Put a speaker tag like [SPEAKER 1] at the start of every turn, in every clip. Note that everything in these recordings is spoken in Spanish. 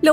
[SPEAKER 1] Lo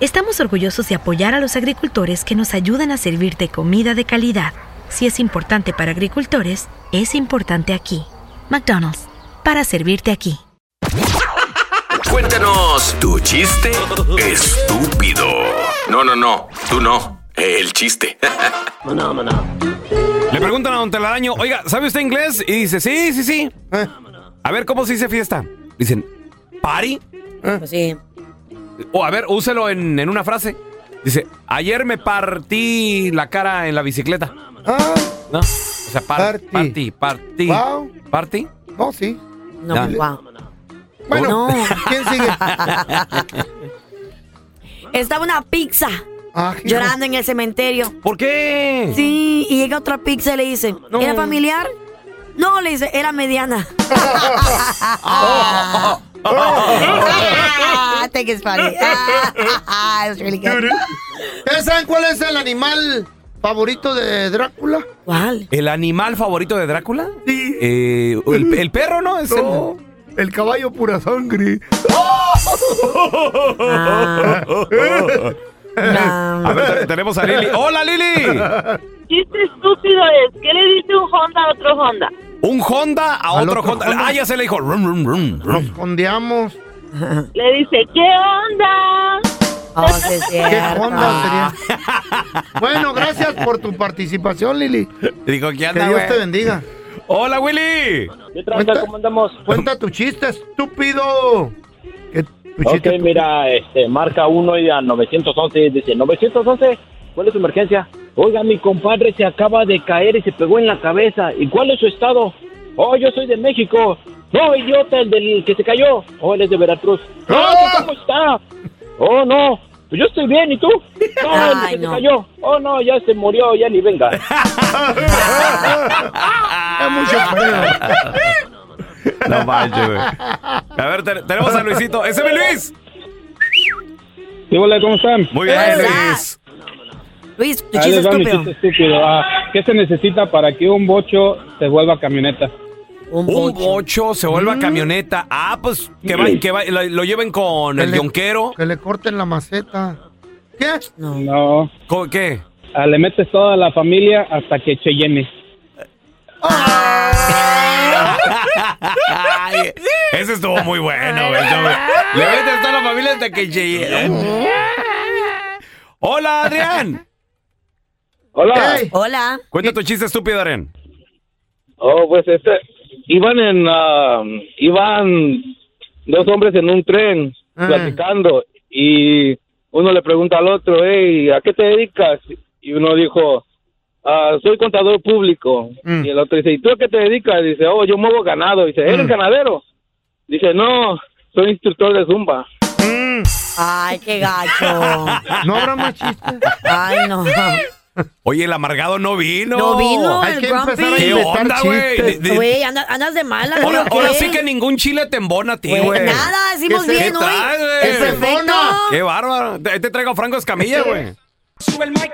[SPEAKER 2] estamos orgullosos de apoyar a los agricultores que nos ayudan a servirte comida de calidad. Si es importante para agricultores, es importante aquí. McDonald's, para servirte aquí.
[SPEAKER 3] Cuéntanos tu chiste estúpido. No, no, no, tú no. El chiste.
[SPEAKER 4] Le preguntan a Don Telaraño, oiga, ¿sabe usted inglés? Y dice, sí, sí, sí. Eh. A ver, ¿cómo se dice fiesta? Dicen, ¿party?
[SPEAKER 5] Eh.
[SPEAKER 6] Pues sí.
[SPEAKER 4] O a ver, úselo en, en una frase. Dice, ayer me partí la cara en la bicicleta. ¿No? O sea, par- party,
[SPEAKER 5] Ah. Party.
[SPEAKER 4] party.
[SPEAKER 5] Wow.
[SPEAKER 4] ¿Party?
[SPEAKER 5] No, sí.
[SPEAKER 6] No,
[SPEAKER 4] Ya.
[SPEAKER 6] wow.
[SPEAKER 5] Bueno,
[SPEAKER 6] No.
[SPEAKER 5] ¿quién sigue?
[SPEAKER 6] Estaba una pizza
[SPEAKER 5] Ah, hijo.
[SPEAKER 6] llorando en el cementerio.
[SPEAKER 4] ¿Por qué?
[SPEAKER 6] Sí, y llega otra pizza y le dice, ¿era familiar? No, le dice, era mediana.
[SPEAKER 7] I think it's funny. it's really good.
[SPEAKER 5] ¿Ustedes saben cuál es el animal favorito de Drácula?
[SPEAKER 6] ¿Cuál?
[SPEAKER 4] ¿El animal favorito de Drácula? Sí. el, el perro, ¿no? Es el-
[SPEAKER 5] el caballo pura sangre.
[SPEAKER 6] Ah.
[SPEAKER 4] A
[SPEAKER 6] Ah.
[SPEAKER 4] ver, te- tenemos a Lili. ¡Hola, Lili!
[SPEAKER 8] chiste estúpido es, ¿qué le dice un Honda a otro Honda?
[SPEAKER 4] Un Honda a
[SPEAKER 5] Al
[SPEAKER 4] otro,
[SPEAKER 5] otro
[SPEAKER 4] Honda.
[SPEAKER 5] Honda.
[SPEAKER 4] Ah, ya se le dijo. Rum, rum, rum,
[SPEAKER 5] Nos
[SPEAKER 4] rum.
[SPEAKER 5] escondeamos.
[SPEAKER 8] Le dice, ¿qué onda?
[SPEAKER 6] Oh, sí es
[SPEAKER 5] ¿Qué
[SPEAKER 6] cierto.
[SPEAKER 5] onda sería? Bueno, gracias por tu participación, Lili.
[SPEAKER 4] Dijo, ¿qué
[SPEAKER 5] Que
[SPEAKER 4] anda,
[SPEAKER 5] Dios te
[SPEAKER 4] güey?
[SPEAKER 5] bendiga.
[SPEAKER 4] ¡Hola, Willy!
[SPEAKER 9] ¿Qué
[SPEAKER 5] ¿Cuenta?
[SPEAKER 9] tranza? ¿Cómo andamos?
[SPEAKER 5] Cuenta tu chiste, estúpido. ¿Qué tu
[SPEAKER 9] Ok,
[SPEAKER 5] chiste,
[SPEAKER 9] mira, este, marca uno y a 911 dice, 911, ¿cuál es su emergencia? Oiga, mi compadre se acaba de caer y se pegó en la cabeza. ¿Y cuál es su estado? Oh, yo soy de México. No, idiota, el del que se cayó. Oh, él es de Veracruz. No,
[SPEAKER 5] ¡Ah!
[SPEAKER 9] ¿tú ¿cómo está? Oh, no. Pues yo estoy bien, ¿y tú? No, el
[SPEAKER 6] Ay,
[SPEAKER 9] que se
[SPEAKER 6] no.
[SPEAKER 9] cayó. Oh, no, ya se murió, ya ni venga.
[SPEAKER 5] Es mucho frío.
[SPEAKER 4] No manches, güey. A ver, te- tenemos a Luisito. ¡Ese es mi Luis!
[SPEAKER 9] Sí, hola, ¿cómo están?
[SPEAKER 4] Muy bien,
[SPEAKER 6] Hola.
[SPEAKER 10] Ah.
[SPEAKER 4] Luis.
[SPEAKER 6] Luis, tu
[SPEAKER 9] Ahí
[SPEAKER 6] chiste
[SPEAKER 9] Ah, les va mi
[SPEAKER 6] estúpido.
[SPEAKER 9] chiste estúpido. Ah, ¿Qué se necesita para que un bocho se vuelva camioneta?
[SPEAKER 4] Un bocho se vuelva camioneta. Ah, pues que, va- que va- lo, lo lleven con
[SPEAKER 5] Que
[SPEAKER 4] el
[SPEAKER 5] le-
[SPEAKER 4] yonquero.
[SPEAKER 5] Que le corten la maceta. ¿Qué?
[SPEAKER 6] No.
[SPEAKER 9] No,
[SPEAKER 4] ¿Con qué?
[SPEAKER 9] ah, le metes toda la familia hasta que Cheyenne.
[SPEAKER 4] Ay, ese estuvo muy bueno, güey. Yo, güey. Le voy a testar a la familia hasta que llegue. Hola, Adrián.
[SPEAKER 9] Hola.
[SPEAKER 5] Ey,
[SPEAKER 6] Hola.
[SPEAKER 4] Cuenta tu chiste estúpido, Adrián.
[SPEAKER 9] Oh, pues este, iban en, ah, iban dos hombres en un tren
[SPEAKER 5] Ah.
[SPEAKER 9] platicando y uno le pregunta al otro, hey, ¿a qué te dedicas? Y uno dijo, "Ah, soy contador público.
[SPEAKER 5] Mm.
[SPEAKER 9] Y el otro dice, ¿y tú a qué te dedicas? Dice, oh, yo muevo ganado. Dice, ¿eres
[SPEAKER 5] Mm.
[SPEAKER 9] ganadero? Dice, no, soy instructor de zumba.
[SPEAKER 5] Mm.
[SPEAKER 6] Ay, qué gacho.
[SPEAKER 5] ¿No habrá más chistes?
[SPEAKER 6] Ay, no.
[SPEAKER 4] Oye, el amargado no vino.
[SPEAKER 6] No vino
[SPEAKER 5] Hay
[SPEAKER 6] el
[SPEAKER 5] que empezar a
[SPEAKER 4] ¿Qué
[SPEAKER 6] grumpy.
[SPEAKER 5] inventar
[SPEAKER 4] onda, güey?
[SPEAKER 5] chistes.
[SPEAKER 4] De- de-
[SPEAKER 6] Güey, anda- andas de mala.
[SPEAKER 4] Ahora,
[SPEAKER 6] ¿qué?
[SPEAKER 4] ahora sí que ningún chile te embona a ti,
[SPEAKER 6] Güey,
[SPEAKER 4] güey.
[SPEAKER 6] Nada, hicimos
[SPEAKER 5] ¿Qué se-
[SPEAKER 6] bien
[SPEAKER 4] qué
[SPEAKER 6] hoy.
[SPEAKER 4] traes, güey?
[SPEAKER 6] Es perfecto.
[SPEAKER 5] Perdona.
[SPEAKER 4] Qué bárbaro. Te, te traigo a Franco Escamilla, güey. Sube el mic.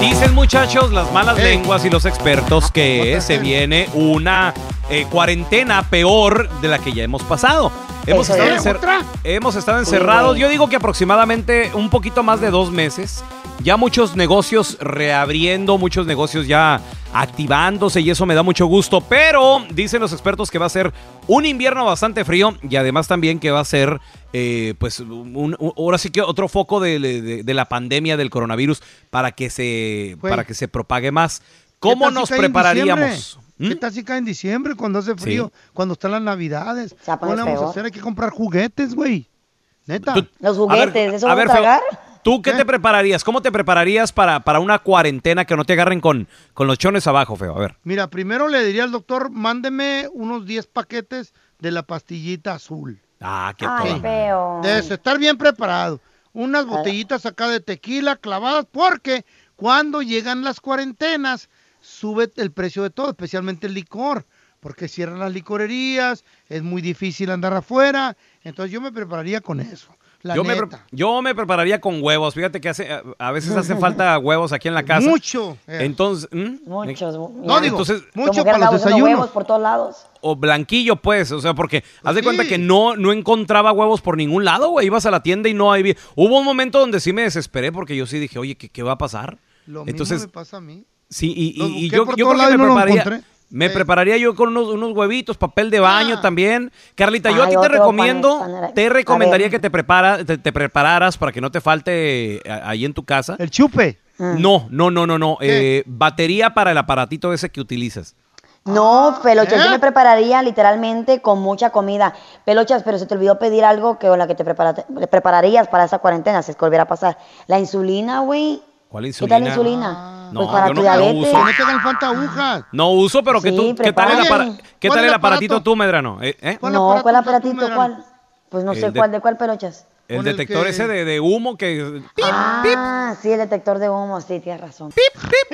[SPEAKER 4] Dicen muchachos, las malas lenguas y los expertos que se viene una eh, cuarentena peor de la que ya hemos pasado. Hemos
[SPEAKER 5] ¿Eh?
[SPEAKER 4] estado, encer-
[SPEAKER 5] ¿Otra?
[SPEAKER 4] hemos estado encerrados, yo digo que aproximadamente un poquito más de dos meses. Ya muchos negocios reabriendo, muchos negocios ya activándose y eso me da mucho gusto. Pero dicen los expertos que va a ser un invierno bastante frío y además también que va a ser, eh, pues, un- un- ahora sí que otro foco de, de- de la pandemia del coronavirus para que se,
[SPEAKER 5] Güey.
[SPEAKER 4] para que se propague más. ¿Cómo
[SPEAKER 5] tal si
[SPEAKER 4] nos
[SPEAKER 5] cae en
[SPEAKER 4] prepararíamos? ¿Mm?
[SPEAKER 5] diciembre? ¿Qué tal si cae en diciembre cuando hace frío? Cuando están las navidades.
[SPEAKER 6] poner
[SPEAKER 5] ¿Cuándo vamos a
[SPEAKER 6] peor.
[SPEAKER 5] hacer? Hay que comprar juguetes, güey. Neta.
[SPEAKER 6] Los
[SPEAKER 4] A ver,
[SPEAKER 6] juguetes, ¿eso
[SPEAKER 4] a
[SPEAKER 6] vamos
[SPEAKER 4] ver,
[SPEAKER 6] a
[SPEAKER 4] Feo,
[SPEAKER 6] tragar?
[SPEAKER 4] ¿Tú
[SPEAKER 5] ¿Eh?
[SPEAKER 4] qué te prepararías? ¿Cómo te prepararías para, para una cuarentena que no te agarren con, con los chones abajo, feo? A ver.
[SPEAKER 5] Mira, primero le diría al doctor, mándeme unos 10 paquetes de la pastillita azul.
[SPEAKER 4] Ah, qué
[SPEAKER 5] Ay,
[SPEAKER 4] tal.
[SPEAKER 6] feo.
[SPEAKER 5] Debes estar bien preparado. Unas botellitas acá de tequila clavadas, porque cuando llegan las cuarentenas, sube el precio de todo, especialmente el licor, porque cierran las licorerías, es muy difícil andar afuera. Entonces yo me prepararía con eso. La
[SPEAKER 4] Yo me,
[SPEAKER 5] neta.
[SPEAKER 4] pre- yo me prepararía con huevos. Fíjate que hace, a- a veces hacen falta huevos aquí en la casa.
[SPEAKER 5] Mucho. eh.
[SPEAKER 4] Entonces, ¿hmm?
[SPEAKER 6] Muchos.
[SPEAKER 4] No, digo,
[SPEAKER 6] Entonces,
[SPEAKER 4] mucho
[SPEAKER 6] como que
[SPEAKER 4] para
[SPEAKER 6] andaba
[SPEAKER 4] los
[SPEAKER 6] usando
[SPEAKER 4] desayunos.
[SPEAKER 6] huevos por todos lados.
[SPEAKER 4] o blanquillo, pues, o sea, porque haz de cuenta que no, no encontraba huevos por ningún lado, güey. Ibas a la tienda y no había. Hubo un momento donde sí me desesperé porque yo sí dije, oye, ¿qué, qué va a pasar?
[SPEAKER 5] Lo
[SPEAKER 4] Entonces,
[SPEAKER 5] mismo me pasa a mí.
[SPEAKER 4] sí, y, y-
[SPEAKER 5] Los
[SPEAKER 4] y
[SPEAKER 5] busqué
[SPEAKER 4] yo,
[SPEAKER 5] por
[SPEAKER 4] yo
[SPEAKER 5] todos
[SPEAKER 4] creo
[SPEAKER 5] lados
[SPEAKER 4] que
[SPEAKER 5] y
[SPEAKER 4] me
[SPEAKER 5] no los
[SPEAKER 4] prepararía.
[SPEAKER 5] encontré.
[SPEAKER 4] Me prepararía yo con unos, unos huevitos, papel de baño también. Carlita, yo
[SPEAKER 6] Ah,
[SPEAKER 4] a ti
[SPEAKER 6] yo
[SPEAKER 4] te
[SPEAKER 6] te voy a poner-
[SPEAKER 4] recomiendo,
[SPEAKER 6] poner-
[SPEAKER 4] te
[SPEAKER 6] a
[SPEAKER 4] recomendaría
[SPEAKER 6] ver.
[SPEAKER 4] que te, prepara, te, te prepararas para que no te falte eh, a- ahí en tu casa.
[SPEAKER 5] El chupe.
[SPEAKER 6] Ah.
[SPEAKER 4] No, no, no, no, no. eh, batería para el aparatito ese que utilizas.
[SPEAKER 6] No, Pelochas,
[SPEAKER 5] ¿eh?
[SPEAKER 6] yo me prepararía literalmente con mucha comida. Pelochas, pero se te olvidó pedir algo que o la que te prepara- prepararías para esa cuarentena, si es que volviera a pasar. La insulina, güey.
[SPEAKER 4] ¿Cuál
[SPEAKER 6] ¿Qué
[SPEAKER 4] insulina?
[SPEAKER 6] tal la insulina?
[SPEAKER 4] No,
[SPEAKER 6] pues para
[SPEAKER 4] yo
[SPEAKER 6] tu
[SPEAKER 4] no- no
[SPEAKER 6] diabetes.
[SPEAKER 4] uso.
[SPEAKER 5] No te hagan falta agujas.
[SPEAKER 4] No uso, pero que
[SPEAKER 6] Sí,
[SPEAKER 4] tú, ¿qué tal el,
[SPEAKER 6] prepárate.
[SPEAKER 4] apara- ¿qué
[SPEAKER 6] ¿Cuál
[SPEAKER 4] tal el
[SPEAKER 6] es el
[SPEAKER 4] aparatito tú, Medrano? ¿Eh? ¿Eh?
[SPEAKER 6] No, ¿cuál aparatito? ¿Cuál? Pues no
[SPEAKER 4] El
[SPEAKER 6] sé
[SPEAKER 4] de-
[SPEAKER 6] cuál, ¿de cuál, Pelochas?
[SPEAKER 4] El detector ese de, de humo que...
[SPEAKER 6] Ah, sí, el detector de humo, sí, tienes razón.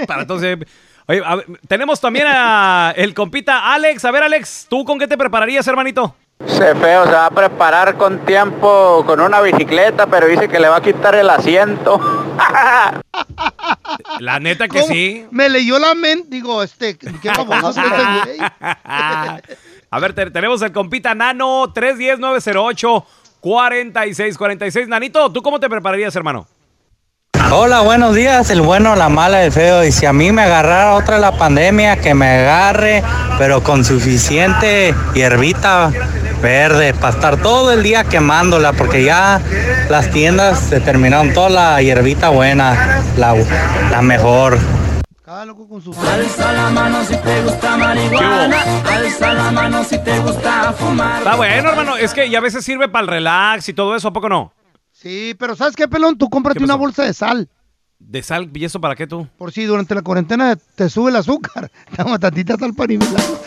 [SPEAKER 4] Para entonces... Oye, a ver, tenemos también a el compita Alex. A ver, Alex, ¿tú con qué te prepararías, hermanito?
[SPEAKER 11] Se feo, se va a preparar con tiempo con una bicicleta, pero dice que le va a quitar el asiento.
[SPEAKER 4] La neta que
[SPEAKER 5] ¿Cómo?
[SPEAKER 4] sí.
[SPEAKER 5] Me leyó la mente, digo, este, qué baboso es este güey.
[SPEAKER 4] a ver, te- tenemos el compita Nano 310-908. 4646 Nanito, ¿tú cómo te prepararías, hermano?
[SPEAKER 12] Hola, buenos días, el bueno, la mala, el feo. Y si a mí me agarrara otra la pandemia, que me agarre, pero con suficiente hierbita verde para estar todo el día quemándola, porque ya las tiendas se terminaron toda la hierbita buena, la, la mejor.
[SPEAKER 13] Alza la mano si te gusta marihuana. Alza la mano si te gusta fumar.
[SPEAKER 4] Está bueno, hermano. Es que ya a veces sirve para el relax y todo eso, ¿a poco no?
[SPEAKER 5] Sí, pero ¿sabes qué, pelón? Tú cómprate una bolsa de sal.
[SPEAKER 4] ¿De sal? ¿Y eso para qué tú?
[SPEAKER 5] Por si durante la cuarentena te sube el azúcar. Dame tantita sal para nivelarlo.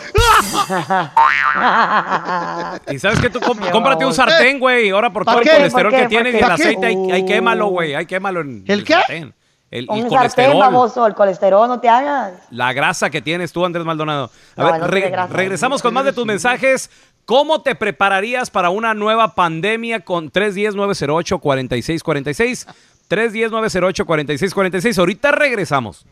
[SPEAKER 4] Y sabes que tú comp-
[SPEAKER 5] Qué
[SPEAKER 4] cómprate un
[SPEAKER 5] baboso.
[SPEAKER 4] sartén, güey. Ahora por todo
[SPEAKER 5] ¿Para
[SPEAKER 4] el
[SPEAKER 5] qué?
[SPEAKER 4] colesterol
[SPEAKER 5] ¿Por qué?
[SPEAKER 4] que tienes y
[SPEAKER 5] ¿Por
[SPEAKER 4] el
[SPEAKER 5] qué?
[SPEAKER 4] aceite, hay, hay
[SPEAKER 5] Uh.
[SPEAKER 4] quémalo, güey. Hay quémalo en
[SPEAKER 5] ¿El qué?
[SPEAKER 4] sartén. El, el
[SPEAKER 6] Un sartén,
[SPEAKER 4] colesterol.
[SPEAKER 6] baboso, el colesterol, no te hagas.
[SPEAKER 4] La grasa que tienes tú, Andrés Maldonado. A
[SPEAKER 6] No,
[SPEAKER 4] ver,
[SPEAKER 6] no
[SPEAKER 4] re-
[SPEAKER 6] tiene grasa.
[SPEAKER 4] regresamos con más de tus mensajes. ¿Cómo te prepararías para una nueva pandemia con 310-908-4646? 310-908-4646. Ahorita regresamos.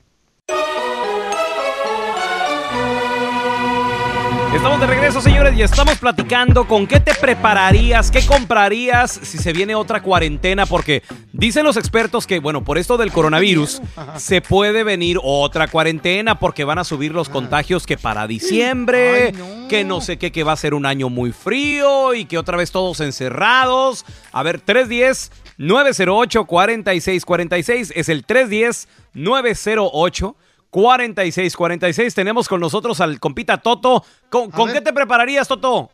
[SPEAKER 4] Estamos de regreso, señores, y estamos platicando con qué te prepararías, qué comprarías si se viene otra cuarentena, porque dicen los expertos que, bueno, por esto del coronavirus, se puede venir otra cuarentena porque van a subir los contagios que para diciembre, que no sé qué, que va a ser un año muy frío y que otra vez todos encerrados. A ver, 310. 908-4646 es el 310-908. 4646. Tenemos con nosotros al compita Toto. ¿Con, con qué te prepararías, Toto?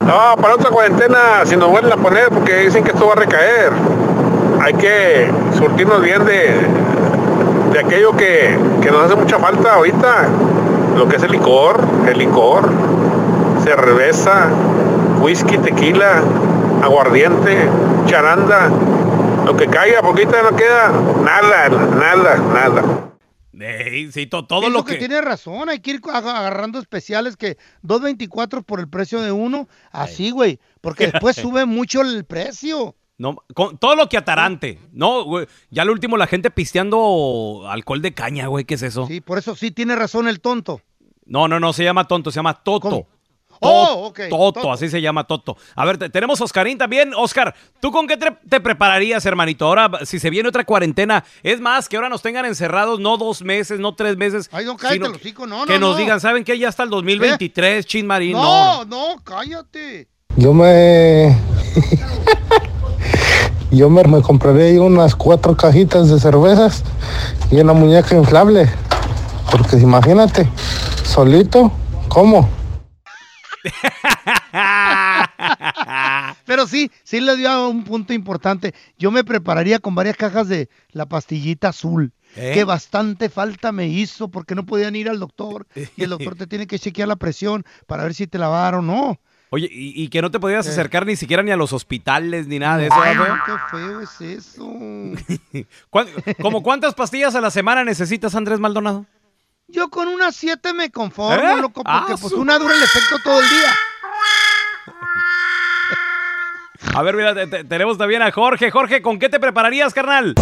[SPEAKER 14] No, para otra cuarentena, si nos vuelven a poner, porque dicen que esto va a recaer. Hay que surtirnos bien de, de aquello que, que nos hace mucha falta ahorita. Lo que es el licor, el licor, cerveza, whisky, tequila, aguardiente, charanda. Lo que caiga, porque ahorita no queda nada, nada, nada.
[SPEAKER 4] Ey, sí, to- todo
[SPEAKER 5] Pienso
[SPEAKER 4] lo que.
[SPEAKER 5] tiene razón, hay que ir ag- agarrando especiales que 2.24 por el precio de uno, así, güey, porque después sube mucho el precio.
[SPEAKER 4] No, con- todo lo que atarante. No, güey. Ya lo último, la gente pisteando alcohol de caña, güey. ¿Qué es eso?
[SPEAKER 5] Sí, por eso sí tiene razón el tonto.
[SPEAKER 4] No, no, no, se llama tonto, se llama Toto.
[SPEAKER 5] Oh, ok,
[SPEAKER 4] Toto,
[SPEAKER 5] Toto.
[SPEAKER 4] así se llama Toto. A ver, te- tenemos a Oscarín también. Oscar, ¿tú con qué tre- te prepararías, hermanito? Ahora, si se viene otra cuarentena, es más, que ahora nos tengan encerrados no dos meses, no tres meses.
[SPEAKER 5] Ay, no, cállate
[SPEAKER 4] sino
[SPEAKER 5] el hocico, no, no,
[SPEAKER 4] que nos
[SPEAKER 5] no.
[SPEAKER 4] digan, ¿saben qué? Ya hasta el 2023, Chin Marín.
[SPEAKER 5] No, no, cállate.
[SPEAKER 11] Yo me. Yo me, me compraré ahí unas cuatro cajitas de cervezas y una muñeca inflable. Porque imagínate, solito, ¿cómo?
[SPEAKER 5] Pero sí, sí le dio a un punto importante. Yo me prepararía con varias cajas de la pastillita azul,
[SPEAKER 9] ¿Eh?
[SPEAKER 5] que bastante falta me hizo porque no podían ir al doctor y el doctor te tiene que chequear la presión para ver si te la va a dar o no.
[SPEAKER 4] Oye, y, y que no te podías
[SPEAKER 5] Eh.
[SPEAKER 4] acercar ni siquiera ni a los hospitales ni nada Ah, de eso. pues.
[SPEAKER 5] Ay,
[SPEAKER 4] ¿verdad,
[SPEAKER 5] no, qué feo es eso.
[SPEAKER 4] feo? ¿Cuán- ¿Como cuántas pastillas a la semana necesitas, Andrés Maldonado?
[SPEAKER 5] Yo con unas siete me conformo,
[SPEAKER 4] ¿Eh?
[SPEAKER 5] loco,
[SPEAKER 4] Ah,
[SPEAKER 5] porque pues
[SPEAKER 4] su-
[SPEAKER 5] una dura el efecto todo el día.
[SPEAKER 4] A ver, mira, te- te- tenemos también a Jorge. Jorge, ¿con qué te prepararías, carnal?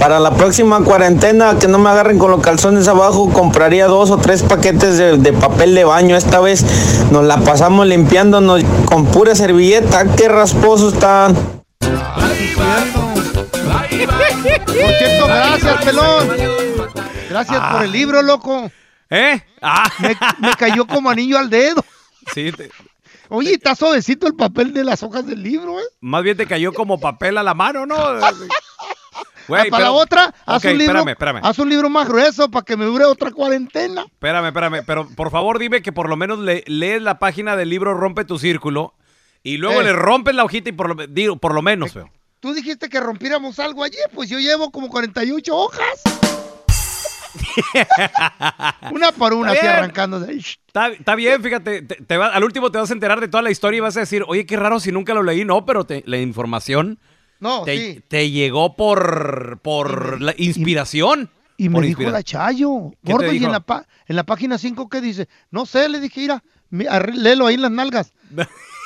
[SPEAKER 15] Para la próxima cuarentena, que no me agarren con los calzones abajo, compraría dos o tres paquetes de, de papel de baño. Esta vez nos la pasamos limpiándonos con pura servilleta. Qué rasposos están.
[SPEAKER 5] Por cierto, gracias, pelón. Gracias por el libro, loco.
[SPEAKER 4] Ah. ¿Eh?
[SPEAKER 5] Me, me cayó como anillo al dedo.
[SPEAKER 4] Sí, te-
[SPEAKER 5] Oye, está suavecito el papel de las hojas del libro, ¿eh?
[SPEAKER 4] más bien te cayó como papel a la mano, ¿no?
[SPEAKER 5] Ah,
[SPEAKER 4] Güey,
[SPEAKER 5] para
[SPEAKER 4] pero-
[SPEAKER 5] otra, haz,
[SPEAKER 4] Ok,
[SPEAKER 5] un libro,
[SPEAKER 4] espérame, espérame.
[SPEAKER 5] haz un libro más grueso para que me dure otra cuarentena.
[SPEAKER 4] Espérame, espérame, pero por favor dime que por lo menos le- lees la página del libro Rompe tu Círculo y luego
[SPEAKER 5] Eh.
[SPEAKER 4] le rompes la hojita y por lo, digo, por lo menos, feo.
[SPEAKER 5] Tú dijiste que rompiéramos algo allí, pues yo llevo como 48 hojas. Una por una, así
[SPEAKER 4] Ah, Está bien.
[SPEAKER 5] arrancando de ahí.
[SPEAKER 4] Está, está bien, fíjate, te- te va- al último te vas a enterar de toda la historia y vas a decir, oye, qué raro si nunca lo leí, no, pero te- la información
[SPEAKER 5] No,
[SPEAKER 4] te,
[SPEAKER 5] sí.
[SPEAKER 4] te llegó por, por la inspiración.
[SPEAKER 5] Y me
[SPEAKER 4] por
[SPEAKER 5] dijo
[SPEAKER 4] inspira-
[SPEAKER 5] la Chayo,
[SPEAKER 4] te
[SPEAKER 5] gordo, y
[SPEAKER 4] dijo?
[SPEAKER 5] en la, pa- en la página 5, ¿qué dice? No sé, le dije, mira, mi- arre- léelo ahí en las nalgas.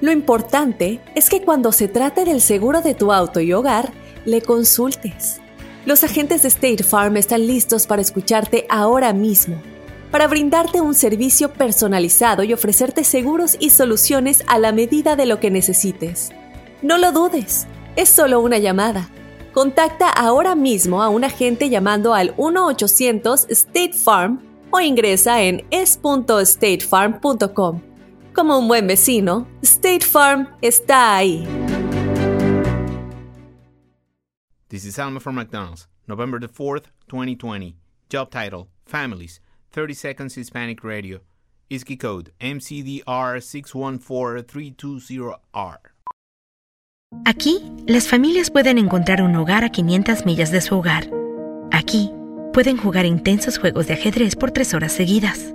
[SPEAKER 1] Lo importante es que cuando se trate del seguro de tu auto y hogar, le consultes. Los agentes de State Farm están listos para escucharte ahora mismo, para brindarte un servicio personalizado y ofrecerte seguros y soluciones a la medida de lo que necesites. No lo dudes, es solo una llamada. Contacta ahora mismo a un agente llamando al 1-800 State Farm o ingresa en es.statefarm.com. Como un buen vecino, State Farm está ahí.
[SPEAKER 16] This is Alma from McDonald's, November the 4th, 2020. Job title Families, 30 Seconds Hispanic Radio. ISKI code MCDR614320R.
[SPEAKER 2] Aquí, las familias pueden encontrar un hogar a 500 millas de su hogar. Aquí, pueden jugar intensos juegos de ajedrez por tres horas seguidas.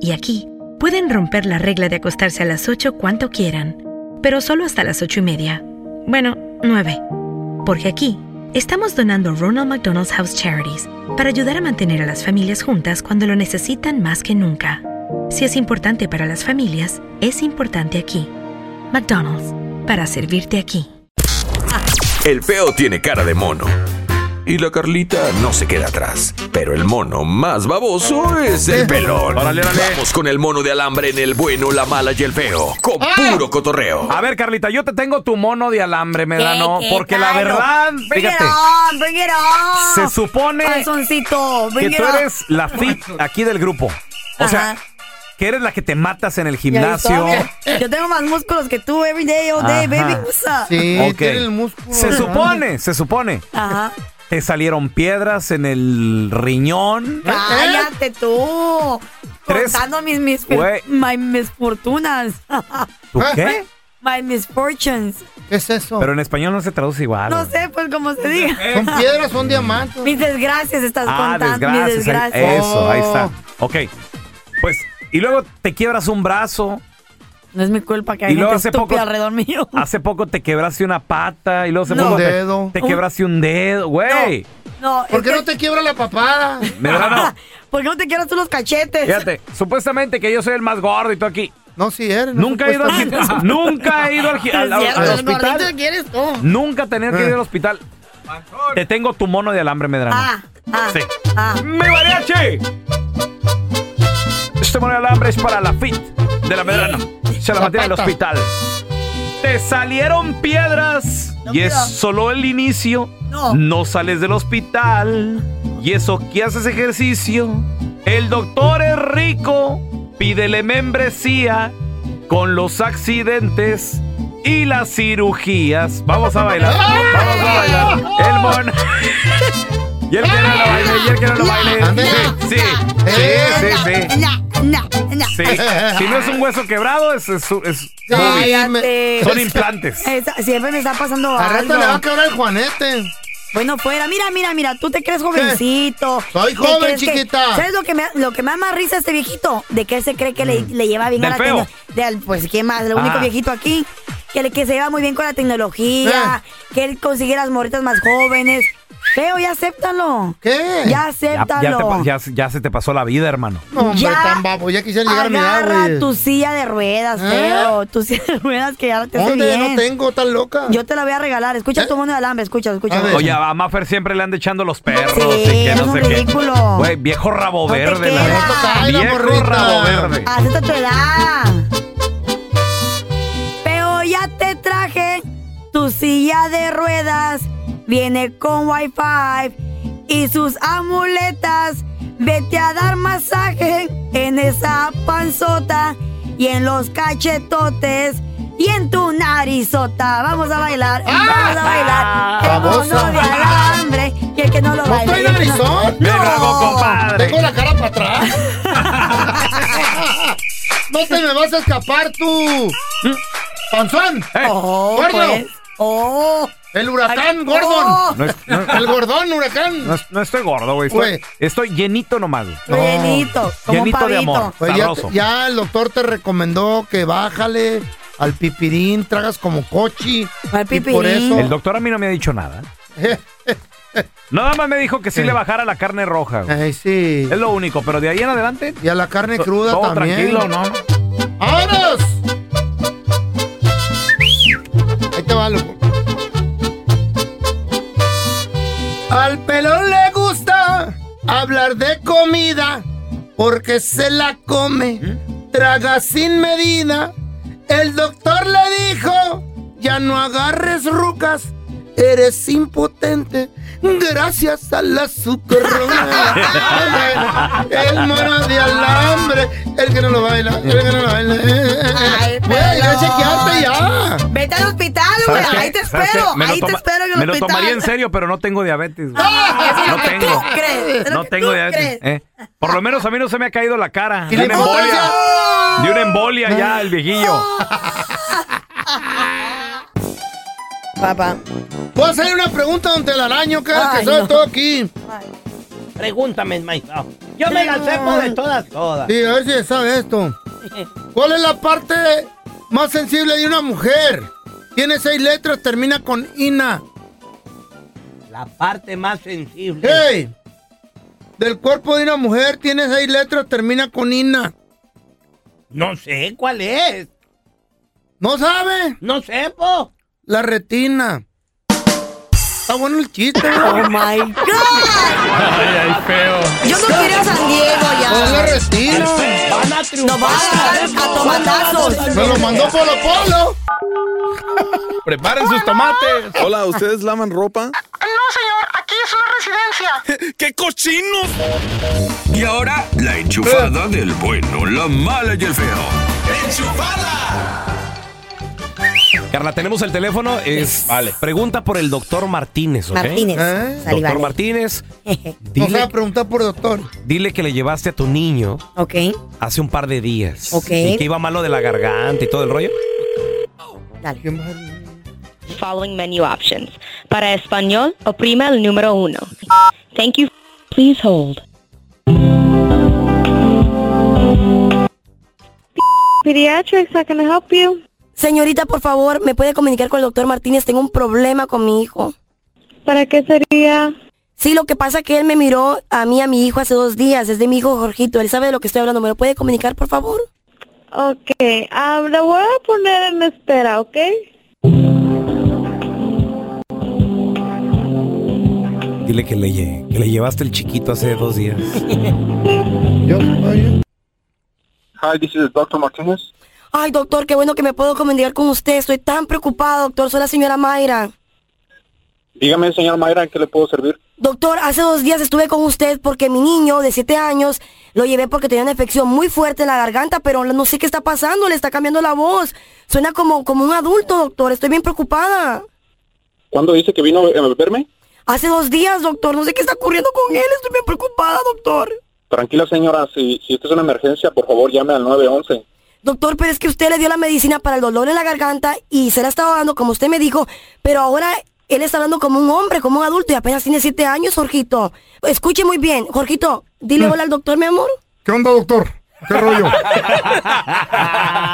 [SPEAKER 2] Y aquí, pueden romper la regla de acostarse a las 8 cuanto quieran, pero solo hasta las 8 y media. Bueno, 9. Porque aquí, estamos donando Ronald McDonald's House Charities para ayudar a mantener a las familias juntas cuando lo necesitan más que nunca. Si es importante para las familias, es importante aquí. McDonald's, para servirte aquí.
[SPEAKER 3] El feo tiene cara de mono. Y la Carlita no se queda atrás. Pero el mono más baboso es el pelón.
[SPEAKER 17] Órale, órale.
[SPEAKER 3] Vamos con el mono de alambre en el bueno, la mala y el feo. Con puro cotorreo.
[SPEAKER 17] A ver, Carlita, yo te tengo tu mono de alambre, me da
[SPEAKER 6] ¿Qué,
[SPEAKER 17] no,
[SPEAKER 6] qué,
[SPEAKER 17] porque la
[SPEAKER 6] Carlos?
[SPEAKER 17] verdad,
[SPEAKER 6] Bring
[SPEAKER 17] fíjate,
[SPEAKER 6] it on, bring it on.
[SPEAKER 17] se supone
[SPEAKER 6] Calzoncito,
[SPEAKER 17] que
[SPEAKER 6] bring it
[SPEAKER 17] tú
[SPEAKER 6] on.
[SPEAKER 17] eres la fit aquí del grupo. O sea, que eres la que te matas en el
[SPEAKER 6] Y ahí
[SPEAKER 17] gimnasio.
[SPEAKER 6] estoy. Yo tengo más músculos que tú every day, all day, baby.
[SPEAKER 17] Ajá.
[SPEAKER 6] What's up?
[SPEAKER 17] Ok. Se supone, se supone.
[SPEAKER 6] Ajá.
[SPEAKER 17] Te salieron piedras en el riñón.
[SPEAKER 6] Cállate tú.
[SPEAKER 17] Tres-
[SPEAKER 6] Contando mis, mis,
[SPEAKER 17] Güey.
[SPEAKER 6] my- mis fortunas.
[SPEAKER 17] ¿Tú qué?
[SPEAKER 6] My misfortunes.
[SPEAKER 5] Ah. ¿Qué es eso? Eh,
[SPEAKER 4] Pero en español no se
[SPEAKER 17] Ah,
[SPEAKER 4] traduce igual.
[SPEAKER 6] No
[SPEAKER 4] güey.
[SPEAKER 6] sé, pues como se diga.
[SPEAKER 5] Son piedras, son diamantes.
[SPEAKER 6] Mis desgracias estás
[SPEAKER 4] Ah,
[SPEAKER 6] contando. mis
[SPEAKER 4] desgracias. ahí-
[SPEAKER 17] eh,
[SPEAKER 6] desgracias.
[SPEAKER 4] Eso, ahí está.
[SPEAKER 6] Oh.
[SPEAKER 4] Ok. Pues, y luego te quiebras un brazo.
[SPEAKER 6] No es mi culpa que hay
[SPEAKER 4] Y luego
[SPEAKER 6] gente
[SPEAKER 4] hace
[SPEAKER 6] estúpida
[SPEAKER 4] poco-
[SPEAKER 6] alrededor mío.
[SPEAKER 4] Hace poco te quebraste una pata y luego hace
[SPEAKER 5] No.
[SPEAKER 4] poco
[SPEAKER 5] Un
[SPEAKER 4] te-
[SPEAKER 5] dedo.
[SPEAKER 4] Te, quebraste un dedo, güey.
[SPEAKER 6] No,
[SPEAKER 5] ¿Por qué no te quiebra la papada?
[SPEAKER 4] De verdad no.
[SPEAKER 6] ¿Por qué pues no te quieras tú los cachetes?
[SPEAKER 4] Fíjate, supuestamente que yo soy el más gordo y tú aquí.
[SPEAKER 5] No, sí eres.
[SPEAKER 4] Nunca he ido al gimnasio. Nunca he ido al, gi- al- al- al hospital.
[SPEAKER 6] quieres tú.
[SPEAKER 4] Nunca tener que ir al hospital. Te tengo tu mono de alambre, Medrano.
[SPEAKER 6] Eh. Ah, ah,
[SPEAKER 4] Sí.
[SPEAKER 6] ah.
[SPEAKER 4] ¡Mi mariachi! Este mono de alambre es para la fit de la Medrano. Se la maté en el hospital. Te salieron piedras y es solo el inicio.
[SPEAKER 6] No.
[SPEAKER 4] sales del hospital. Y eso que haces ejercicio. El doctor es rico. Pídele membresía con los accidentes y las cirugías. Vamos a bailar. Vamos a bailar. El mono. Y el que no lo baile, y el que no lo baile. Sí, sí, sí, sí. sí.
[SPEAKER 6] Na, na, na.
[SPEAKER 4] Sí. Si no es un hueso quebrado, es. es- es-
[SPEAKER 6] Cállate.
[SPEAKER 4] Son implantes.
[SPEAKER 6] Esa- siempre me está pasando
[SPEAKER 5] A rato
[SPEAKER 6] algo.
[SPEAKER 5] le va a quebrar el Juanete.
[SPEAKER 6] Bueno, fuera. Mira, mira, mira. Tú te crees jovencito.
[SPEAKER 5] Soy
[SPEAKER 6] ¿Te
[SPEAKER 5] joven,
[SPEAKER 6] crees que-
[SPEAKER 5] chiquita.
[SPEAKER 6] ¿Sabes lo que, me, lo que me da más risa a este viejito? De que él se cree que le, le lleva bien
[SPEAKER 4] Mm.
[SPEAKER 6] a
[SPEAKER 4] Del
[SPEAKER 6] la
[SPEAKER 4] feo.
[SPEAKER 6] tecnología. Pues, ¿qué más? El único
[SPEAKER 4] Ah.
[SPEAKER 6] viejito aquí que, le, que se lleva muy bien con la tecnología.
[SPEAKER 5] Eh.
[SPEAKER 6] Que él consigue las morritas más jóvenes. Feo, ya acéptalo.
[SPEAKER 5] ¿Qué?
[SPEAKER 4] Ya,
[SPEAKER 6] Ya
[SPEAKER 4] ya te
[SPEAKER 6] acéptalo.
[SPEAKER 4] pa- ya- ya se te pasó la vida, hermano.
[SPEAKER 5] No, hombre,
[SPEAKER 6] Ya.
[SPEAKER 5] tan babo. Ya quisiera llegar a mi edad,
[SPEAKER 6] Agarra
[SPEAKER 5] güey. ¿Eh?
[SPEAKER 6] tu silla de ruedas, feo. Tu silla de ruedas que ya te hace
[SPEAKER 5] ¿Dónde?
[SPEAKER 6] bien.
[SPEAKER 5] No tengo, tan loca. ¿Eh?
[SPEAKER 6] Yo te la voy a regalar. Escucha tu mono de alambre, escucha, escucha.
[SPEAKER 4] Oye, a Maffer siempre le han echando los perros
[SPEAKER 6] Sí,
[SPEAKER 4] y que
[SPEAKER 6] eres
[SPEAKER 4] no
[SPEAKER 6] un
[SPEAKER 4] sé qué.
[SPEAKER 6] ridículo.
[SPEAKER 4] Güey, viejo rabo verde, la
[SPEAKER 6] queda.
[SPEAKER 4] neta.
[SPEAKER 5] Ay, la
[SPEAKER 4] Viejo
[SPEAKER 5] morrita.
[SPEAKER 4] rabo verde.
[SPEAKER 6] Acepta tu edad. Pero ya te traje tu silla de ruedas. Viene con wifi y sus amuletas. Vete a dar masaje en esa panzota y en los cachetotes y en tu narizota. Vamos a bailar, vamos a bailar. El
[SPEAKER 5] Ah. Babosa.
[SPEAKER 6] mono de alambre y el que no lo
[SPEAKER 5] ¿No
[SPEAKER 6] baile.
[SPEAKER 5] estoy
[SPEAKER 6] y el que no-
[SPEAKER 5] narizón?
[SPEAKER 4] Me grabó, compadre.
[SPEAKER 5] Tengo la cara para atrás. no te me vas a escapar tú. Panzón.
[SPEAKER 6] Oh,
[SPEAKER 5] Gordo.
[SPEAKER 6] pues. Oh.
[SPEAKER 5] El huracán,
[SPEAKER 6] Ay,
[SPEAKER 5] Gordon.
[SPEAKER 6] oh.
[SPEAKER 4] No, es- no-
[SPEAKER 5] El gordón, huracán.
[SPEAKER 4] no es- no estoy gordo, güey. Estoy,
[SPEAKER 5] Güey.
[SPEAKER 4] estoy llenito nomás. güey.
[SPEAKER 5] No.
[SPEAKER 6] Llenito, como un
[SPEAKER 4] Llenito de
[SPEAKER 6] pavito.
[SPEAKER 4] amor.
[SPEAKER 5] Oye, ya,
[SPEAKER 4] Sabroso.
[SPEAKER 5] ya el doctor te recomendó que bájale al pipirín, tragas como cochi.
[SPEAKER 6] Al
[SPEAKER 5] y
[SPEAKER 6] pipirín.
[SPEAKER 5] por eso.
[SPEAKER 4] El doctor a mí no me ha dicho nada. Nada más me dijo que sí
[SPEAKER 5] Sí.
[SPEAKER 4] le bajara la carne roja. güey.
[SPEAKER 5] Ay, sí.
[SPEAKER 4] Es lo único, pero de ahí en adelante.
[SPEAKER 5] Y a la carne cruda
[SPEAKER 4] todo
[SPEAKER 5] también.
[SPEAKER 4] tranquilo, ¿no?
[SPEAKER 5] ¡Vámonos! Ahí te va, loco. Al pelón le gusta hablar de comida porque se la
[SPEAKER 4] Mm.
[SPEAKER 5] come, traga sin medida. El doctor le dijo, ya no agarres rucas, eres impotente gracias al azúcar. el mono de alambre, el que no lo baila, el que no lo baila.
[SPEAKER 6] Ay,
[SPEAKER 5] Voy a ir a
[SPEAKER 6] pelón.
[SPEAKER 5] chequearte ya.
[SPEAKER 6] Vete al hospital, güey.
[SPEAKER 4] ¿Sabes qué?
[SPEAKER 6] Ahí te
[SPEAKER 4] ¿Sabes
[SPEAKER 6] espero.
[SPEAKER 4] qué? Me lo
[SPEAKER 6] Ahí te
[SPEAKER 4] toma-
[SPEAKER 6] espero en el
[SPEAKER 4] Me lo
[SPEAKER 6] hospital.
[SPEAKER 4] tomaría en serio, pero no tengo diabetes. güey.
[SPEAKER 6] Eso es lo
[SPEAKER 4] No
[SPEAKER 6] que
[SPEAKER 4] tengo.
[SPEAKER 6] tú crees, es lo
[SPEAKER 4] No
[SPEAKER 6] que
[SPEAKER 4] tengo
[SPEAKER 6] tú
[SPEAKER 4] diabetes.
[SPEAKER 6] crees.
[SPEAKER 4] eh. Por lo menos a mí no se me ha caído la cara.
[SPEAKER 5] ¿Y
[SPEAKER 4] De una
[SPEAKER 5] la
[SPEAKER 4] embolia.
[SPEAKER 5] importancia?
[SPEAKER 4] De una embolia ya, el viejillo.
[SPEAKER 6] Papá.
[SPEAKER 5] Voy a hacer una pregunta don Telaraño, cara,
[SPEAKER 6] Ay,
[SPEAKER 5] que sabe
[SPEAKER 6] no.
[SPEAKER 5] todo aquí.
[SPEAKER 15] Pregúntame, maestro. Yo me la sé por de todas, todas.
[SPEAKER 5] Sí, a ver si se sabe esto. ¿Cuál es la parte más sensible de una mujer? Tiene seis letras, termina con ina.
[SPEAKER 15] La parte más sensible.
[SPEAKER 5] ¡Hey! Del cuerpo de una mujer tiene seis letras, termina con ina.
[SPEAKER 15] No sé cuál es.
[SPEAKER 5] ¿No sabe?
[SPEAKER 15] No sé, po.
[SPEAKER 5] La retina. Está bueno el chiste,
[SPEAKER 6] Oh
[SPEAKER 5] ¿no?
[SPEAKER 6] my God.
[SPEAKER 4] Ay, ay, feo.
[SPEAKER 6] Yo no quiero ir a San Diego
[SPEAKER 5] Pues la
[SPEAKER 6] ya.
[SPEAKER 5] retina.
[SPEAKER 15] Van a triunfar.
[SPEAKER 6] Nos van a dar a tomatazos.
[SPEAKER 5] Me lo mandó Polo Polo.
[SPEAKER 4] Preparen sus tomates.
[SPEAKER 3] Hola, ¿ustedes lavan ropa?
[SPEAKER 13] No, señor, aquí es una residencia.
[SPEAKER 3] ¡Qué cochinos! Y ahora, la enchufada del bueno, la mala y el feo.
[SPEAKER 4] Carla, tenemos el teléfono. Es Pregunta por el doctor Martínez, ¿ok?
[SPEAKER 6] Martínez.
[SPEAKER 5] ¿Eh?
[SPEAKER 4] Doctor
[SPEAKER 6] Salivales.
[SPEAKER 4] Martínez,
[SPEAKER 5] Nos va a
[SPEAKER 4] dile,
[SPEAKER 5] preguntar por doctor.
[SPEAKER 4] dile que le llevaste a tu niño
[SPEAKER 6] Ok.
[SPEAKER 4] hace un par de días.
[SPEAKER 6] Ok.
[SPEAKER 4] Y que iba malo de la garganta y todo el rollo.
[SPEAKER 13] Dale. Following menu options. Para español, oprima el número uno. Thank you. Please hold.
[SPEAKER 6] Pediatrics, I can help you. Señorita, por favor, ¿me puede comunicar con el doctor Martínez? Tengo un problema con mi hijo. ¿Para qué sería? Sí, lo que pasa es que él me miró a mí, a mi hijo, hace dos días. Es de mi hijo Jorgito. Él sabe de lo que estoy hablando. ¿Me lo puede comunicar, por favor?
[SPEAKER 18] Ok, ah, la voy a poner en espera, ¿ok?
[SPEAKER 8] Dile que le, lle- que le llevaste el chiquito hace dos días.
[SPEAKER 11] Hi, this is Dr. Martinez.
[SPEAKER 6] Ay, doctor, qué bueno que me puedo comunicar con usted. Estoy tan preocupada, doctor. Soy la señora Mayra.
[SPEAKER 11] Dígame, señor Mayra, ¿en qué le puedo servir?
[SPEAKER 6] Doctor, hace dos días estuve con usted porque mi niño de siete años lo llevé porque tenía una infección muy fuerte en la garganta, pero no sé qué está pasando, le está cambiando la voz. Suena como, como un adulto, doctor. Estoy bien preocupada.
[SPEAKER 11] ¿Cuándo dice que vino a verme?
[SPEAKER 6] Hace dos días, doctor. No sé qué está ocurriendo con él. Estoy bien preocupada, doctor.
[SPEAKER 11] Tranquila, señora, si, si esta es una emergencia, por favor, llame al 911.
[SPEAKER 6] Doctor, pero es que usted le dio la medicina para el dolor en la garganta y se la estaba dando como usted me dijo, pero ahora él está hablando como un hombre, como un adulto y apenas tiene siete años, Jorgito. Escuche muy bien, Jorgito, dile hola al doctor, mi amor.
[SPEAKER 19] ¿Qué onda, doctor? ¿Qué rollo?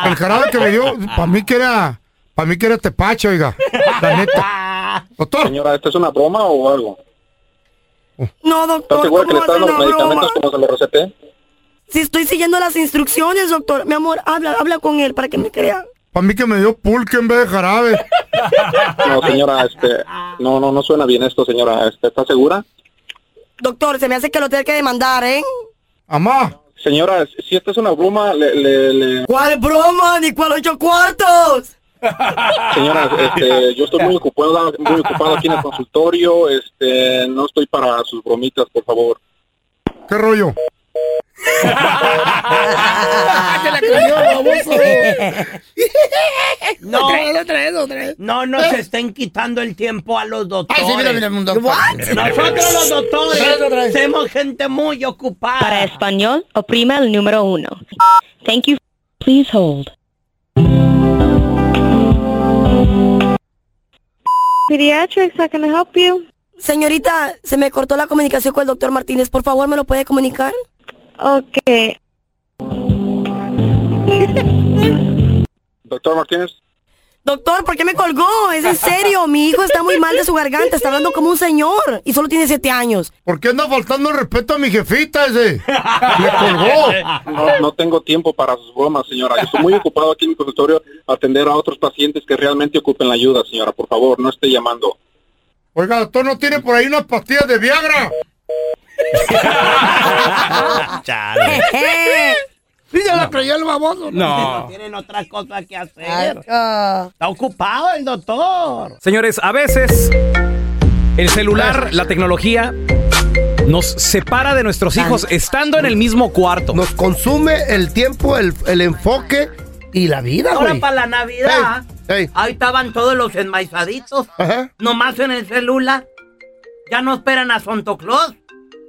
[SPEAKER 19] El jarabe que me dio, para mí que era, para mí que era tepache, oiga. La neta. Doctor.
[SPEAKER 11] Señora, ¿esta es una broma o algo?
[SPEAKER 6] No, doctor,
[SPEAKER 11] ¿Estás segura que
[SPEAKER 6] ¿cómo
[SPEAKER 11] le
[SPEAKER 6] va a
[SPEAKER 11] están
[SPEAKER 6] ser
[SPEAKER 11] dando los
[SPEAKER 6] una broma?
[SPEAKER 11] medicamentos como se lo receté?
[SPEAKER 6] Si estoy siguiendo las instrucciones, doctor. Mi amor, habla, habla con él para que me crea.
[SPEAKER 19] Para mí que me dio pulque en vez de jarabe.
[SPEAKER 11] No, señora, este, no, no, no suena bien esto, señora. Este, ¿Está segura?
[SPEAKER 6] Doctor, se me hace que lo tenga que demandar, ¿eh?
[SPEAKER 19] Amá.
[SPEAKER 11] Señora, si esta es una broma, le, le, le-
[SPEAKER 6] ¿Cuál broma? ¡Ni cuál ocho cuartos!
[SPEAKER 11] Señora, este, yo estoy muy ocupado, muy ocupado aquí en el consultorio. Este, no estoy para sus bromitas, por favor.
[SPEAKER 19] ¿Qué rollo?
[SPEAKER 20] Ah.
[SPEAKER 5] Ah,
[SPEAKER 20] No.
[SPEAKER 5] Otra vez, otra vez, otra vez.
[SPEAKER 20] No nos estén quitando el tiempo a los doctores.
[SPEAKER 5] Ay, sí, mira, mira, un doctor.
[SPEAKER 20] What? Nosotros los
[SPEAKER 5] Otra vez, otra
[SPEAKER 20] doctores
[SPEAKER 5] vez.
[SPEAKER 20] somos gente muy ocupada.
[SPEAKER 13] Para español, oprima el número uno. Thank you. Please hold.
[SPEAKER 6] Pediatrics, I can help you. Señorita, se me cortó la comunicación con el doctor Martínez. Por favor, ¿me lo puede comunicar? Ok.
[SPEAKER 11] Doctor Martínez,
[SPEAKER 6] Doctor, ¿por qué me colgó? Es en serio. Mi hijo está muy mal de su garganta. Está hablando como un señor. Y solo tiene siete años.
[SPEAKER 19] ¿Por qué anda faltando el respeto a mi jefita ese? Le colgó.
[SPEAKER 11] No, no tengo tiempo para sus bromas, señora. Yo estoy muy ocupado aquí en mi consultorio a atender a otros pacientes que realmente ocupen la ayuda, señora. Por favor, no esté llamando.
[SPEAKER 19] Oiga, doctor, ¿no tiene por ahí unas pastillas de Viagra?
[SPEAKER 5] Ah. Sí, ya la creyó el baboso.
[SPEAKER 4] No.
[SPEAKER 20] Tienen otras cosas que hacer. Está ocupado el doctor.
[SPEAKER 4] Señores, a veces el celular, la tecnología, nos separa de nuestros hijos estando en el mismo cuarto.
[SPEAKER 19] Nos consume
[SPEAKER 4] el tiempo, el, enfoque
[SPEAKER 19] y la vida,
[SPEAKER 20] Ahora
[SPEAKER 19] güey.
[SPEAKER 20] para la Navidad, ahí estaban todos los enmaizaditos, nomás en el celular. Ya no esperan a Santo Claus.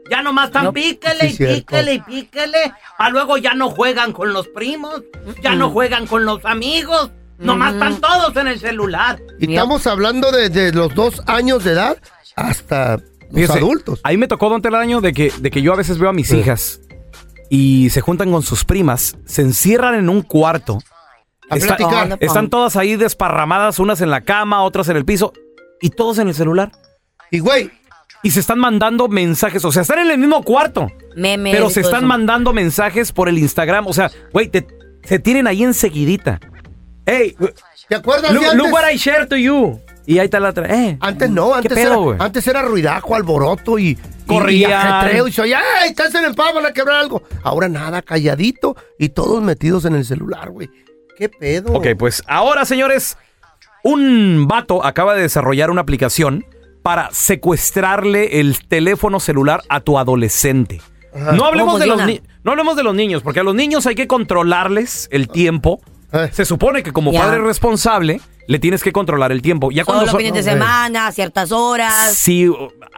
[SPEAKER 20] Ya nomás están
[SPEAKER 5] No,
[SPEAKER 20] píquele
[SPEAKER 5] sí,
[SPEAKER 20] y
[SPEAKER 5] cierto.
[SPEAKER 20] píquele y píquele. A luego ya no juegan con los primos, ya
[SPEAKER 5] Mm.
[SPEAKER 20] no juegan con los amigos. Nomás están todos en el celular.
[SPEAKER 5] Y estamos hablando desde los dos años de edad hasta los adultos.
[SPEAKER 4] Ahí me tocó, don Telaraño, de que, de que yo a veces veo a mis hijas y se juntan con sus primas, se encierran en un cuarto.
[SPEAKER 5] A
[SPEAKER 4] Está-
[SPEAKER 5] platicar.
[SPEAKER 4] están todas ahí desparramadas, unas en la cama, otras en el piso, y todos en el celular.
[SPEAKER 5] Y güey.
[SPEAKER 4] Y se están mandando mensajes, o sea, están en el mismo cuarto.
[SPEAKER 5] Memes
[SPEAKER 4] Pero
[SPEAKER 5] y
[SPEAKER 4] se
[SPEAKER 5] todo
[SPEAKER 4] están
[SPEAKER 5] eso.
[SPEAKER 4] mandando mensajes por el Instagram. O sea, güey, te- se tienen ahí enseguidita. Hey,
[SPEAKER 5] ¿te acuerdas
[SPEAKER 4] Look,
[SPEAKER 5] de
[SPEAKER 4] look
[SPEAKER 5] antes?
[SPEAKER 4] what I share to you. Y ahí está la otra. Eh,
[SPEAKER 5] Antes no, antes,
[SPEAKER 4] pedo, güey?
[SPEAKER 5] era, antes era ruidajo, alboroto y, y- y
[SPEAKER 4] Corrían.
[SPEAKER 5] ajetreo y se oía, ¡ay, estás en el pavo, van a quebrar algo! Ahora nada, calladito y todos metidos en el celular, güey. ¿Qué pedo?
[SPEAKER 4] Ok, pues ahora, señores, un vato acaba de desarrollar una aplicación para secuestrarle el teléfono celular a tu adolescente.
[SPEAKER 5] Ajá.
[SPEAKER 4] No hablemos,
[SPEAKER 5] ¿Cómo
[SPEAKER 4] de los
[SPEAKER 5] funciona?
[SPEAKER 4] ni- no hablemos de los niños,
[SPEAKER 5] Ah.
[SPEAKER 4] porque a los niños hay que controlarles el tiempo. Se supone que como
[SPEAKER 5] Ya.
[SPEAKER 4] padre responsable, le tienes que controlar el tiempo. Ya cuando
[SPEAKER 6] Solo
[SPEAKER 4] so-
[SPEAKER 6] fines de semana, ciertas horas.
[SPEAKER 4] Sí,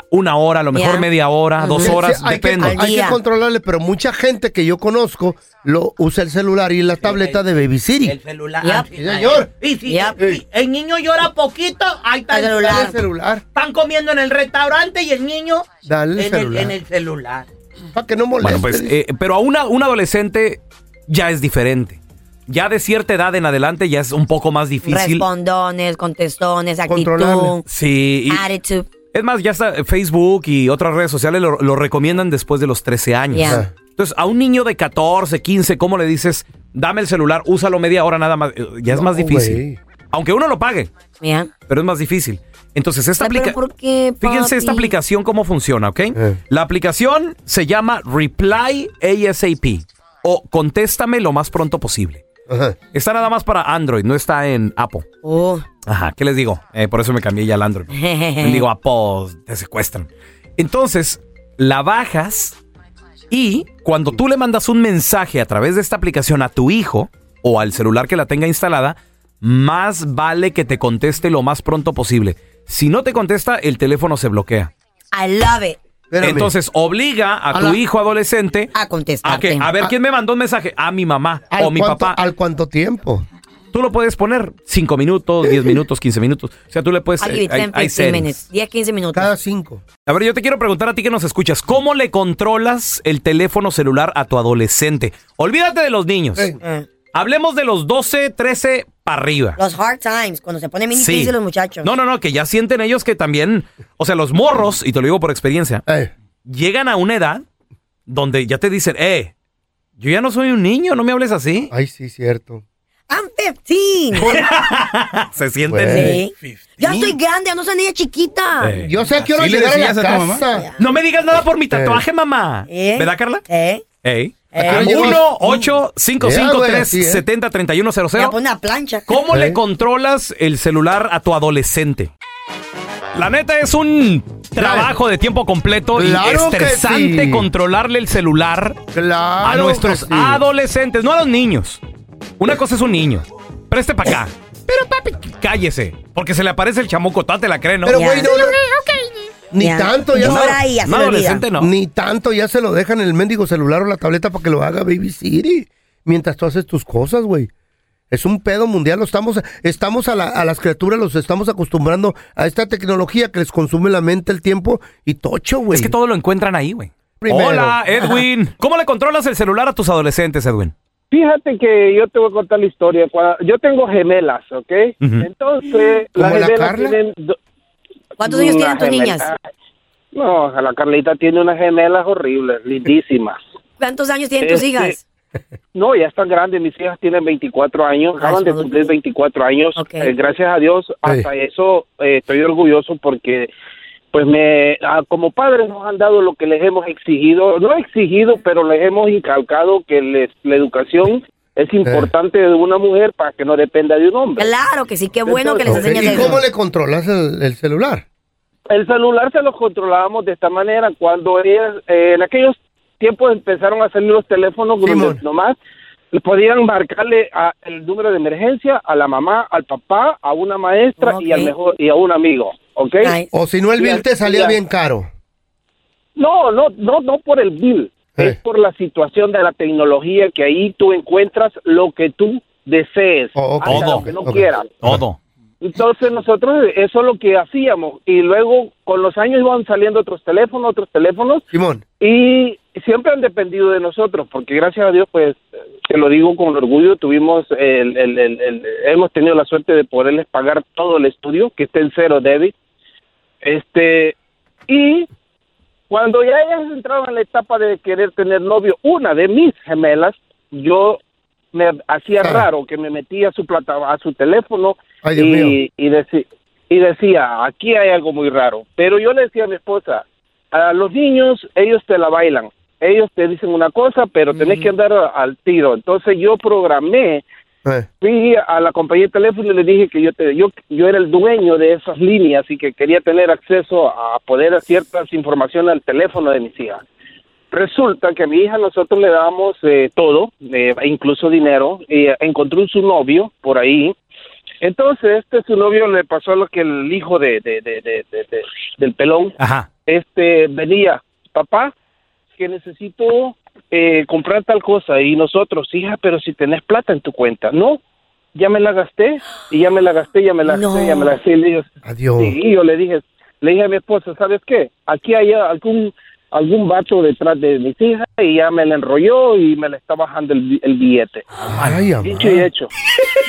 [SPEAKER 4] una hora, a lo mejor
[SPEAKER 5] Ya.
[SPEAKER 4] media hora, dos
[SPEAKER 5] Sí, sí,
[SPEAKER 4] horas,
[SPEAKER 5] hay
[SPEAKER 4] depende.
[SPEAKER 5] Que, hay que controlarle, pero mucha gente que yo conozco lo usa el celular y la tableta de Baby City.
[SPEAKER 15] El celular.
[SPEAKER 5] Yep.
[SPEAKER 15] Sí,
[SPEAKER 5] Sí, señor.
[SPEAKER 15] Y si y el niño llora poquito, ahí está el celular. Están comiendo en el restaurante y el niño
[SPEAKER 5] Dale el
[SPEAKER 15] en, el,
[SPEAKER 5] celular.
[SPEAKER 15] en el celular.
[SPEAKER 5] Para que no moleste.
[SPEAKER 4] Bueno, pues, eh, pero a una, un adolescente ya es diferente. Ya de cierta edad en adelante ya es un poco más difícil.
[SPEAKER 6] Respondones, contestones, actitud.
[SPEAKER 4] Controlarle. Sí. y-
[SPEAKER 6] Attitude.
[SPEAKER 4] es más, ya está eh, Facebook y otras redes sociales lo, lo recomiendan después de los 13 años.
[SPEAKER 6] Ya.
[SPEAKER 4] Entonces, a un niño de 14, 15, ¿cómo le dices? Dame el celular, úsalo media hora nada más. Eh, Ya es más difícil. Aunque uno lo pague.
[SPEAKER 6] Ya.
[SPEAKER 4] Pero es más difícil. Entonces, Pues, esta
[SPEAKER 6] Ay,
[SPEAKER 4] aplicación...
[SPEAKER 6] ¿Pero por qué,
[SPEAKER 4] Fíjense esta
[SPEAKER 6] papi?
[SPEAKER 4] aplicación cómo funciona, ¿ok? La aplicación se llama Reply ASAP o Contéstame lo más pronto posible. Está nada más para Android, no está en Apple.
[SPEAKER 6] Oh.
[SPEAKER 4] Ajá, ¿qué les digo? Eh, por eso me cambié ya al Android. Me digo ah, Apple, te secuestran. Entonces, la bajas y cuando tú le mandas un mensaje a través de esta aplicación a tu hijo o al celular que la tenga instalada, más vale que te conteste lo más pronto posible. Si no te contesta, el teléfono se bloquea.
[SPEAKER 6] I love it.
[SPEAKER 4] Entonces obliga a,
[SPEAKER 5] A
[SPEAKER 4] tu
[SPEAKER 5] la-
[SPEAKER 4] hijo adolescente
[SPEAKER 6] a Ah.
[SPEAKER 4] a, que, a ver quién me mandó un mensaje, a mi mamá o mi
[SPEAKER 5] cuánto-
[SPEAKER 4] papá.
[SPEAKER 5] ¿Al cuánto tiempo?
[SPEAKER 4] Tú lo puedes poner 5 minutos, 10 minutos, 15 minutos. O sea, tú le puedes... eh,
[SPEAKER 6] I'll give it
[SPEAKER 4] pues, hay-
[SPEAKER 6] 10,
[SPEAKER 4] hay
[SPEAKER 6] 15
[SPEAKER 4] settings.
[SPEAKER 6] minutes. 10, 15 minutos.
[SPEAKER 5] Cada 5.
[SPEAKER 4] A ver, yo te quiero preguntar a ti que nos escuchas, ¿cómo le controlas el teléfono celular a tu adolescente? Olvídate de los niños. Hablemos de los 12, 13 para arriba.
[SPEAKER 6] Eh, Los hard times, cuando se ponen bien
[SPEAKER 4] Sí.
[SPEAKER 6] difíciles los muchachos.
[SPEAKER 4] No, no, no, que ya sienten ellos que también, o sea, los morros, y te lo digo por experiencia, llegan a una edad donde ya te dicen, eh, yo ya no soy un niño, no me hables así.
[SPEAKER 5] Ay, sí, cierto.
[SPEAKER 6] I'm 15.
[SPEAKER 4] Se sienten...
[SPEAKER 6] Sí. ya estoy grande, ya no soy niña chiquita.
[SPEAKER 4] Eh.
[SPEAKER 5] Yo sé a qué hora
[SPEAKER 4] ¿Sí le
[SPEAKER 5] llegar a
[SPEAKER 4] decías
[SPEAKER 5] la
[SPEAKER 4] a tu mamá?
[SPEAKER 5] casa.
[SPEAKER 4] No me digas nada por mi tatuaje,
[SPEAKER 5] Eh.
[SPEAKER 4] mamá. ¿Verdad, Carla?
[SPEAKER 6] ¿Eh?
[SPEAKER 4] Ey.
[SPEAKER 5] Eh. ¿A qué hora
[SPEAKER 4] 1
[SPEAKER 5] llegas?
[SPEAKER 4] 8 5
[SPEAKER 5] Ya,
[SPEAKER 4] 5
[SPEAKER 5] güey,
[SPEAKER 4] 3
[SPEAKER 5] así, eh.
[SPEAKER 4] 70 31
[SPEAKER 6] Ya
[SPEAKER 4] 00
[SPEAKER 6] pone una plancha.
[SPEAKER 4] ¿Cómo le
[SPEAKER 6] Eh.
[SPEAKER 4] controlas el celular a tu adolescente? La neta es un trabajo de tiempo completo y
[SPEAKER 5] Claro que
[SPEAKER 4] estresante
[SPEAKER 5] sí.
[SPEAKER 4] controlarle el celular a nuestros
[SPEAKER 5] que sí.
[SPEAKER 4] adolescentes, no a los niños. Una cosa es un niño. Preste para acá. Pero papi, cállese, porque se le aparece el chamuco, tate la cree, ¿no?
[SPEAKER 5] Pero, güey, no, no, Ni
[SPEAKER 4] Ya.
[SPEAKER 5] tanto, ya
[SPEAKER 4] Llora y ya se No, le olvida. adolescente no.
[SPEAKER 5] Ni tanto, ya se lo dejan el mendigo celular o la tableta para que lo haga Baby City. Mientras tú haces tus cosas, güey. Es un pedo mundial, lo estamos, estamos a, la- a las criaturas, los estamos acostumbrando a esta tecnología que les consume la mente, el tiempo y tocho, güey. Es que
[SPEAKER 4] todo lo encuentran ahí, güey.
[SPEAKER 5] Primero.
[SPEAKER 4] Hola, Edwin. ¿Cómo le controlas el celular a tus adolescentes, Edwin?
[SPEAKER 9] Fíjate que yo te voy a contar la historia. Cua- Yo tengo gemelas, ¿ok? Entonces,
[SPEAKER 5] ¿Como
[SPEAKER 9] las
[SPEAKER 5] la
[SPEAKER 9] gemelas
[SPEAKER 5] Carla?
[SPEAKER 9] tienen... do-
[SPEAKER 6] ¿Cuántos años tienen
[SPEAKER 9] Una
[SPEAKER 6] tus
[SPEAKER 9] gemela-
[SPEAKER 6] niñas?
[SPEAKER 9] No, la Carlita tiene unas gemelas horribles, lindísimas.
[SPEAKER 6] ¿Cuántos años tienen tus
[SPEAKER 9] Este,
[SPEAKER 6] hijas?
[SPEAKER 9] No, ya están grandes. Mis hijas tienen 24
[SPEAKER 6] Ah,
[SPEAKER 9] años. Acaban de cumplir 24 años. Eh, gracias a Dios, hasta eso eh, estoy orgulloso porque, pues, me ah, como padres nos han dado lo que les hemos exigido. No exigido, pero les hemos incalcado que les, la educación es importante de una mujer para que no dependa de un hombre.
[SPEAKER 6] Claro que sí, qué bueno que les
[SPEAKER 9] Entonces,
[SPEAKER 6] enseñas
[SPEAKER 9] ¿y
[SPEAKER 6] eso.
[SPEAKER 5] ¿Cómo le controlas el, el celular?
[SPEAKER 9] El celular se lo controlábamos de esta manera. Cuando ellas, eh, en aquellos tiempos empezaron a salir los teléfonos donde nomás le podían marcarle a- el número de emergencia a la mamá, al papá, a una maestra y al mejor y a un amigo, ¿ok?
[SPEAKER 5] O si no, el
[SPEAKER 9] Y
[SPEAKER 5] bill
[SPEAKER 9] al-
[SPEAKER 5] te
[SPEAKER 9] y
[SPEAKER 5] salía
[SPEAKER 9] al-
[SPEAKER 5] bien caro.
[SPEAKER 9] No, no, no, no por el bill.
[SPEAKER 5] Eh.
[SPEAKER 9] Es por la situación de la tecnología que ahí tú encuentras lo que tú desees,
[SPEAKER 5] Oh,
[SPEAKER 9] hasta lo que no quieras.
[SPEAKER 4] Todo.
[SPEAKER 9] Entonces nosotros eso es lo que hacíamos y luego con los años iban saliendo otros teléfonos, otros teléfonos y siempre han dependido de nosotros porque gracias a Dios pues te lo digo con orgullo tuvimos el, el- el- el- hemos tenido la suerte de poderles pagar todo el estudio que está en cero débit este y cuando ya ellas entraban en la etapa de querer tener novio, una de mis gemelas, yo me hacía raro que me metía a su plata, a su teléfono
[SPEAKER 5] Ah. Ay, Dios mío.
[SPEAKER 9] y, y, deci- y decía, aquí hay algo muy raro. Pero yo le decía a mi esposa, a los niños, ellos te la bailan. Ellos te dicen una cosa, pero tenés que andar a- al tiro. Entonces yo programé
[SPEAKER 5] Eh.
[SPEAKER 9] fui a la compañía de teléfono y le dije que yo te, yo yo era el dueño de esas líneas y que quería tener acceso a poder a ciertas informaciones al teléfono de mis hijas. Resulta que a mi hija nosotros le dábamos eh, todo, eh, incluso dinero. y encontró su novio por ahí
[SPEAKER 21] Entonces, este su novio le pasó lo que el hijo de, de- de- de- de- de- del pelón, este venía, papá, que necesito eh, comprar tal cosa y nosotros, hija, pero si tenés plata en tu cuenta, no, ya me la gasté y ya me la gasté, ya me la gasté, ya me la gasté. Y le digo,
[SPEAKER 9] Adiós.
[SPEAKER 21] Sí, y yo le dije, le dije a mi esposa, ¿sabes qué? Aquí hay algún algún vato detrás de mis hijas y ya me la enrolló y me la está bajando el, el billete.
[SPEAKER 9] Ay, amá.
[SPEAKER 21] Dicho y hecho.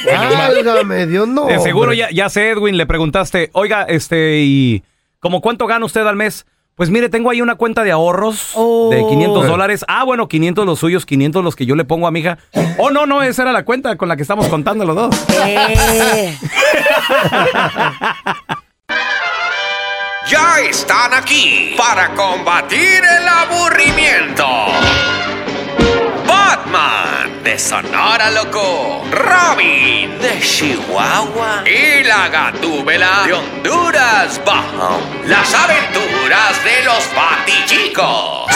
[SPEAKER 9] Válgame Dios, no.
[SPEAKER 4] De Eh, seguro
[SPEAKER 9] hombre.
[SPEAKER 4] ya, ya sé, Edwin, le preguntaste, oiga, este, ¿y como cuánto gana usted al mes? Pues mire, tengo ahí una cuenta de ahorros de 500
[SPEAKER 22] Eh.
[SPEAKER 4] dólares. Ah, bueno, 500 los suyos, 500 los que yo le pongo a mi hija. Oh, no, no, esa era la cuenta con la que estamos contando los dos.
[SPEAKER 3] Ya están aquí para combatir el aburrimiento. Batman de Sonora Loco, Robin de Chihuahua y la Gatúbela de Honduras Bajo. Las aventuras de los Batichicos.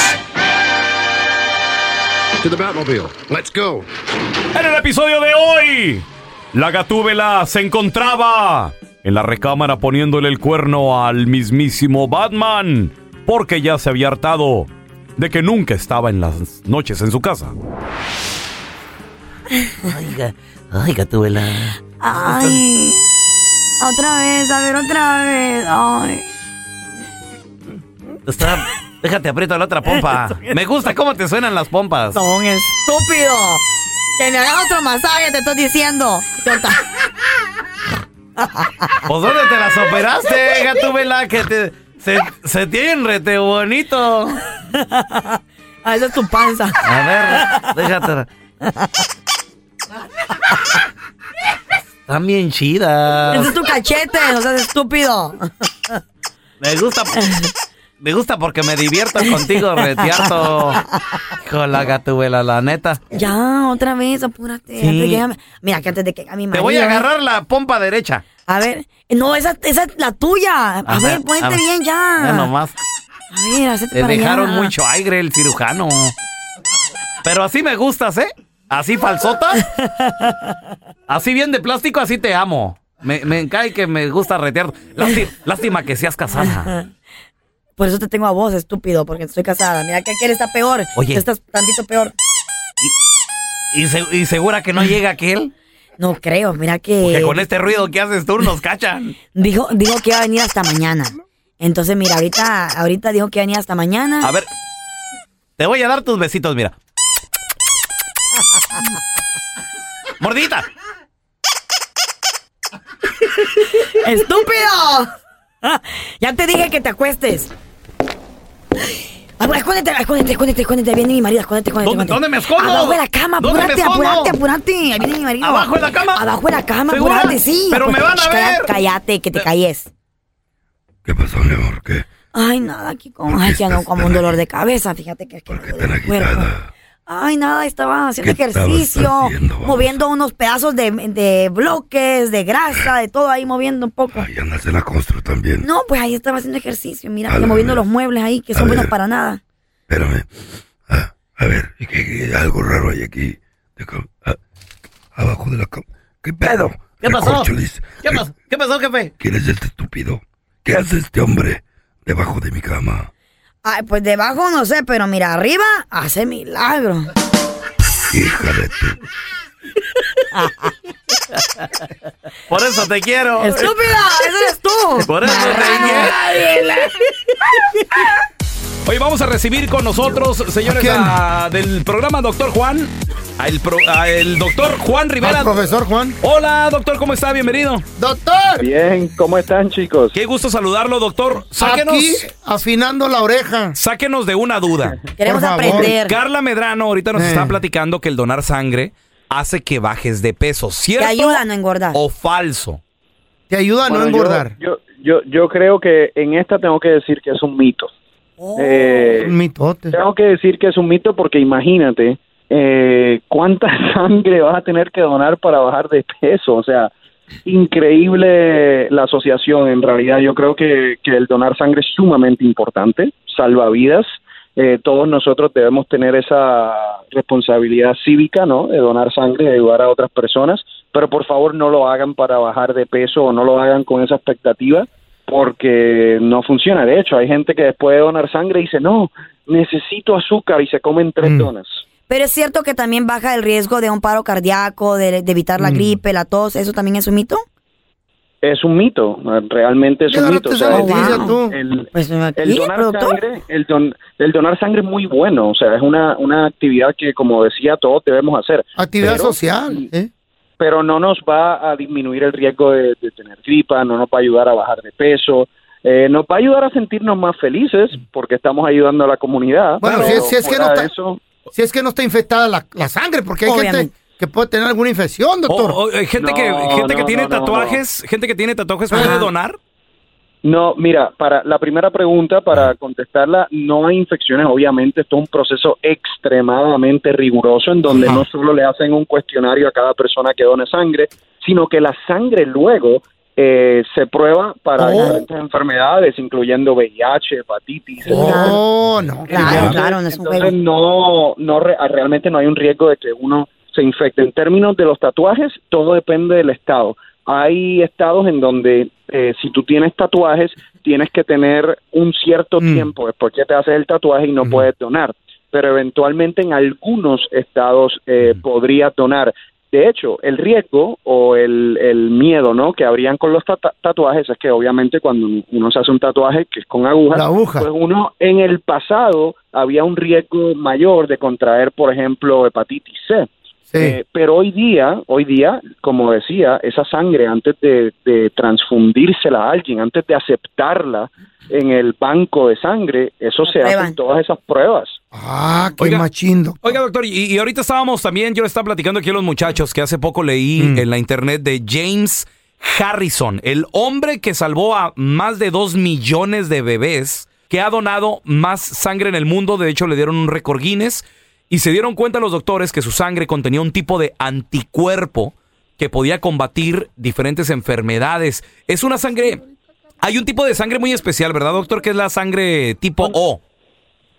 [SPEAKER 23] To the Batmobile. Let's go.
[SPEAKER 22] En el episodio de hoy, la gatúbela se encontraba en la recámara poniéndole el cuerno al mismísimo Batman, porque ya se había hartado de que nunca estaba en las noches en su casa.
[SPEAKER 15] Oiga, oiga, tú, vela.
[SPEAKER 6] Ay. Otra vez, a ver, otra vez. Ay.
[SPEAKER 4] Está- déjate aprieto la otra pompa. Me gusta cómo te suenan las pompas.
[SPEAKER 6] Son estúpido. Que me hagas otro masaje, te estoy diciendo. Idiota.
[SPEAKER 4] ¿Pues dónde te las operaste, Gatúbela? Ah, Que te, se, se tienen rete bonito.
[SPEAKER 6] Ah, esa es tu panza.
[SPEAKER 15] A ver, déjate. Están bien
[SPEAKER 4] Ah.
[SPEAKER 15] chidas.
[SPEAKER 6] Ese es tu cachete, no seas estúpido.
[SPEAKER 15] Me gusta.
[SPEAKER 4] Me gusta porque me divierto contigo, retiarto. Con la gatúbela, la neta.
[SPEAKER 6] Ya, otra vez, apúrate.
[SPEAKER 4] Sí.
[SPEAKER 6] antes de que ella me- Mira, que antes de que a mi
[SPEAKER 4] Te
[SPEAKER 6] marido,
[SPEAKER 4] voy a
[SPEAKER 6] ¿eh?
[SPEAKER 4] agarrar la pompa derecha.
[SPEAKER 6] A ver, no, esa, esa es la tuya. A,
[SPEAKER 4] A
[SPEAKER 6] ver,
[SPEAKER 4] ver,
[SPEAKER 6] ponete
[SPEAKER 4] a ver.
[SPEAKER 6] bien ya.
[SPEAKER 4] Ya nomás.
[SPEAKER 6] A ver, hacete
[SPEAKER 4] Te
[SPEAKER 6] para
[SPEAKER 4] dejaron
[SPEAKER 6] allá.
[SPEAKER 4] mucho aire el cirujano. Pero así me gustas, ¿eh? Así falsota. Así bien de plástico, así te amo. Me, me encae que me gusta retear. Lásti- lástima que seas casada.
[SPEAKER 6] Por eso te tengo a vos, estúpido, porque estoy casada. Mira, que aquel está peor.
[SPEAKER 4] Oye.
[SPEAKER 6] Tú estás tantito peor.
[SPEAKER 4] ¿Y, se- y segura que no llega aquel?
[SPEAKER 6] No creo, mira
[SPEAKER 4] Porque
[SPEAKER 6] que.
[SPEAKER 4] con este ruido que haces tú nos cachan.
[SPEAKER 6] Dijo, dijo que iba a venir hasta mañana. Entonces, mira, ahorita, ahorita dijo que iba a venir hasta mañana.
[SPEAKER 4] A ver, te voy a dar tus besitos, mira. ¡Mordita!
[SPEAKER 6] ¡Estúpido! ya te dije que te acuestes. A ver, escóndete, escóndete, escóndete, escóndete. Ahí Viene mi marido, escóndete, escóndete.
[SPEAKER 4] ¿Dónde-
[SPEAKER 6] escóndete.
[SPEAKER 4] dónde me escondo?
[SPEAKER 6] Abajo de la cama,
[SPEAKER 4] ¿Dónde me
[SPEAKER 6] apúrate,
[SPEAKER 4] escondo?
[SPEAKER 6] apúrate, apúrate. Ahí viene mi marido.
[SPEAKER 4] ¿Abajo de la cama?
[SPEAKER 6] Abajo de la cama,
[SPEAKER 4] ¿Segura?
[SPEAKER 6] apúrate, sí.
[SPEAKER 4] Pero me van a
[SPEAKER 6] Shh, calla-
[SPEAKER 4] ver.
[SPEAKER 6] Cállate, que te calles.
[SPEAKER 23] ¿Qué pasó, mi amor? ¿Qué?
[SPEAKER 6] Ay, nada, aquí con... Ay, ya no, como un dolor de cabeza, fíjate que es que... me duele el cuerpo. Ay, nada, estaba haciendo
[SPEAKER 23] ¿Qué estabas
[SPEAKER 6] ejercicio, moviendo unos pedazos de, de bloques, de grasa, de todo ahí, moviendo un poco.
[SPEAKER 23] Andas en la constru también.
[SPEAKER 6] No, pues ahí estaba haciendo ejercicio, mira,
[SPEAKER 23] A
[SPEAKER 6] que
[SPEAKER 23] la
[SPEAKER 6] moviendo los muebles ahí, que
[SPEAKER 23] A
[SPEAKER 6] son buenos
[SPEAKER 23] ver.
[SPEAKER 6] para nada.
[SPEAKER 23] Espérame. Ah, a ver, ¿y qué- qué- algo raro hay aquí. De co- ah, abajo de la cama. ¿Qué pedo?
[SPEAKER 4] ¿Qué pasó?
[SPEAKER 23] Recorcholis.
[SPEAKER 4] ¿Qué pasó? ¿Qué pasó, jefe?
[SPEAKER 23] ¿Quién es este estúpido? ¿Qué hace este hombre debajo de mi cama?
[SPEAKER 6] Ay, pues debajo no sé, pero mira, arriba hace milagro.
[SPEAKER 23] Hija de tu...
[SPEAKER 4] Por eso te quiero.
[SPEAKER 6] ¡Estúpida! ¡Eso eres tú!
[SPEAKER 4] Por eso te quiero. Hoy vamos a recibir con nosotros, señores, a- del programa Doctor Juan, al pro- a el doctor Juan Rivera.
[SPEAKER 5] profesor Juan.
[SPEAKER 4] Hola, doctor, ¿cómo está? Bienvenido.
[SPEAKER 5] ¡Doctor!
[SPEAKER 4] Bien, ¿cómo están, chicos? Qué gusto saludarlo, doctor. Sáquenos.
[SPEAKER 5] Aquí, afinando la oreja.
[SPEAKER 4] Sáquenos de una duda.
[SPEAKER 5] Queremos Por favor. Eh. aprender.
[SPEAKER 4] Carla Medrano ahorita nos está platicando que el donar sangre hace que bajes de peso,
[SPEAKER 6] Te
[SPEAKER 4] ¿cierto
[SPEAKER 6] ayuda a no engordar.
[SPEAKER 4] o falso?
[SPEAKER 5] Te ayuda
[SPEAKER 4] a no
[SPEAKER 21] Bueno, yo-
[SPEAKER 4] engordar.
[SPEAKER 21] Yo, yo, yo creo que en esta tengo que decir que es un mito. Eh,
[SPEAKER 5] Un mitote.
[SPEAKER 21] Tengo que decir que es un mito porque imagínate eh, cuánta sangre vas a tener que donar para bajar de peso. O sea, increíble la asociación. En realidad, yo creo que, que el donar sangre es sumamente importante, salva vidas. Eh, todos nosotros debemos tener esa responsabilidad cívica, ¿no? De donar sangre, de ayudar a otras personas, pero por favor no lo hagan para bajar de peso o no lo hagan con esa expectativa porque no funciona. De hecho, hay gente que después de donar sangre dice, no, necesito azúcar y se comen tres donas.
[SPEAKER 6] Pero es cierto que también baja el riesgo de un paro cardíaco, de, de evitar la gripe, la tos, ¿eso también es un mito?
[SPEAKER 21] Es un mito, realmente es
[SPEAKER 6] Ya
[SPEAKER 21] un
[SPEAKER 6] agarraste
[SPEAKER 21] mito. O sea,
[SPEAKER 6] esa
[SPEAKER 21] el-
[SPEAKER 6] noticia, tú.
[SPEAKER 21] el,
[SPEAKER 5] Pues,
[SPEAKER 6] ¿Y
[SPEAKER 21] el
[SPEAKER 6] el
[SPEAKER 21] donar
[SPEAKER 6] productor?
[SPEAKER 21] sangre, el, don- el donar sangre es muy bueno, o sea, es una, una actividad que, como decía, todos debemos hacer.
[SPEAKER 5] Actividad
[SPEAKER 21] Pero-
[SPEAKER 5] social. ¿eh?
[SPEAKER 21] pero no nos va a disminuir el riesgo de, de tener gripa, no nos va a ayudar a bajar de peso, eh, nos va a ayudar a sentirnos más felices porque estamos ayudando a la comunidad.
[SPEAKER 5] Bueno, Ah, si
[SPEAKER 21] pero
[SPEAKER 5] es, si es que no
[SPEAKER 21] fuera
[SPEAKER 5] está,
[SPEAKER 21] de eso-
[SPEAKER 5] si es que no está infectada la, la sangre, porque hay gente que puede tener alguna infección, doctor.
[SPEAKER 4] O- o, eh, gente que, gente que tiene tatuajes, gente que tiene tatuajes puede donar.
[SPEAKER 21] No, mira, para la primera pregunta,
[SPEAKER 5] Ah.
[SPEAKER 21] para contestarla, no hay infecciones, obviamente, esto es un proceso extremadamente riguroso en donde no solo le hacen un cuestionario a cada persona que done sangre, sino que la sangre luego eh, se prueba
[SPEAKER 5] Oh.
[SPEAKER 21] para diferentes enfermedades, incluyendo VIH, hepatitis.
[SPEAKER 5] Oh, no.
[SPEAKER 21] Claro,
[SPEAKER 6] claro, no es un
[SPEAKER 21] Entonces no, no re- ah, realmente no hay un riesgo de que uno se infecte. En términos de los tatuajes, todo depende del estado. Hay estados en donde eh, si tú tienes tatuajes, tienes que tener un cierto
[SPEAKER 6] Mm.
[SPEAKER 21] tiempo después que te haces el tatuaje y no puedes donar. Pero eventualmente en algunos estados eh, podrías donar. De hecho, el riesgo o el, el miedo ¿no? que habrían con los tata- tatuajes es que obviamente cuando uno se hace un tatuaje que es con agujas,
[SPEAKER 5] La aguja.
[SPEAKER 21] pues uno en el pasado había un riesgo mayor de contraer, por ejemplo, hepatitis C. Eh, pero hoy día, hoy día, como decía, esa sangre antes de, de transfundírsela a alguien, antes de aceptarla en el banco de sangre, eso se hacen todas esas pruebas.
[SPEAKER 5] Ah, qué machindo.
[SPEAKER 4] Oiga, doctor, y, y ahorita estábamos también, yo le estaba platicando aquí a los muchachos que hace poco leí en la internet de James Harrison, el hombre que salvó a más de dos millones de bebés, que ha donado más sangre en el mundo. De hecho, le dieron un récord Guinness y se dieron cuenta los doctores que su sangre contenía un tipo de anticuerpo que podía combatir diferentes enfermedades. Es una sangre. Hay un tipo de sangre muy especial, ¿verdad, doctor? Que es la sangre tipo O.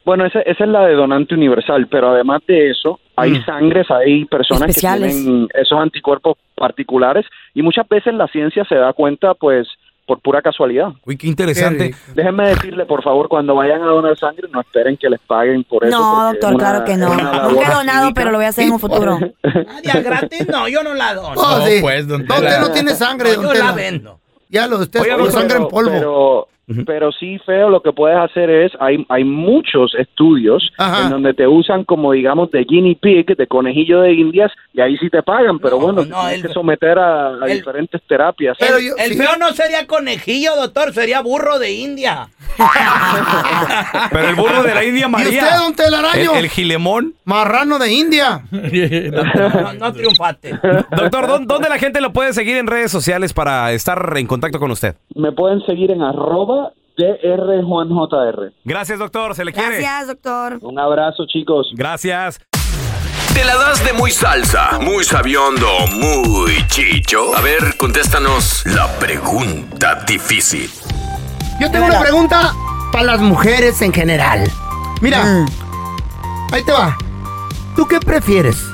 [SPEAKER 21] Bueno, esa, esa es la de donante universal, pero además de eso, hay sangres, hay personas
[SPEAKER 6] Mm. Especiales.
[SPEAKER 21] que tienen esos anticuerpos particulares y muchas veces la ciencia se da cuenta, pues, por pura casualidad.
[SPEAKER 4] Uy, qué interesante.
[SPEAKER 21] Déjenme decirle, por favor, cuando vayan a donar sangre, no esperen que les paguen por eso.
[SPEAKER 6] No,
[SPEAKER 21] porque
[SPEAKER 6] doctor,
[SPEAKER 21] es
[SPEAKER 6] claro que no.
[SPEAKER 21] es una labor
[SPEAKER 6] Nunca he donado, pero lo voy a hacer en un futuro.
[SPEAKER 20] gratis no, yo no la dono.
[SPEAKER 5] Oh, sí.
[SPEAKER 4] pues,
[SPEAKER 5] No,
[SPEAKER 21] Tela.
[SPEAKER 5] usted no tiene sangre,
[SPEAKER 20] No,
[SPEAKER 5] don
[SPEAKER 20] yo la
[SPEAKER 5] Tela.
[SPEAKER 20] vendo.
[SPEAKER 5] Ya lo de usted
[SPEAKER 21] Oiga,
[SPEAKER 5] es pura
[SPEAKER 21] doctor,
[SPEAKER 5] sangre en
[SPEAKER 21] pero-
[SPEAKER 5] polvo.
[SPEAKER 21] Pero, pero sí, Feo, lo que puedes hacer es, hay, hay muchos estudios en donde te usan como, digamos, de guinea pig, de conejillo de indias, y ahí sí te pagan, pero bueno, te tienes que someter a, a diferentes terapias.
[SPEAKER 20] el feo no sería conejillo, doctor, sería burro de India.
[SPEAKER 4] Pero el burro de la India
[SPEAKER 5] ¿Y
[SPEAKER 4] María.
[SPEAKER 5] usted, don Telaraño?
[SPEAKER 4] El, el gilemón.
[SPEAKER 5] Marrano de India.
[SPEAKER 20] No, no triunfaste.
[SPEAKER 4] Doctor, ¿dó- ¿dónde la gente lo puede seguir en redes sociales para estar en contacto con usted?
[SPEAKER 21] Me pueden seguir en arroba drjuanjr.
[SPEAKER 4] Gracias, doctor. Se le quiere.
[SPEAKER 6] Gracias, doctor.
[SPEAKER 21] Un abrazo, chicos.
[SPEAKER 4] Gracias.
[SPEAKER 3] ¿Te la das de muy salsa, muy sabiondo, muy chicho? A ver, contéstanos la pregunta difícil.
[SPEAKER 5] Yo tengo una pregunta para las mujeres en general. Mira,
[SPEAKER 20] Mm.
[SPEAKER 5] ahí te va. ¿Tú qué prefieres?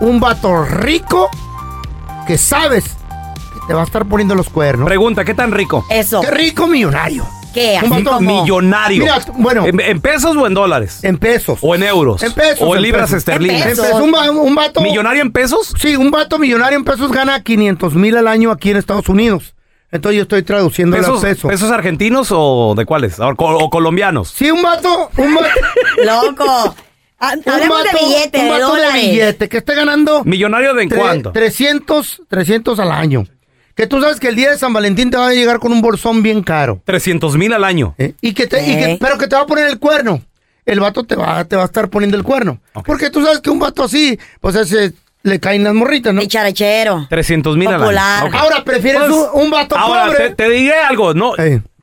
[SPEAKER 5] ¿Un vato rico que sabes que te va a estar poniendo los cuernos?
[SPEAKER 4] Pregunta, ¿qué tan rico?
[SPEAKER 6] Eso.
[SPEAKER 5] ¿Qué rico millonario?
[SPEAKER 6] ¿Qué?
[SPEAKER 5] Un
[SPEAKER 4] Mi-
[SPEAKER 5] vato
[SPEAKER 4] millonario.
[SPEAKER 5] Mira, bueno.
[SPEAKER 4] ¿En, en pesos o en dólares?
[SPEAKER 5] En pesos.
[SPEAKER 4] ¿O en euros?
[SPEAKER 5] En pesos.
[SPEAKER 4] Pues, ¿O en libras
[SPEAKER 5] pesos.
[SPEAKER 4] esterlinas?
[SPEAKER 5] En pesos. Un, va- un vato.
[SPEAKER 4] ¿Millonario en pesos?
[SPEAKER 5] Sí, un vato millonario en pesos gana 500 mil al año aquí en Estados Unidos. Entonces yo estoy traduciendo
[SPEAKER 4] ¿Pesos,
[SPEAKER 5] los pesos.
[SPEAKER 4] ¿Pesos argentinos o de cuáles? ¿O, co- o colombianos?
[SPEAKER 5] Sí, un vato. Un vato
[SPEAKER 6] Loco. Ah, Hablemos de billetes,
[SPEAKER 5] un
[SPEAKER 6] de
[SPEAKER 5] vato
[SPEAKER 6] dólares.
[SPEAKER 5] billete que esté ganando.
[SPEAKER 4] ¿Millonario de en
[SPEAKER 5] tre-
[SPEAKER 4] cuánto?
[SPEAKER 5] 300, 300 al año. Que tú sabes que el día de San Valentín te va a llegar con un bolsón bien caro.
[SPEAKER 4] 300 mil al año.
[SPEAKER 5] Y que te, y que- pero que te va a poner el cuerno. El vato te va, te va a estar poniendo el cuerno. Porque tú sabes que un vato así, pues ese, le caen las morritas, ¿no?
[SPEAKER 6] charachero.
[SPEAKER 4] 300 mil al
[SPEAKER 5] Popular.
[SPEAKER 4] año. Ok. Pues,
[SPEAKER 5] Ahora, ¿prefieres un- un vato
[SPEAKER 4] ahora,
[SPEAKER 5] pobre?
[SPEAKER 4] Te, te diré algo. No,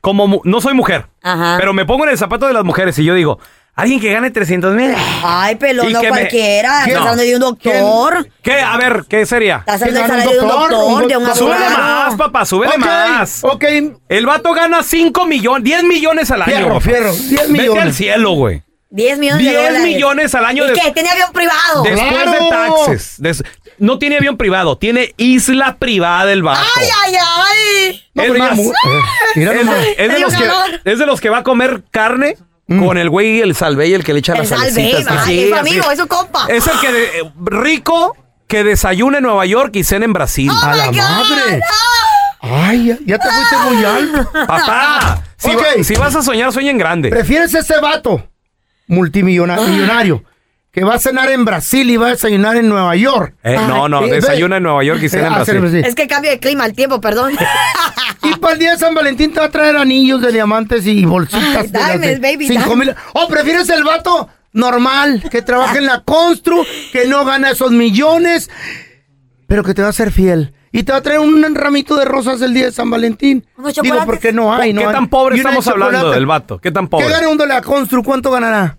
[SPEAKER 4] como mu- no soy mujer,
[SPEAKER 6] Ajá.
[SPEAKER 4] pero me pongo en el zapato de las mujeres y yo digo, alguien que gane 300 mil.
[SPEAKER 6] Ay, pelón,
[SPEAKER 4] Y
[SPEAKER 6] no
[SPEAKER 4] que me-
[SPEAKER 6] cualquiera.
[SPEAKER 4] ¿Quién?
[SPEAKER 6] Estás hablando de un doctor.
[SPEAKER 4] ¿Qué? A ver, ¿qué sería?
[SPEAKER 6] Estás hablando del salario de un doctor, de un
[SPEAKER 4] Súbele
[SPEAKER 6] abogado.
[SPEAKER 4] más, papá, súbele
[SPEAKER 5] Ok,
[SPEAKER 4] más.
[SPEAKER 5] Ok.
[SPEAKER 4] El vato gana 5 millones, 10 millones al año.
[SPEAKER 5] Fierro,
[SPEAKER 4] papá.
[SPEAKER 5] fierro, 10
[SPEAKER 4] Vete
[SPEAKER 5] millones.
[SPEAKER 4] al cielo, güey.
[SPEAKER 6] 10 millones de
[SPEAKER 4] 10
[SPEAKER 6] dólares.
[SPEAKER 4] millones al año
[SPEAKER 6] ¿Y
[SPEAKER 4] de-
[SPEAKER 6] qué? ¿Tiene avión privado?
[SPEAKER 4] Después de taxes. des- no tiene avión privado, tiene isla privada el vato.
[SPEAKER 12] ¡Ay, ay, ay!
[SPEAKER 4] Es más, eh,
[SPEAKER 5] eh,
[SPEAKER 4] es de- es de los que- es de los que va a comer carne
[SPEAKER 5] Mm.
[SPEAKER 4] con el güey, el salve y el que le echa
[SPEAKER 12] El
[SPEAKER 4] las
[SPEAKER 12] salve,
[SPEAKER 4] salsitas.
[SPEAKER 12] ay,
[SPEAKER 4] así,
[SPEAKER 12] es su
[SPEAKER 4] así.
[SPEAKER 12] amigo, es su compa.
[SPEAKER 4] Es el que de- eh, rico que desayuna en Nueva York y cena en Brasil.
[SPEAKER 12] Oh
[SPEAKER 5] ¡A la madre! ¡Ay, ya, ya te fuiste muy alto!
[SPEAKER 4] Papá, si, va-
[SPEAKER 5] Ok.
[SPEAKER 4] si vas a soñar, sueña en grande.
[SPEAKER 5] ¿Prefieres ese vato multimillonario que va a cenar en Brasil y va a desayunar en Nueva York?
[SPEAKER 4] Eh, no, no,
[SPEAKER 5] Eh, ve-
[SPEAKER 4] desayuna en Nueva York y cena en
[SPEAKER 5] Ah, cena en
[SPEAKER 4] Brasil.
[SPEAKER 5] Brasil.
[SPEAKER 6] Es que cambia de clima, el tiempo, perdón.
[SPEAKER 5] Y para el día de San Valentín te va a traer anillos de diamantes y bolsitas.
[SPEAKER 6] Ay,
[SPEAKER 5] de las de
[SPEAKER 6] diamonds, baby,
[SPEAKER 5] cinco
[SPEAKER 6] diamonds.
[SPEAKER 5] mil. ¿O prefieres el vato normal que trabaja en la constru, que no gana esos millones, pero que te va a ser fiel? Y te va a traer un ramito de rosas el día de San Valentín.
[SPEAKER 6] Unos
[SPEAKER 5] Digo,
[SPEAKER 6] chocolates.
[SPEAKER 5] porque no hay, no
[SPEAKER 4] ¿Qué
[SPEAKER 5] hay.
[SPEAKER 4] tan pobre
[SPEAKER 5] Y una de
[SPEAKER 4] estamos hablando
[SPEAKER 5] chocolate.
[SPEAKER 4] del vato? ¿Qué tan
[SPEAKER 5] ¿Qué
[SPEAKER 4] pobre?
[SPEAKER 5] gana un de la constru? ¿Cuánto ganará?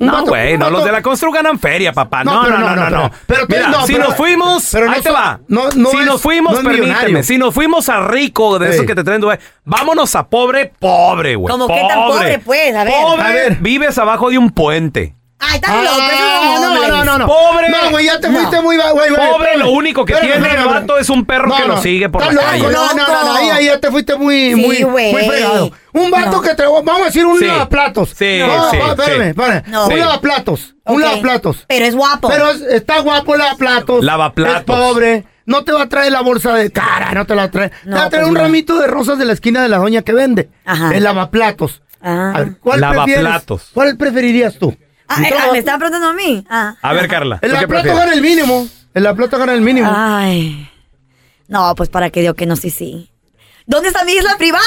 [SPEAKER 5] Un
[SPEAKER 4] No,
[SPEAKER 5] vato-
[SPEAKER 4] güey,
[SPEAKER 5] un
[SPEAKER 4] no,
[SPEAKER 5] vato-
[SPEAKER 4] los de la constru ganan feria, papá.
[SPEAKER 5] No,
[SPEAKER 4] No, no,
[SPEAKER 5] pero
[SPEAKER 4] no,
[SPEAKER 5] no,
[SPEAKER 4] no.
[SPEAKER 5] no,
[SPEAKER 4] no.
[SPEAKER 5] pero- pero tú-
[SPEAKER 4] Mira,
[SPEAKER 5] no,
[SPEAKER 4] si
[SPEAKER 5] pero-
[SPEAKER 4] nos fuimos,
[SPEAKER 5] pero no
[SPEAKER 4] ahí te
[SPEAKER 5] son-
[SPEAKER 4] va.
[SPEAKER 5] no- no
[SPEAKER 4] si
[SPEAKER 5] es-
[SPEAKER 4] nos fuimos,
[SPEAKER 5] no es
[SPEAKER 4] permíteme,
[SPEAKER 5] millonario.
[SPEAKER 4] si nos fuimos a rico de esos
[SPEAKER 5] Ey.
[SPEAKER 4] que te traen Dubái, vámonos a pobre, pobre, güey.
[SPEAKER 6] Como que tan pobre, pues, a ver.
[SPEAKER 4] Pobre, vives abajo de un puente.
[SPEAKER 6] Ay, estás loco, eso
[SPEAKER 5] no, no, no, no, no.
[SPEAKER 4] Pobre.
[SPEAKER 5] No, güey, ya te fuiste
[SPEAKER 4] No.
[SPEAKER 5] muy... ba- güey, güey,
[SPEAKER 4] Pobre,
[SPEAKER 5] espérame.
[SPEAKER 4] lo único que
[SPEAKER 5] Espérame,
[SPEAKER 4] tiene el
[SPEAKER 5] espérame,
[SPEAKER 4] vato es un perro que lo sigue por
[SPEAKER 5] Estás
[SPEAKER 4] la
[SPEAKER 5] loco,
[SPEAKER 4] calle.
[SPEAKER 5] No, no, no, no, ahí, ahí ya te fuiste muy, Sí, muy, güey. muy fregado. Un vato que trabajó, vamos a decir un Sí. lavaplatos. Sí, no, sí, va, espérame, sí. espérame. No. Un Sí. lavaplatos, Ok. un lavaplatos.
[SPEAKER 6] Pero es guapo.
[SPEAKER 5] Pero es- está guapo el lavaplatos.
[SPEAKER 4] Lavaplatos.
[SPEAKER 5] Es pobre. No te va a traer la bolsa de cara, no te la trae. te
[SPEAKER 6] No,
[SPEAKER 5] va a traer
[SPEAKER 6] pues
[SPEAKER 5] un
[SPEAKER 6] no.
[SPEAKER 5] ramito de rosas de la esquina de la doña que vende.
[SPEAKER 6] Ajá.
[SPEAKER 5] El lavaplatos. A ver, ¿cuál
[SPEAKER 4] Lavaplatos.
[SPEAKER 5] prefieres? ¿Cuál preferirías tú?
[SPEAKER 6] Ah, eh, ah, me estaba preguntando a mí. Ah.
[SPEAKER 4] A ver, Carla.
[SPEAKER 5] El
[SPEAKER 4] ¿tú qué
[SPEAKER 5] lavaplatos
[SPEAKER 4] prefieres?
[SPEAKER 5] gana el mínimo. El lavaplatos gana el mínimo.
[SPEAKER 6] Ay. No, pues para que digo que no, sí, sí. ¿Dónde está mi isla privada?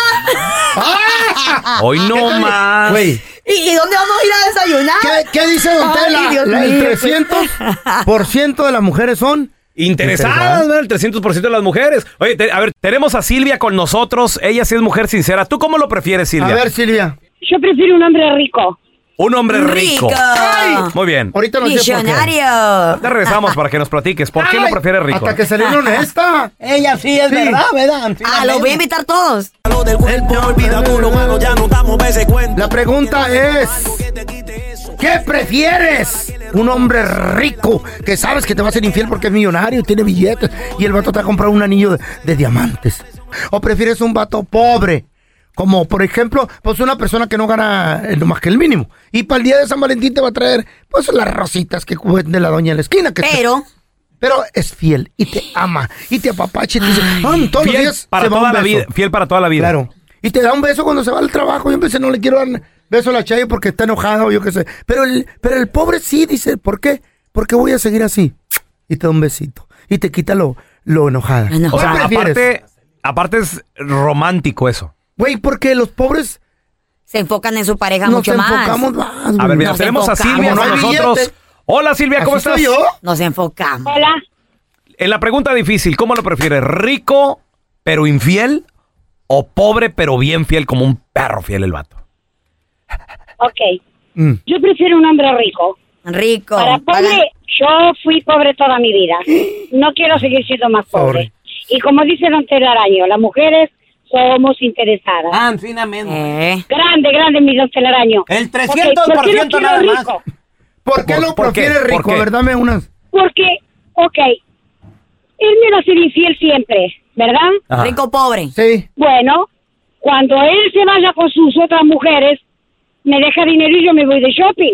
[SPEAKER 4] Hoy no más.
[SPEAKER 5] Ah, Güey,
[SPEAKER 6] ¿Y, y dónde vamos a ir a desayunar?
[SPEAKER 5] ¿Qué, qué dice don
[SPEAKER 6] Ay,
[SPEAKER 5] Tela?
[SPEAKER 6] Dios
[SPEAKER 5] La- el
[SPEAKER 6] mío.
[SPEAKER 5] 300% de las mujeres son
[SPEAKER 4] Interesadas, ¿verdad? El 300% de las mujeres. Oye, te- a ver, tenemos a Silvia con nosotros. Ella sí es mujer sincera. ¿Tú cómo lo prefieres, Silvia?
[SPEAKER 5] A ver, Silvia.
[SPEAKER 18] Yo prefiero un hombre rico.
[SPEAKER 4] Un hombre rico.
[SPEAKER 6] Rico. Ay.
[SPEAKER 4] Muy bien.
[SPEAKER 5] Ahorita
[SPEAKER 6] nos dice por qué. Millonario.
[SPEAKER 4] Te regresamos para que nos platiques. ¿Por qué lo prefieres rico? Ah.
[SPEAKER 5] salieron esta.
[SPEAKER 20] Ella sí es
[SPEAKER 5] Sí.
[SPEAKER 20] verdad, ¿verdad?
[SPEAKER 6] Ah, los voy a invitar todos.
[SPEAKER 5] La pregunta es, ¿qué prefieres? Un hombre rico que sabes que te va a ser infiel porque es millonario, tiene billetes y el vato te ha comprado un anillo de, de diamantes. ¿O prefieres un vato pobre? Como por ejemplo, pues una persona que no gana eh, más que el mínimo. Y para el día de San Valentín te va a traer pues las rositas que de la doña en la esquina. Que te-
[SPEAKER 6] Pero-
[SPEAKER 5] pero es fiel y te ama y te apapacha y te dice, "Ah, todos los
[SPEAKER 4] Fiel
[SPEAKER 5] días
[SPEAKER 4] para
[SPEAKER 5] se va un
[SPEAKER 4] toda la
[SPEAKER 5] beso".
[SPEAKER 4] vida. Fiel para toda la vida. Claro.
[SPEAKER 5] Y te da un beso cuando se va al trabajo. Yo empecé, no le quiero dar beso a la Chayo porque está enojada o yo qué sé. Pero el, pero el pobre sí dice, ¿por qué? Porque voy a seguir así. Y te da un besito. Y te quita lo, lo enojada.
[SPEAKER 4] O sea,
[SPEAKER 5] ¿Cuál prefieres?
[SPEAKER 4] aparte, aparte es romántico eso.
[SPEAKER 5] Güey, porque los pobres
[SPEAKER 6] Se enfocan en su pareja
[SPEAKER 5] nos
[SPEAKER 6] mucho más.
[SPEAKER 5] enfocamos más.
[SPEAKER 4] A ver, mira,
[SPEAKER 5] Nos
[SPEAKER 4] tenemos a
[SPEAKER 5] enfocamos.
[SPEAKER 4] Silvia
[SPEAKER 5] Como
[SPEAKER 4] con
[SPEAKER 5] no hay
[SPEAKER 4] nosotros.
[SPEAKER 5] billete.
[SPEAKER 4] Hola, Silvia, ¿cómo
[SPEAKER 5] Así
[SPEAKER 4] estás?
[SPEAKER 5] soy yo.
[SPEAKER 6] Nos enfocamos.
[SPEAKER 18] Hola.
[SPEAKER 4] En la pregunta difícil, ¿cómo lo prefieres? ¿Rico pero infiel o pobre pero bien fiel como un perro fiel el vato?
[SPEAKER 18] Ok.
[SPEAKER 5] Mm.
[SPEAKER 18] Yo prefiero un hombre rico.
[SPEAKER 6] Rico.
[SPEAKER 18] Para pobre, yo fui pobre toda mi vida. No quiero seguir siendo más pobre. Y como dice Don Telaraño, las mujeres somos interesadas.
[SPEAKER 20] Ah, finalmente.
[SPEAKER 5] Eh.
[SPEAKER 18] Grande, grande, mi Don Telaraño.
[SPEAKER 20] El
[SPEAKER 18] Ok,
[SPEAKER 20] 300%
[SPEAKER 18] ¿por qué lo quiero
[SPEAKER 20] nada más.
[SPEAKER 18] rico?
[SPEAKER 5] ¿Por qué lo prefieres ¿Por rico? qué? A ver, dame unas.
[SPEAKER 18] Porque, ok, él me va a ser infiel siempre, ¿verdad?
[SPEAKER 5] Ajá. Rico
[SPEAKER 6] pobre.
[SPEAKER 5] Sí.
[SPEAKER 18] Bueno, cuando él se vaya con sus otras mujeres, me deja dinero y yo me voy de shopping.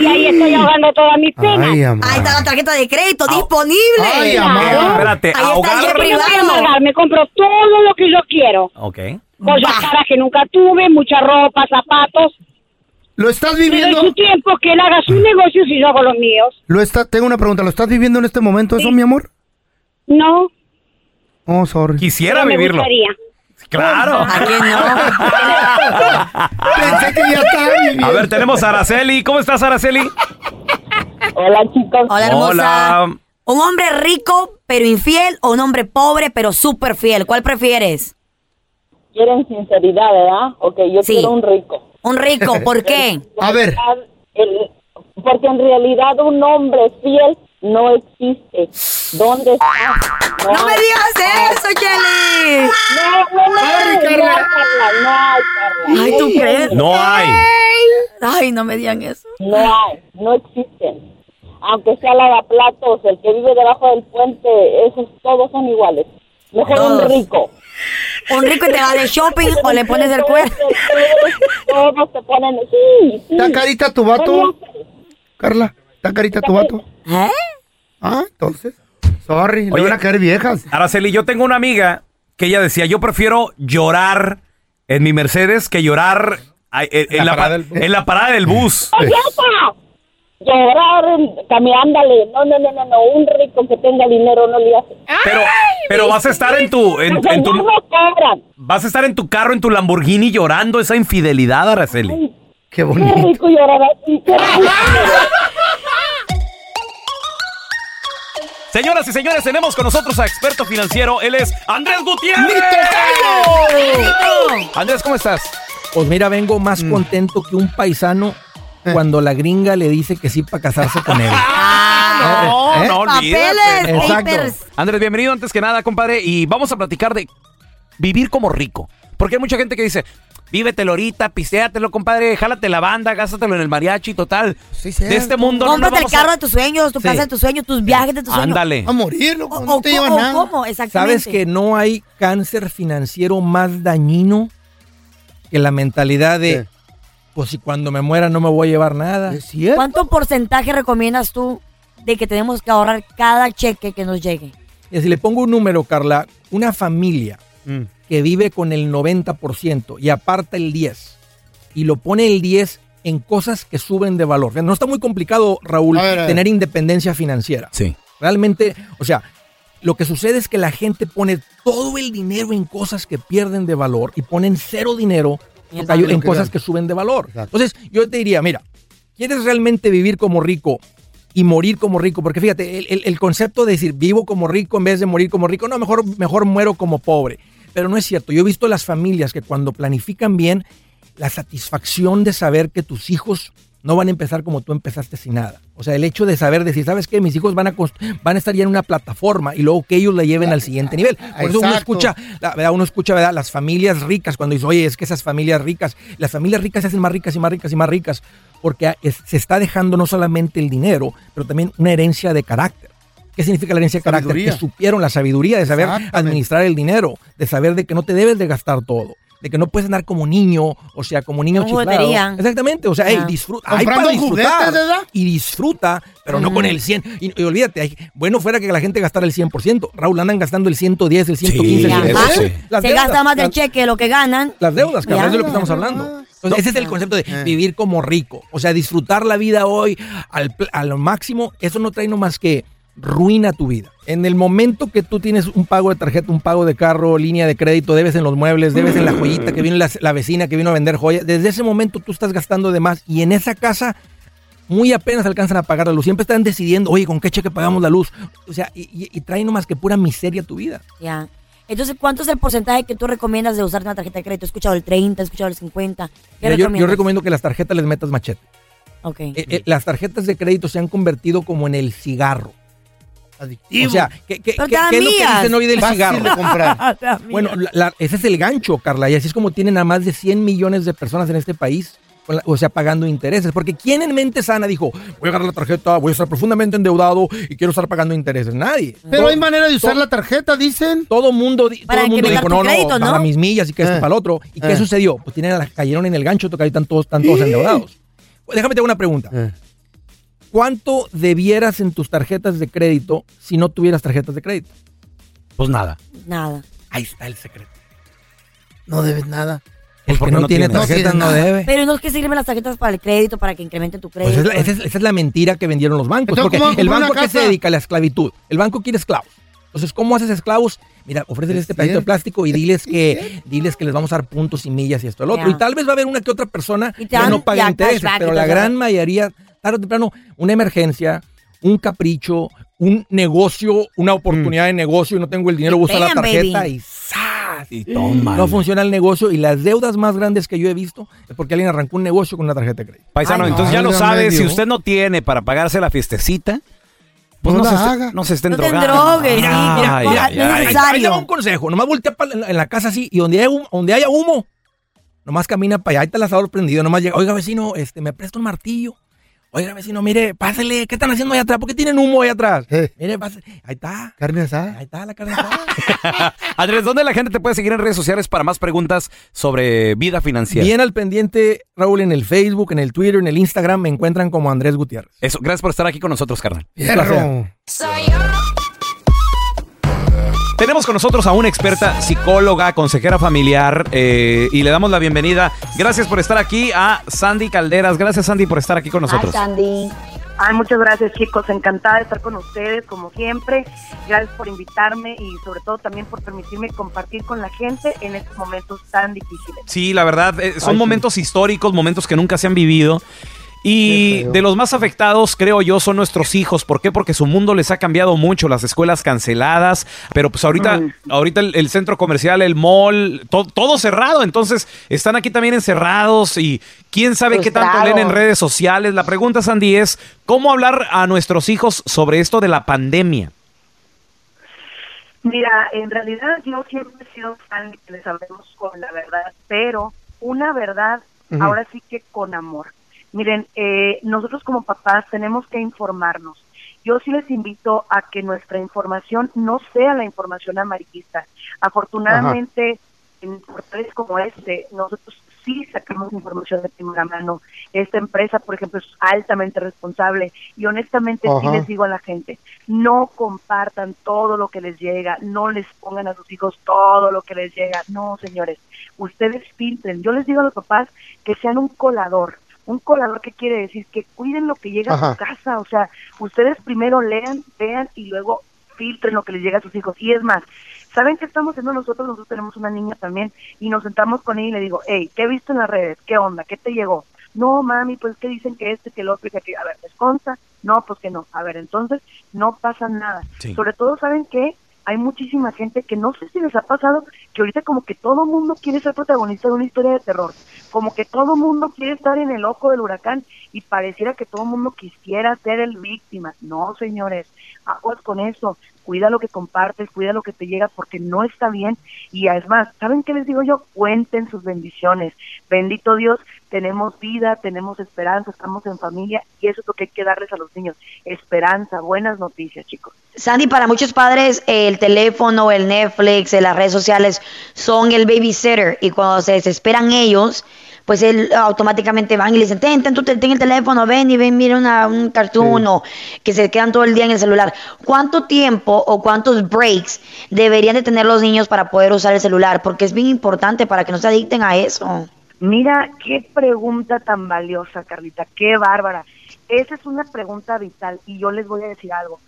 [SPEAKER 18] Y ahí estoy ahogando todas mis penas.
[SPEAKER 5] Ay, amor.
[SPEAKER 6] Ahí está la tarjeta de crédito disponible.
[SPEAKER 5] Ah. Ay, amor.
[SPEAKER 4] Espérate,
[SPEAKER 6] Ahí está el jet
[SPEAKER 18] Yo no voy a
[SPEAKER 6] privado.
[SPEAKER 18] amargar, me compro todo lo que yo quiero.
[SPEAKER 4] Ok.
[SPEAKER 18] Cosas caras que nunca tuve, mucha ropa, zapatos.
[SPEAKER 5] Lo estás
[SPEAKER 18] Pero en
[SPEAKER 5] viviendo.
[SPEAKER 18] su tiempo que él haga sus negocios y yo hago los míos.
[SPEAKER 5] Lo está, tengo una pregunta. ¿Lo estás viviendo en este momento eso, mi amor?
[SPEAKER 18] No.
[SPEAKER 5] Oh, sorry.
[SPEAKER 4] Quisiera
[SPEAKER 18] no me
[SPEAKER 4] vivirlo.
[SPEAKER 18] gustaría.
[SPEAKER 4] Claro.
[SPEAKER 6] ¿A quién no?
[SPEAKER 5] Pensé que ya estaba viviendo.
[SPEAKER 4] A ver, tenemos a Araceli. ¿Cómo estás, Araceli?
[SPEAKER 18] Hola, chicos.
[SPEAKER 6] Hola, hermosa.
[SPEAKER 4] Hola.
[SPEAKER 6] ¿Un hombre rico pero infiel o un hombre pobre pero súper fiel? ¿Cuál prefieres?
[SPEAKER 18] Quieren sinceridad, ¿verdad? Ok, yo
[SPEAKER 6] Sí.
[SPEAKER 18] quiero un rico.
[SPEAKER 6] Un rico, ¿por qué?
[SPEAKER 5] A ver.
[SPEAKER 18] El- porque en realidad un hombre fiel no existe. ¿Dónde está?
[SPEAKER 6] ¡No me digas eso, Kelly!
[SPEAKER 18] No, no, no,
[SPEAKER 5] Ay,
[SPEAKER 18] no,
[SPEAKER 5] Carla.
[SPEAKER 18] Carla, no hay, Carla.
[SPEAKER 6] Ay, ¿tú crees?
[SPEAKER 4] No hay.
[SPEAKER 6] Ay, no me digan eso.
[SPEAKER 18] No hay, no existen.
[SPEAKER 24] aunque sea lavaplatos, el que vive debajo del puente, esos todos son iguales. Mejor un
[SPEAKER 6] Todos.
[SPEAKER 24] rico.
[SPEAKER 6] Un rico y te va de shopping o le pones el cuerno.
[SPEAKER 24] Todos, todos te ponen, sí, sí.
[SPEAKER 5] ¿Está carita tu vato? Carla, ¿está carita tu vato?
[SPEAKER 6] ¿Eh?
[SPEAKER 5] Ah, entonces. Sorry, le van a caer viejas.
[SPEAKER 4] Araceli, yo tengo una amiga que ella decía, yo prefiero llorar en mi Mercedes que llorar a- en, en la, pa- en la parada del bus.
[SPEAKER 24] ¡Ay, idiota! Llorar caminándole. No, no, no, no, no. Un rico que tenga dinero no le hace.
[SPEAKER 4] Pero, pero vas a estar en tu, en, en tu,
[SPEAKER 24] cobran.
[SPEAKER 4] vas a estar en tu carro, en tu Lamborghini llorando esa infidelidad, Araceli.
[SPEAKER 5] Qué
[SPEAKER 24] Qué rico llorar así. qué rico.
[SPEAKER 4] Señoras y señores, tenemos con nosotros a experto financiero. Él es Andrés Gutiérrez. Andrés, ¿cómo estás? Mm.
[SPEAKER 22] Pues mira, vengo más contento que un paisano
[SPEAKER 4] Eh.
[SPEAKER 22] cuando la gringa le dice que sí para casarse con él.
[SPEAKER 4] No,
[SPEAKER 22] ¿Eh?
[SPEAKER 4] no olvídate.
[SPEAKER 22] Papeles, Exacto. papers.
[SPEAKER 4] Andrés, bienvenido antes que nada, compadre. Y vamos a platicar de vivir como rico. Porque hay mucha gente que dice, vívetelo ahorita, pisteatelo, compadre, jálate la banda, gástatelo en el mariachi, total. de este mundo no nos
[SPEAKER 6] Cómprate el
[SPEAKER 4] vamos a-
[SPEAKER 6] carro de tus sueños, tu
[SPEAKER 4] Sí.
[SPEAKER 6] casa de tus sueños, tus viajes de tus sueños.
[SPEAKER 4] Ándale. A
[SPEAKER 22] morir,
[SPEAKER 6] loco. O, o co- o cómo, exactamente.
[SPEAKER 22] ¿Sabes que no hay cáncer financiero más dañino que la mentalidad de, pues si cuando me muera no me voy a llevar nada?
[SPEAKER 6] ¿Cuánto porcentaje recomiendas tú de que tenemos que ahorrar cada cheque que nos llegue?
[SPEAKER 22] Y si le pongo un número, Carla, una familia que vive con el 90% y aparta el 10% y lo pone el 10% en cosas que suben de valor. No está muy complicado, Raúl,
[SPEAKER 5] A ver, a ver.
[SPEAKER 22] tener independencia financiera.
[SPEAKER 4] Sí.
[SPEAKER 22] Realmente, o sea, lo que sucede es que la gente pone todo el dinero en cosas que pierden de valor y ponen cero dinero
[SPEAKER 5] Y el
[SPEAKER 22] tocayo,
[SPEAKER 5] valor
[SPEAKER 22] en
[SPEAKER 5] que
[SPEAKER 22] cosas
[SPEAKER 5] gana.
[SPEAKER 22] que suben de valor. Entonces, yo te diría, mira, ¿quieres realmente vivir como rico y morir como rico? Porque fíjate, el, el- el concepto de decir vivo como rico en vez de morir como rico, no, mejor, mejor muero como pobre. Pero no es cierto. Yo he visto las familias que cuando planifican bien, la satisfacción de saber que tus hijos no van a empezar como tú empezaste sin nada. O sea, el hecho de saber decir, ¿sabes qué? Mis hijos van a, const- van a estar ya en una plataforma y luego que ellos la lleven al siguiente nivel. Por eso uno
[SPEAKER 5] Exacto.
[SPEAKER 22] escucha, la, ¿verdad? Uno escucha, ¿verdad? Las familias ricas cuando dice, oye, es que esas familias ricas, las familias ricas se hacen más ricas y más ricas y más ricas porque a- es- se está dejando no solamente el dinero, pero también una herencia de carácter. ¿Qué significa la herencia de carácter? Que
[SPEAKER 5] Sabiduría.
[SPEAKER 22] supieron la sabiduría de saber
[SPEAKER 5] Exactamente.
[SPEAKER 22] administrar el dinero, de saber de que no te debes de gastar todo. De que no puedes andar como niño, o sea, como niño
[SPEAKER 5] Como
[SPEAKER 22] chiflado.
[SPEAKER 5] botería.
[SPEAKER 22] Exactamente, o sea,
[SPEAKER 5] Ajá.
[SPEAKER 6] Ah.
[SPEAKER 22] hey, disfruta. Hay
[SPEAKER 5] Comprando
[SPEAKER 22] para disfrutar
[SPEAKER 5] juguetes, ¿verdad?
[SPEAKER 22] y disfruta, pero no con el 100. Y, y olvídate, hay- bueno fuera que la gente gastara el 100%. Raúl, andan gastando el 110, el 115, el
[SPEAKER 6] Ya,
[SPEAKER 22] 120.
[SPEAKER 6] ¿vale?
[SPEAKER 22] Las
[SPEAKER 6] Se
[SPEAKER 22] deudas,
[SPEAKER 6] gasta más del
[SPEAKER 22] las-
[SPEAKER 6] cheque de lo que ganan.
[SPEAKER 22] Las deudas, cabrón,
[SPEAKER 6] Ya. Eh.
[SPEAKER 22] es de lo que estamos hablando. Entonces, ese es el concepto de vivir como rico. O sea, disfrutar la vida hoy al, pl- al máximo, eso no trae nomás que ruina tu vida. En el momento que tú tienes un pago de tarjeta, un pago de carro, línea de crédito, debes en los muebles, debes en la joyita que vino la, la vecina que vino a vender joyas, desde ese momento tú estás gastando de más y en esa casa muy apenas alcanzan a pagar la luz. Siempre están decidiendo, oye, ¿con qué cheque pagamos la luz? O sea, y, y- y trae nomás que pura miseria a tu vida.
[SPEAKER 6] Ya. Entonces, ¿cuánto es el porcentaje que tú recomiendas de usar una tarjeta de crédito? He escuchado el 30, he escuchado el 50. ¿Qué
[SPEAKER 22] Mira, yo, yo
[SPEAKER 6] recomiendas?
[SPEAKER 22] recomiendo que las tarjetas les metas machete.
[SPEAKER 6] Ok.
[SPEAKER 22] Eh, eh, las tarjetas de crédito se han convertido como en el cigarro. O sea, ¿qué, qué-
[SPEAKER 6] Pero
[SPEAKER 22] qué-
[SPEAKER 6] te dan
[SPEAKER 22] qué es lo que
[SPEAKER 6] millas.
[SPEAKER 22] dicen hoy del
[SPEAKER 6] Fácil
[SPEAKER 22] cigarro?
[SPEAKER 6] de comprar. Te dan
[SPEAKER 22] bueno, la- la- ese es el gancho, Carla, y así es como tienen a más de 100 millones de personas en este país, con la- o sea, pagando intereses. Porque ¿quién en mente sana dijo, voy a agarrar la tarjeta, voy a estar profundamente endeudado y quiero estar pagando intereses? Nadie.
[SPEAKER 5] Pero hay manera de usar la
[SPEAKER 22] tarjeta, dicen. Todo mundo, di-
[SPEAKER 5] Para
[SPEAKER 22] todo el mundo dijo,
[SPEAKER 5] incrementar tu
[SPEAKER 22] no, no,
[SPEAKER 5] crédito,
[SPEAKER 22] para
[SPEAKER 5] ¿no?
[SPEAKER 22] mis millas y que esto
[SPEAKER 5] Eh.
[SPEAKER 22] para el otro. ¿Y qué
[SPEAKER 5] Eh.
[SPEAKER 22] sucedió? Pues tienen, a la- cayeron en el gancho, toca, están todos, están todos endeudados. Pues déjame te hago una pregunta.
[SPEAKER 5] Eh.
[SPEAKER 22] ¿Cuánto debieras en tus tarjetas de crédito si no tuvieras tarjetas de crédito? Pues nada.
[SPEAKER 6] Nada.
[SPEAKER 22] Ahí está el secreto.
[SPEAKER 5] No debes nada.
[SPEAKER 22] El que
[SPEAKER 5] porque
[SPEAKER 22] Pues no,
[SPEAKER 5] no
[SPEAKER 22] tiene
[SPEAKER 5] tienes.
[SPEAKER 22] tarjetas
[SPEAKER 5] No
[SPEAKER 22] no,
[SPEAKER 5] tienes nada.
[SPEAKER 22] debe.
[SPEAKER 6] Pero no es que sirven las tarjetas para el crédito, para que incrementen tu
[SPEAKER 22] Pues
[SPEAKER 6] crédito.
[SPEAKER 22] es la- esa, es, esa es la mentira que vendieron los bancos.
[SPEAKER 6] Entonces,
[SPEAKER 22] porque
[SPEAKER 6] ¿cómo van a
[SPEAKER 22] el
[SPEAKER 6] comprar
[SPEAKER 22] banco
[SPEAKER 6] una
[SPEAKER 22] que se
[SPEAKER 6] casa?
[SPEAKER 22] dedica a la esclavitud, el banco quiere esclavos. Entonces, ¿cómo haces esclavos? Mira, ofréceles este pedacito de
[SPEAKER 5] cierto.
[SPEAKER 22] plástico y diles que, diles que les vamos a dar puntos y millas y esto, el otro.
[SPEAKER 5] Ya.
[SPEAKER 22] Y tal vez va a haber una que otra persona
[SPEAKER 5] Y te
[SPEAKER 22] que
[SPEAKER 5] dan
[SPEAKER 22] no pague
[SPEAKER 5] ya
[SPEAKER 22] intereses,
[SPEAKER 5] cashback y
[SPEAKER 22] pero
[SPEAKER 5] todo
[SPEAKER 22] la
[SPEAKER 5] eso.
[SPEAKER 22] gran mayoría, tarde o temprano, una emergencia, un capricho, un negocio, una
[SPEAKER 4] Mm.
[SPEAKER 22] oportunidad de negocio y no tengo el dinero, voy a usar la
[SPEAKER 5] Damn,
[SPEAKER 22] tarjeta
[SPEAKER 5] baby.
[SPEAKER 22] y no funciona el negocio y las deudas más grandes que yo he visto es porque alguien arrancó un negocio con una tarjeta de crédito.
[SPEAKER 4] Paisano, entonces ya lo sabe, si usted no tiene para pagarse la fiestecita, pues no,
[SPEAKER 22] No
[SPEAKER 4] se,
[SPEAKER 22] la
[SPEAKER 4] esté-
[SPEAKER 22] haga.
[SPEAKER 4] no se estén
[SPEAKER 22] No te
[SPEAKER 4] drogando.
[SPEAKER 22] drogues, sí,
[SPEAKER 4] Ay,
[SPEAKER 22] mira,
[SPEAKER 4] ay,
[SPEAKER 22] ponga-
[SPEAKER 4] ay,
[SPEAKER 22] no es
[SPEAKER 4] ay.
[SPEAKER 22] necesario. Ahí te va un consejo, nomás voltea pa- en la casa así y donde haya, hum- donde haya humo, nomás camina para allá, ahí está el asador prendido, nomás llega, oiga vecino, este, me presta un martillo. Oiga, vecino, mire, pásale, ¿qué están haciendo ahí atrás? ¿Por qué tienen humo ahí atrás? Mire, pásale, ahí está.
[SPEAKER 19] Carne asada.
[SPEAKER 22] Ahí está la carne asada.
[SPEAKER 4] Andrés, ¿dónde la gente te puede seguir en redes sociales para más preguntas sobre vida financiera?
[SPEAKER 22] Bien al pendiente, Raúl, en el Facebook, en el Twitter, en el Instagram, me encuentran como Andrés Gutiérrez.
[SPEAKER 4] Eso, gracias por estar aquí con nosotros, carnal. Tenemos con nosotros a una experta psicóloga, consejera familiar eh, y le damos la bienvenida. Gracias por estar aquí a Sandy Calderas. Gracias Sandy por estar aquí con nosotros.
[SPEAKER 25] Ay, Sandy. Ay, muchas gracias chicos, encantada de estar con ustedes como siempre. Gracias por invitarme y sobre todo también por permitirme compartir con la gente en estos momentos tan difíciles.
[SPEAKER 4] Sí, la verdad, eh, son
[SPEAKER 25] Ay, sí.
[SPEAKER 4] momentos históricos, momentos que nunca se han vivido. Y de los más afectados, creo yo, son nuestros hijos. ¿Por qué? Porque su mundo les ha cambiado mucho, las escuelas canceladas, pero pues ahorita, ahorita el, el centro comercial, el mall, to- todo cerrado. Entonces, están aquí también encerrados y quién sabe qué tanto
[SPEAKER 25] Frustrados.
[SPEAKER 4] leen en redes sociales. La pregunta, Sandy, es ¿cómo hablar a nuestros hijos sobre esto de la pandemia?
[SPEAKER 25] Mira, en realidad yo siempre he sido fan de que les hablemos con la verdad, pero una verdad
[SPEAKER 16] Ujú.
[SPEAKER 25] ahora sí que con amor. Miren, eh, nosotros como papás tenemos que informarnos. Yo sí les invito a que nuestra información no sea la información amarillista. Afortunadamente, en portales como este, nosotros sí sacamos información de primera mano. Esta empresa, por ejemplo, es altamente responsable y honestamente sí
[SPEAKER 16] Ajá.
[SPEAKER 25] les digo a la gente, no compartan todo lo que les llega, no les pongan a sus hijos todo lo que les llega. No, señores, ustedes filtren. Yo les digo a los papás que sean un colador. Un colador que quiere decir que cuiden lo que llega a
[SPEAKER 16] Ajá.
[SPEAKER 25] su casa. O sea, ustedes primero lean, vean y luego filtren lo que les llega a sus hijos. Y es más, ¿saben qué estamos haciendo nosotros? Nosotros tenemos una niña también y nos sentamos con ella y le digo, hey, ¿qué he visto en las redes? ¿Qué onda? ¿Qué te llegó? No, mami, pues que dicen que este, que el otro, y que aquí. A ver, ¿les consta? No, pues que no. A ver, entonces no pasa nada.
[SPEAKER 16] Sí.
[SPEAKER 25] Sobre todo, ¿saben qué? Hay muchísima gente que no sé si les ha pasado que ahorita como que todo mundo quiere ser protagonista de una historia de terror, como que todo mundo quiere estar en el ojo del huracán y pareciera que todo mundo quisiera ser el víctima. No, señores, aguas con eso, cuida lo que compartes, cuida lo que te llega porque no está bien y además, ¿saben qué les digo yo? Cuenten sus bendiciones. Bendito Dios, tenemos vida, tenemos esperanza, estamos en familia y eso es lo que hay que darles a los niños, esperanza, buenas noticias, chicos.
[SPEAKER 16] Sandy, para muchos padres eh, el teléfono, el Netflix, eh, las redes sociales son el babysitter y cuando se desesperan ellos, pues él automáticamente van y le dicen, ten, ten, tú, ten, ten el teléfono, ven y ven, mira una- un cartoon o que se quedan todo el día en el celular. ¿Cuánto tiempo o cuántos breaks deberían de tener los niños para poder usar el celular? Porque es bien importante para que no se adicten a eso.
[SPEAKER 25] Mira, qué pregunta tan valiosa, Carlita, qué bárbara. Esa es una pregunta vital y yo les voy a decir algo.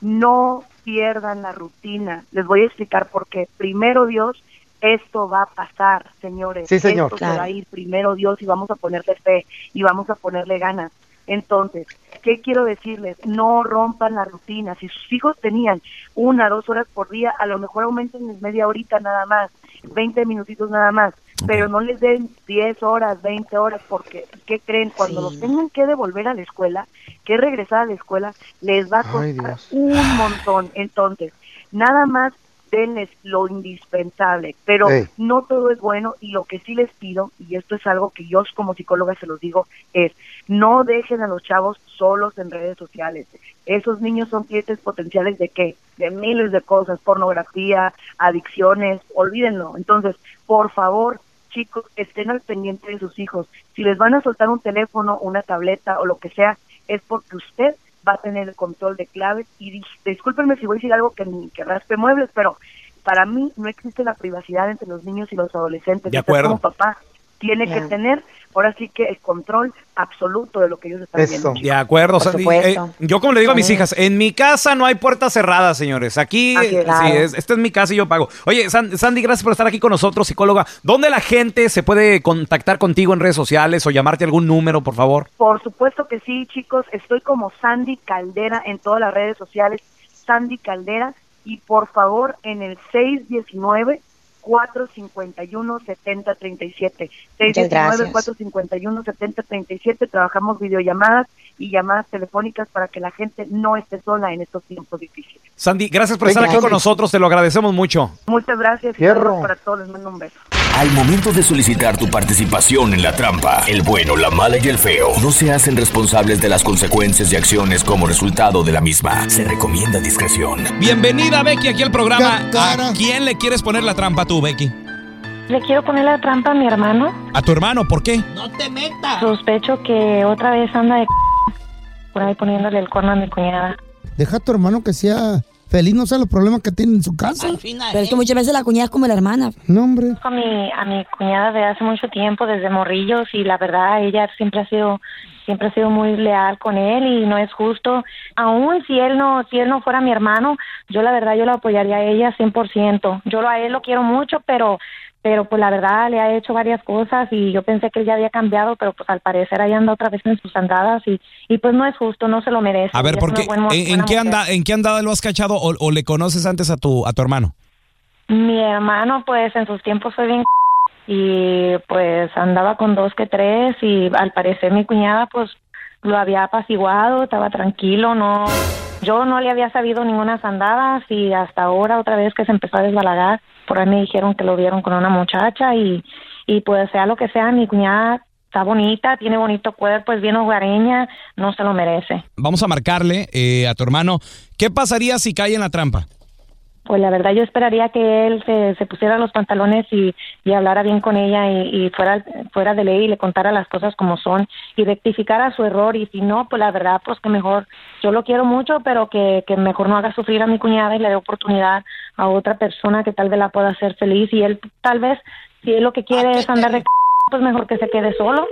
[SPEAKER 25] No pierdan la rutina. Les voy a explicar por qué. Primero Dios, esto va a pasar, señores.
[SPEAKER 16] Sí, señor.
[SPEAKER 25] Esto se
[SPEAKER 16] Claro.
[SPEAKER 25] va a ir primero Dios y vamos a ponerle fe y vamos a ponerle ganas. Entonces, ¿qué quiero decirles? No rompan la rutina. Si sus hijos tenían una, dos horas por día, a lo mejor aumenten media horita nada más, 20 minutitos nada más, pero no les den 10 horas, 20 horas, porque ¿qué creen? Cuando los tengan que devolver a la escuela, que regresar a la escuela, les va a
[SPEAKER 16] Ay,
[SPEAKER 25] costar
[SPEAKER 16] Dios.
[SPEAKER 25] un montón. Entonces, nada más denles lo indispensable, pero
[SPEAKER 16] Ey.
[SPEAKER 25] no todo es bueno y lo que sí les pido, y esto es algo que yo como psicóloga se los digo, es no dejen a los chavos solos en redes sociales. Esos niños son clientes potenciales de qué? De miles de cosas, pornografía, adicciones, olvídenlo. Entonces, por favor, chicos, estén al pendiente de sus hijos. Si les van a soltar un teléfono, una tableta o lo que sea, es porque usted va a tener el control de claves y dis- discúlpenme si voy a decir algo que, ni- que raspe muebles, pero para mí no existe la privacidad entre los niños y los adolescentes.
[SPEAKER 4] De
[SPEAKER 25] Usted
[SPEAKER 4] acuerdo.
[SPEAKER 25] como papá tiene que
[SPEAKER 16] Claro.
[SPEAKER 25] tener ahora sí que el control absoluto de lo que ellos están viendo.
[SPEAKER 4] De acuerdo,
[SPEAKER 25] Por
[SPEAKER 4] Sandy.
[SPEAKER 25] supuesto.
[SPEAKER 4] Eh, yo como le digo a mis
[SPEAKER 25] Sí.
[SPEAKER 4] hijas, en mi casa no hay puertas cerradas, señores. Aquí,
[SPEAKER 25] Ah, claro.
[SPEAKER 4] sí, es- esta es mi casa y yo pago. Oye, San- Sandy, gracias por estar aquí con nosotros, psicóloga. ¿Dónde la gente se puede contactar contigo en redes sociales o llamarte algún número, por favor?
[SPEAKER 25] Por supuesto que sí, chicos. Estoy como Sandy Caldera en todas las redes sociales. Sandy Caldera. Y por favor, en el 619-451-7037.
[SPEAKER 16] Muchas gracias.
[SPEAKER 25] 619-451-7037. Trabajamos videollamadas y llamadas telefónicas para que la gente no esté sola en estos tiempos difíciles.
[SPEAKER 4] Sandy, gracias por estar
[SPEAKER 25] Venga,
[SPEAKER 4] aquí con
[SPEAKER 25] Sandy.
[SPEAKER 4] nosotros, te lo agradecemos mucho.
[SPEAKER 25] Muchas gracias. y
[SPEAKER 4] Fierro.
[SPEAKER 25] saludos Para todos les mando un beso.
[SPEAKER 3] Al momento de solicitar tu participación en la trampa, el bueno, la mala y el feo no se hacen responsables de las consecuencias y acciones como resultado de la misma. Se recomienda discreción.
[SPEAKER 4] Bienvenida, Becky, aquí al programa. ¿A quién le quieres poner la trampa tú, Becky?
[SPEAKER 26] Le quiero poner la trampa a mi hermano.
[SPEAKER 4] ¿A tu hermano? ¿Por qué?
[SPEAKER 26] Sospecho que otra vez anda de c- por ahí poniéndole el cuerno a mi cuñada.
[SPEAKER 14] Deja a tu hermano que sea feliz, no sea los problemas que tiene en su casa.
[SPEAKER 26] Pero es que muchas veces la cuñada es como la hermana.
[SPEAKER 14] No, hombre.
[SPEAKER 26] Conozco a mi, a mi cuñada de hace mucho tiempo, desde morrillos, y la verdad ella siempre ha sido siempre ha sido muy leal con él y no es justo. Aún si él no si él no fuera mi hermano, yo la verdad yo la apoyaría a ella 100%. Yo lo- a él lo quiero mucho, pero pero pues la verdad le ha hecho varias cosas y yo pensé que él ya había cambiado, pero pues al parecer ahí anda otra vez en sus andadas y, y pues no es justo, no se lo merece.
[SPEAKER 4] A ver,
[SPEAKER 26] Ella es
[SPEAKER 4] ¿por
[SPEAKER 26] una
[SPEAKER 4] qué?
[SPEAKER 26] buen mo-
[SPEAKER 4] ¿En, en
[SPEAKER 26] buena
[SPEAKER 4] qué
[SPEAKER 26] mujer.
[SPEAKER 4] anda, ¿en qué andada lo has cachado o, o le conoces antes a tu, a tu hermano?
[SPEAKER 26] Mi hermano, pues en sus tiempos fue bien y pues andaba con dos que tres y al parecer mi cuñada pues lo había apaciguado, estaba tranquilo, no, yo no le había sabido ninguna andadas y hasta ahora otra vez que se empezó a desbalagar, por ahí me dijeron que lo vieron con una muchacha y, y pues sea lo que sea, mi cuñada está bonita, tiene bonito cuerpo, es bien hogareña, no se lo merece.
[SPEAKER 4] Vamos a marcarle eh, a tu hermano. ¿Qué pasaría si cae en la trampa?
[SPEAKER 26] Pues la verdad yo esperaría que él se, se pusiera los pantalones y, y hablara bien con ella y, y fuera fuera de ley y le contara las cosas como son y rectificara su error y si no, pues la verdad pues que mejor, yo lo quiero mucho pero que, que mejor no haga sufrir a mi cuñada y le dé oportunidad a otra persona que tal vez la pueda hacer feliz y él tal vez si él lo que quiere es andar de c- pues mejor que se quede solo,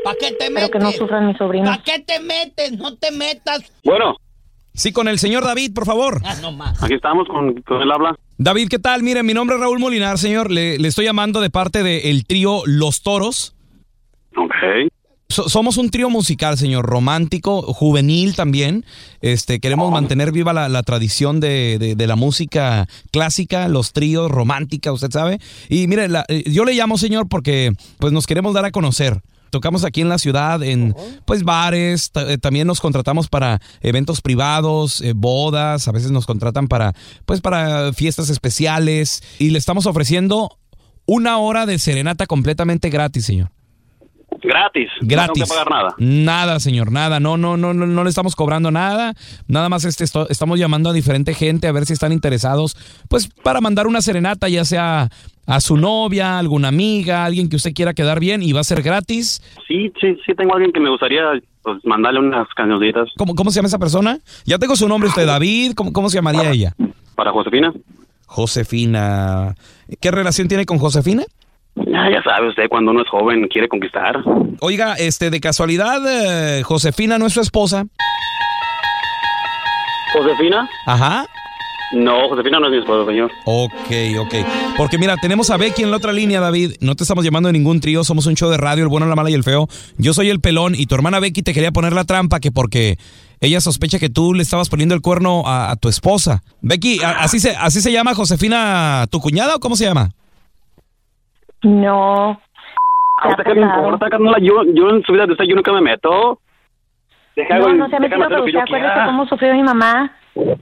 [SPEAKER 26] pero que no sufran mis sobrinos.
[SPEAKER 15] ¿Para qué te metes? No te metas.
[SPEAKER 4] Bueno. Sí, con el señor David, por favor.
[SPEAKER 27] Aquí estamos con, con el habla.
[SPEAKER 4] David, ¿qué tal? Mire, mi nombre es Raúl Molinar, señor. Le, le estoy llamando de parte del trío Los Toros.
[SPEAKER 27] Ok.
[SPEAKER 4] So- somos un trío musical, señor, romántico, juvenil también. Este, queremos mantener viva la, la tradición de, de- de la música clásica, los tríos, romántica, usted sabe. Y mire, la- eh, yo le llamo, señor, porque pues nos queremos dar a conocer. Tocamos aquí en la ciudad, en pues bares, ta- eh, también nos contratamos para eventos privados, eh, bodas, a veces nos contratan para pues para fiestas especiales y le estamos ofreciendo una hora de serenata completamente gratis, señor.
[SPEAKER 27] Gratis.
[SPEAKER 4] Gratis.
[SPEAKER 27] No tengo que pagar nada.
[SPEAKER 4] Nada, señor, nada. No, no, no, no, no le estamos cobrando nada. Nada más este, esto- estamos llamando a diferente gente a ver si están interesados, pues para mandar una serenata, ya sea a su novia, alguna amiga, alguien que usted quiera quedar bien y va a ser gratis.
[SPEAKER 27] Sí, sí, sí tengo a alguien que me gustaría pues, mandarle unas cancioncitas
[SPEAKER 4] ¿Cómo, cómo se llama esa persona? Ya tengo su nombre usted, David. ¿Cómo, cómo se llamaría ella?
[SPEAKER 27] para Josefina.
[SPEAKER 4] Josefina. ¿Qué relación tiene con Josefina?
[SPEAKER 27] Ah, ya sabe usted, cuando uno es joven quiere conquistar.
[SPEAKER 4] Oiga, este, de casualidad, eh, Josefina no es su esposa.
[SPEAKER 27] ¿Josefina?
[SPEAKER 4] Ajá. Oh.
[SPEAKER 27] No, Josefina no es mi esposa, señor.
[SPEAKER 4] Ok, ok. Porque mira, tenemos a Becky en la otra línea, David. No te estamos llamando de ningún trío, somos un show de radio, el bueno, la mala y el feo. Yo soy el pelón y tu hermana Becky te quería poner la trampa que porque ella sospecha que tú le estabas poniendo el cuerno a, a tu esposa. Becky, a- así, se, ¿así se llama Josefina tu cuñada o cómo se llama?
[SPEAKER 26] No.
[SPEAKER 27] ¿A usted qué le importa, Carnala? Yo, yo en su vida de usted yo nunca me meto. Deja,
[SPEAKER 26] No,
[SPEAKER 27] güey,
[SPEAKER 26] no se ha
[SPEAKER 27] déjame
[SPEAKER 26] metido,
[SPEAKER 27] hacer
[SPEAKER 26] pero
[SPEAKER 27] lo que
[SPEAKER 26] usted
[SPEAKER 27] yo
[SPEAKER 26] acuérdese
[SPEAKER 27] quiera.
[SPEAKER 26] cómo sufrió mi mamá.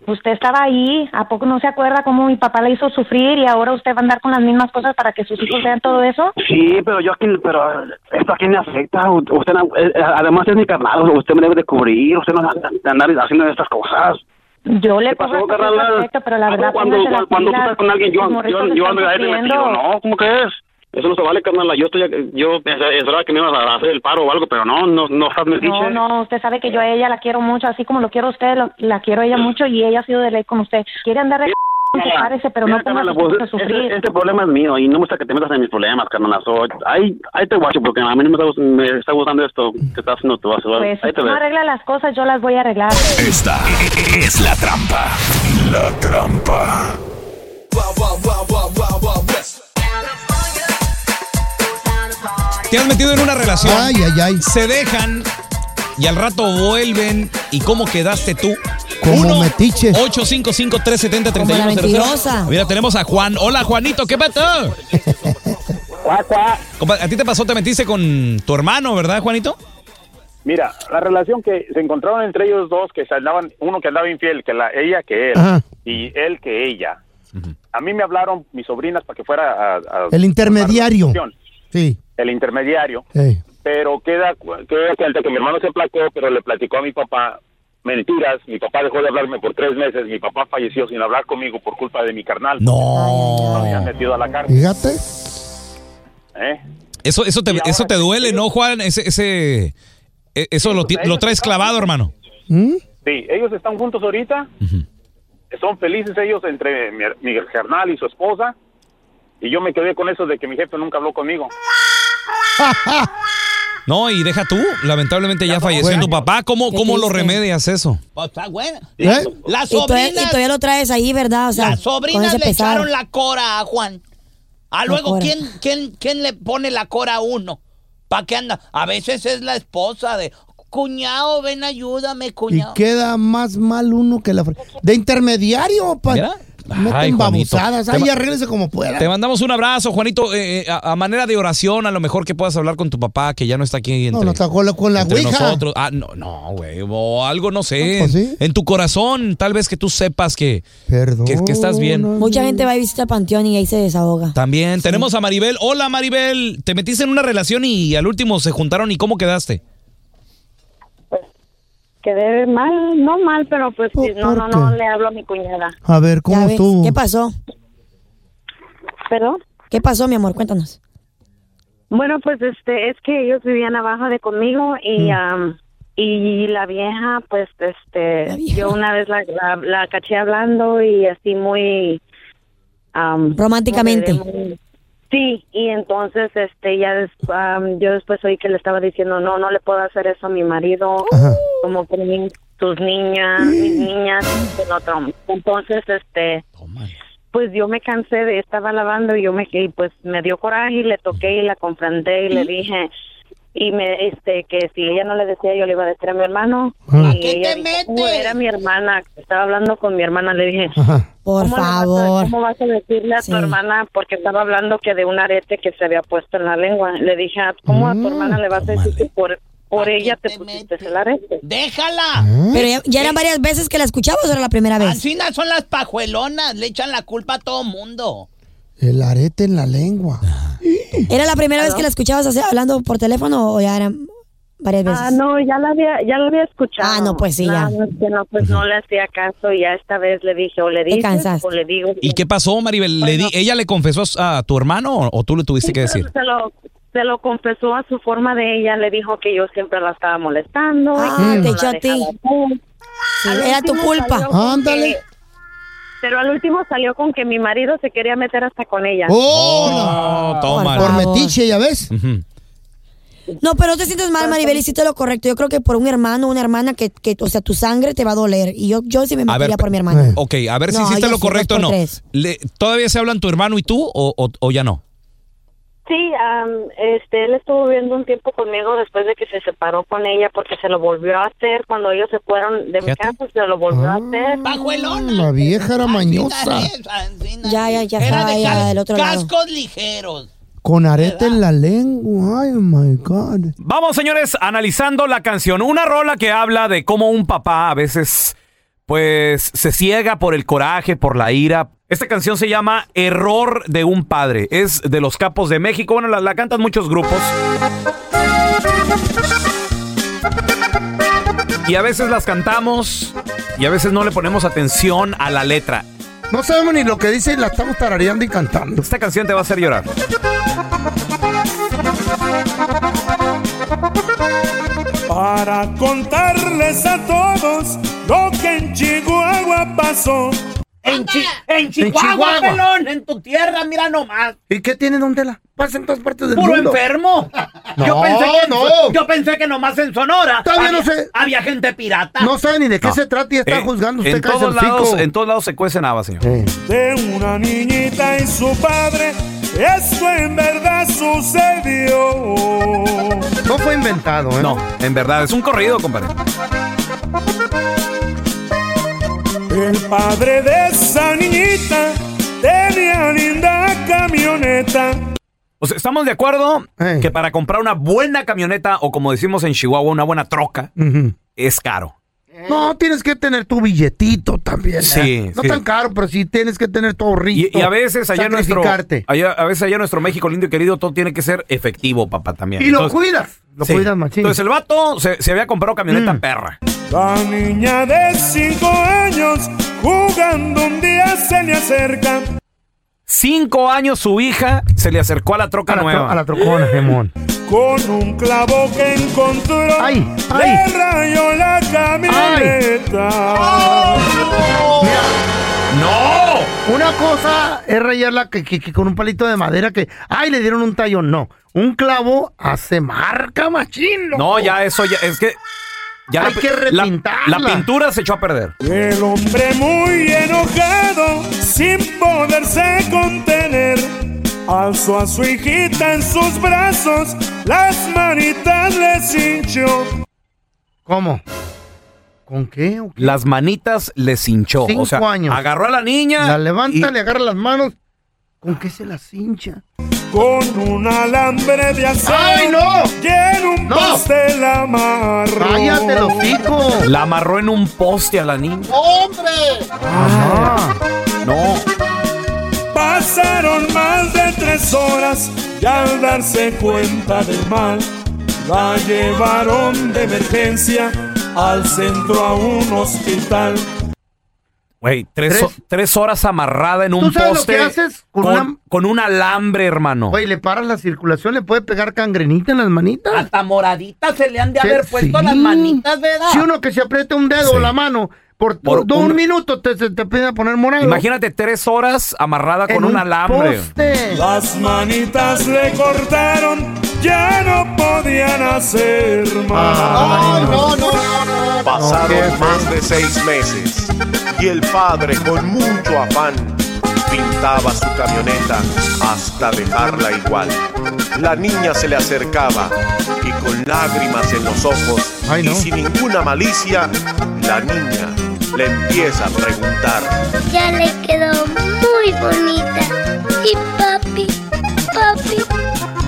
[SPEAKER 26] Usted estaba ahí, ¿a poco no se acuerda cómo mi papá la hizo sufrir y ahora usted va a andar con las mismas cosas para que sus hijos vean todo eso?
[SPEAKER 27] Sí, pero yo aquí, pero esto aquí me afecta. U- Usted, no- eh, además es mi carnal, usted me debe de cubrir, usted no va a andar haciendo estas cosas.
[SPEAKER 26] Yo le
[SPEAKER 27] ¿Qué
[SPEAKER 26] pongo
[SPEAKER 27] pasó,
[SPEAKER 26] hasta
[SPEAKER 27] carnal?
[SPEAKER 26] cierto respeto, pero la verdad
[SPEAKER 27] cuando
[SPEAKER 26] póngase
[SPEAKER 27] cuando,
[SPEAKER 26] las
[SPEAKER 27] cuando tú
[SPEAKER 26] pilas.
[SPEAKER 27] estás con alguien, yo,
[SPEAKER 26] Los morritos
[SPEAKER 27] yo, yo
[SPEAKER 26] están
[SPEAKER 27] ando a irme metido,
[SPEAKER 26] sufriendo.
[SPEAKER 27] ¿no? ¿Cómo que es? Eso no se vale, carnal. Yo estoy, yo pensé- esperaba que me ibas a hacer el paro o algo, pero no, no, no estás metiche.
[SPEAKER 26] No, no, usted sabe que yo a ella la quiero mucho, así como lo quiero a usted, lo- la quiero a ella mucho y ella ha sido de ley con usted. Quiere andar de c- sepárese, pero no
[SPEAKER 27] Mira,
[SPEAKER 26] ponga a
[SPEAKER 27] carnala,
[SPEAKER 26] sus hijos a
[SPEAKER 27] pues,
[SPEAKER 26] sufrir.
[SPEAKER 27] este, este problema es mío y no me gusta que te metas en mis problemas, carnal. So, ahí, ahí te guacho porque a mí no me está, gust- me está gustando esto que estás haciendo tú. so,
[SPEAKER 26] Pues si
[SPEAKER 27] ahí te
[SPEAKER 26] usted no
[SPEAKER 27] ves.
[SPEAKER 26] arregla las cosas, yo las voy a arreglar.
[SPEAKER 3] Esta es la trampa. La trampa.
[SPEAKER 4] Te has metido en una relación.
[SPEAKER 14] Ay, ay, ay.
[SPEAKER 4] Se dejan y al rato vuelven. ¿Y cómo quedaste tú?
[SPEAKER 14] Como metiche.
[SPEAKER 4] 855 370
[SPEAKER 14] Como la mentirosa.
[SPEAKER 4] Mira, tenemos a Juan. Hola, Juanito, ¿qué pasa? Compa- A ti te pasó, te metiste con tu hermano, ¿verdad, Juanito?
[SPEAKER 10] Mira, la relación que se encontraron entre ellos dos, que se andaban, uno que andaba infiel, que la, ella que él,
[SPEAKER 14] Ajá.
[SPEAKER 10] y él que ella. A mí me hablaron mis sobrinas para que fuera a... a-
[SPEAKER 14] El intermediario.
[SPEAKER 10] a la relación.
[SPEAKER 28] Sí.
[SPEAKER 10] el intermediario,
[SPEAKER 28] Ey.
[SPEAKER 10] pero queda, queda cuenta que mi hermano se placó, pero le platicó a mi papá mentiras, mi papá dejó de hablarme por tres meses, mi papá falleció sin hablar conmigo por culpa de mi carnal.
[SPEAKER 5] No.
[SPEAKER 10] Me habían metido a la cárcel.
[SPEAKER 5] Fíjate.
[SPEAKER 10] ¿eh?
[SPEAKER 4] Eso, eso, te, eso te duele, ¿no, Juan? Ese, ese, e- eso lo, ti- lo traes clavado, hermano.
[SPEAKER 14] ¿Mm?
[SPEAKER 10] Sí, ellos están juntos ahorita, son felices ellos entre mi, mi carnal y su esposa, y yo me quedé con eso de que mi jefe nunca habló conmigo.
[SPEAKER 4] No, y deja tú. Lamentablemente ya, falleció tu papá. ¿Cómo,
[SPEAKER 6] Qué
[SPEAKER 4] cómo lo
[SPEAKER 6] triste.
[SPEAKER 4] remedias eso?
[SPEAKER 15] Pues
[SPEAKER 20] ah,
[SPEAKER 15] está bueno.
[SPEAKER 4] ¿Eh?
[SPEAKER 15] Las
[SPEAKER 6] Y todavía,
[SPEAKER 15] sobrinas-
[SPEAKER 6] y todavía lo traes ahí, ¿verdad? O sea,
[SPEAKER 15] Las
[SPEAKER 6] con
[SPEAKER 15] sobrinas
[SPEAKER 6] ese
[SPEAKER 15] le
[SPEAKER 6] pesar.
[SPEAKER 15] echaron la cora a Juan. Ah,
[SPEAKER 6] La
[SPEAKER 15] luego,
[SPEAKER 6] cora.
[SPEAKER 15] ¿quién, quién, ¿quién le pone la cora a uno? ¿Para qué anda? A veces es la esposa de, cuñado, ven, ayúdame,
[SPEAKER 5] Y
[SPEAKER 15] cuñado.
[SPEAKER 5] queda más mal uno que la... fre- De intermediario, pa.
[SPEAKER 4] Mira.
[SPEAKER 5] Meten
[SPEAKER 4] Ay, Juanito.
[SPEAKER 5] babosadas.
[SPEAKER 4] Te
[SPEAKER 5] Ay,
[SPEAKER 4] ma-
[SPEAKER 5] arréglese como pueda.
[SPEAKER 4] Te mandamos un abrazo, Juanito. eh, eh, a, a manera de oración, a lo mejor que puedas hablar con tu papá, que ya no está aquí
[SPEAKER 5] No,
[SPEAKER 4] entre,
[SPEAKER 5] no está con la, con la
[SPEAKER 4] entre
[SPEAKER 5] ouija. Ah, pues
[SPEAKER 4] nosotros. Ah, no, no, güey. O algo, no sé. En tu corazón, tal vez que tú sepas que, que, que
[SPEAKER 24] Oh,
[SPEAKER 4] estás bien.
[SPEAKER 6] Mucha gente va y visita el panteón y ahí se desahoga.
[SPEAKER 4] También tenemos a Maribel. Hola, Maribel. Te metiste en una relación y al último se juntaron. ¿Y cómo quedaste?
[SPEAKER 24] Quedé mal, no mal, pero pues sí, no, no, no le hablo a mi cuñada.
[SPEAKER 5] A ver, ¿cómo estuvo?
[SPEAKER 6] ¿Qué pasó?
[SPEAKER 24] ¿Perdón?
[SPEAKER 6] ¿Qué pasó, mi amor? Cuéntanos.
[SPEAKER 24] Bueno, pues este, es que ellos vivían abajo de conmigo y, am, y la vieja, pues este, yo una vez la, la, la caché hablando y así muy... am,
[SPEAKER 6] Románticamente.
[SPEAKER 24] no sé, muy- Sí, y entonces este ya des- am, yo después oí que le estaba diciendo, no, no le puedo hacer eso a mi marido, como que mi- tus niñas, mis niñas, el otro. hombre". Entonces, este, pues yo me cansé de estaba lavando y yo me y pues me dio coraje y le toqué y la confronté y le dije y me este que si ella no le decía yo le iba a decir Ah. a mi hermano y ella dijo, "Uh, era mi hermana estaba hablando con mi hermana le dije
[SPEAKER 6] Por
[SPEAKER 24] "¿Cómo le vas a-
[SPEAKER 6] favor.
[SPEAKER 24] cómo vas a decirle a
[SPEAKER 6] Sí.
[SPEAKER 24] tu hermana porque estaba hablando que de un arete que se había puesto en la lengua le dije "Ah, cómo a tu hermana le vas a decir que por por ella te pusiste el arete déjala
[SPEAKER 4] ¿Eh?
[SPEAKER 6] Pero ya, ya eran
[SPEAKER 24] Eh.
[SPEAKER 6] varias veces que la escuchabas o era la primera vez.
[SPEAKER 24] así na- son las pajuelonas le echan la culpa a todo mundo
[SPEAKER 5] El arete en la lengua.
[SPEAKER 6] ¿Era la primera vez que la escuchabas hace- hablando por teléfono o ya eran varias veces?
[SPEAKER 24] Ah, no, ya la había, ya la había escuchado.
[SPEAKER 6] Ah, no, pues sí, ya.
[SPEAKER 24] Nada más que no, pues no le hacía caso y ya esta vez le dije o le dices
[SPEAKER 6] cansaste.
[SPEAKER 24] o le digo.
[SPEAKER 4] ¿Y qué pasó, Maribel? ¿Le di- ¿Ella le confesó a- a tu hermano o- o tú le tuviste que decir?
[SPEAKER 24] Se lo, se lo confesó a su forma de ella, le dijo que yo siempre la estaba molestando. y
[SPEAKER 6] Ah,
[SPEAKER 24] que
[SPEAKER 6] te
[SPEAKER 24] no la
[SPEAKER 6] echó a ti.
[SPEAKER 24] dejaba hacer. Al
[SPEAKER 6] era tu
[SPEAKER 24] último
[SPEAKER 6] culpa.
[SPEAKER 24] salió con que-
[SPEAKER 6] Ándale.
[SPEAKER 24] Pero al último salió con que mi marido se quería meter hasta con ella.
[SPEAKER 4] ¡Oh! no, toma.
[SPEAKER 5] Por metiche, ya ves.
[SPEAKER 6] No, pero no te sientes mal, Maribel, hiciste lo correcto. Yo creo que por un hermano, una hermana, que, que o sea, tu sangre te va a doler. Y yo, yo sí me
[SPEAKER 4] A ver,
[SPEAKER 6] metería por
[SPEAKER 4] pe-
[SPEAKER 6] mi hermana.
[SPEAKER 4] Ok, a ver si
[SPEAKER 6] No,
[SPEAKER 4] hiciste
[SPEAKER 6] yo
[SPEAKER 4] lo
[SPEAKER 6] sí,
[SPEAKER 4] correcto o
[SPEAKER 6] dos
[SPEAKER 4] no.
[SPEAKER 6] por tres.
[SPEAKER 4] Le- ¿Todavía se hablan tu hermano y tú o, o- o ya no?
[SPEAKER 24] Sí, am, este, él estuvo viendo un tiempo conmigo después de que se separó con ella porque se lo volvió a hacer cuando ellos se fueron de mi
[SPEAKER 5] Fíjate.
[SPEAKER 24] casa, se lo volvió a hacer.
[SPEAKER 5] La vieja era mañosa.
[SPEAKER 6] Ya, ya, ya
[SPEAKER 24] Era
[SPEAKER 6] estaba
[SPEAKER 24] de
[SPEAKER 6] ella
[SPEAKER 24] cal-
[SPEAKER 6] del otro lado.
[SPEAKER 24] Cascos ligeros.
[SPEAKER 5] Con arete en la lengua. Ay, my God.
[SPEAKER 29] Vamos, señores, analizando la canción. Una rola que habla de cómo un papá a veces, pues, se ciega por el coraje, por la ira. Esta canción se llama Error de un padre. Es de los capos de México. Bueno, la, la cantan muchos grupos. Y a veces las cantamos y a veces no le ponemos atención a la letra.
[SPEAKER 30] No sabemos ni lo que dice y la estamos tarareando y cantando.
[SPEAKER 29] Esta canción te va a hacer llorar.
[SPEAKER 7] Ah.
[SPEAKER 13] Para contarles a todos lo que en Chihuahua pasó.
[SPEAKER 24] En, Chi- en
[SPEAKER 13] En
[SPEAKER 24] Chihuahua,
[SPEAKER 13] Chihuahua.
[SPEAKER 24] pelón, en tu tierra, mira nomás.
[SPEAKER 30] ¿Y qué tiene Don Tela? Pasa en todas partes del
[SPEAKER 24] Puro
[SPEAKER 30] mundo.
[SPEAKER 24] enfermo.
[SPEAKER 30] No,
[SPEAKER 24] yo
[SPEAKER 5] Oh,
[SPEAKER 24] pensé que
[SPEAKER 30] no.
[SPEAKER 24] yo pensé que nomás en Sonora
[SPEAKER 30] Todavía
[SPEAKER 24] había,
[SPEAKER 30] no sé.
[SPEAKER 24] había gente pirata.
[SPEAKER 30] No sabe ni de qué
[SPEAKER 29] No.
[SPEAKER 30] se trata y está
[SPEAKER 29] Eh,
[SPEAKER 30] juzgando usted,
[SPEAKER 29] en
[SPEAKER 30] cállese
[SPEAKER 29] todos,
[SPEAKER 30] el hocico.
[SPEAKER 29] lados, en todos lados se cuecen habas, señor.
[SPEAKER 13] de una niñita y su padre. Esto en verdad sucedió.
[SPEAKER 30] No fue inventado, ¿eh?
[SPEAKER 29] No, en verdad, es un corrido, compadre.
[SPEAKER 13] El padre de esa niñita tenía linda camioneta.
[SPEAKER 29] O sea, estamos de acuerdo que para comprar una buena camioneta o como decimos en Chihuahua, una buena troca, es caro.
[SPEAKER 5] No, tienes que tener tu billetito también. ¿eh?
[SPEAKER 4] Sí,
[SPEAKER 5] No
[SPEAKER 4] sí.
[SPEAKER 5] tan caro, pero sí tienes que tener tu
[SPEAKER 4] Y,
[SPEAKER 5] ahorrito.
[SPEAKER 4] y a veces allá en nuestro
[SPEAKER 5] sacrificarte.
[SPEAKER 4] allá- a veces allá en nuestro México lindo y querido todo tiene que ser efectivo, papá, también.
[SPEAKER 5] Y lo
[SPEAKER 4] Entonces-
[SPEAKER 5] cuidas. Lo
[SPEAKER 4] Sí.
[SPEAKER 5] cuidas, machín.
[SPEAKER 4] Entonces el vato se, se había comprado camioneta perra.
[SPEAKER 13] La niña de cinco años jugando un día se le acerca.
[SPEAKER 4] Cinco años su hija se le acercó a la troca nueva.
[SPEAKER 5] a la trocona, Gemón.
[SPEAKER 13] Con un clavo que encontró,
[SPEAKER 5] ay.
[SPEAKER 13] le rayó la camioneta.
[SPEAKER 4] Oh.
[SPEAKER 5] ¡No! Una cosa es rayarla que, que- que con un palito de madera que, ay, le dieron un tallón. No, un clavo hace marca, machín. loco.
[SPEAKER 4] No, ya eso ya es que ya
[SPEAKER 5] Hay que
[SPEAKER 4] la-
[SPEAKER 5] repintarla.
[SPEAKER 4] la pintura se echó a perder.
[SPEAKER 13] El hombre muy enojado, sin poderse contener, alzó a su hijita en sus brazos, las manitas le hinchó.
[SPEAKER 5] ¿Cómo? ¿Con qué?
[SPEAKER 4] Las manitas les hinchó.
[SPEAKER 5] Cinco
[SPEAKER 4] o sea,
[SPEAKER 5] años.
[SPEAKER 4] agarró a la niña.
[SPEAKER 5] La levanta,
[SPEAKER 4] y-
[SPEAKER 5] le agarra las manos. ¿Con qué se las hincha?
[SPEAKER 13] Con un alambre de acero.
[SPEAKER 5] ¡Ay, no!
[SPEAKER 13] Y en un pastel amargo.
[SPEAKER 5] ¡Cállate, lo pico!
[SPEAKER 4] La amarró en un poste a la niña.
[SPEAKER 13] ¡Hombre!
[SPEAKER 4] No.
[SPEAKER 13] Pasaron más de tres horas y al darse cuenta del mal, la llevaron de emergencia al centro a un hospital.
[SPEAKER 4] Güey, tres,
[SPEAKER 5] Tres.
[SPEAKER 4] o- tres horas amarrada en
[SPEAKER 5] ¿Tú
[SPEAKER 4] un
[SPEAKER 5] sabes lo
[SPEAKER 4] poste.
[SPEAKER 5] que haces con
[SPEAKER 4] con,
[SPEAKER 5] una-
[SPEAKER 4] con un alambre, hermano.
[SPEAKER 5] Oye, le paras la circulación, le puede pegar cangrenita en las manitas.
[SPEAKER 15] Hasta moradita se le han de
[SPEAKER 5] Sí,
[SPEAKER 15] haber puesto
[SPEAKER 5] sí.
[SPEAKER 15] las manitas, ¿verdad?
[SPEAKER 5] Si uno que se aprieta un dedo o la mano, por,
[SPEAKER 4] Por
[SPEAKER 5] do- un,
[SPEAKER 4] un-
[SPEAKER 5] minuto te, se te pide a poner morado.
[SPEAKER 4] Imagínate tres horas amarrada
[SPEAKER 5] En
[SPEAKER 4] con un,
[SPEAKER 5] un
[SPEAKER 4] alambre.
[SPEAKER 13] Las manitas le cortaron, ya no podían hacer más.
[SPEAKER 17] no, no, Pasaron más de seis meses y el padre con mucho afán pintaba su camioneta hasta dejarla igual. La niña se le acercaba y con lágrimas en los ojos y sin ninguna malicia, la niña le empieza a preguntar.
[SPEAKER 7] Ya le quedó muy bonita. Y papi, papi,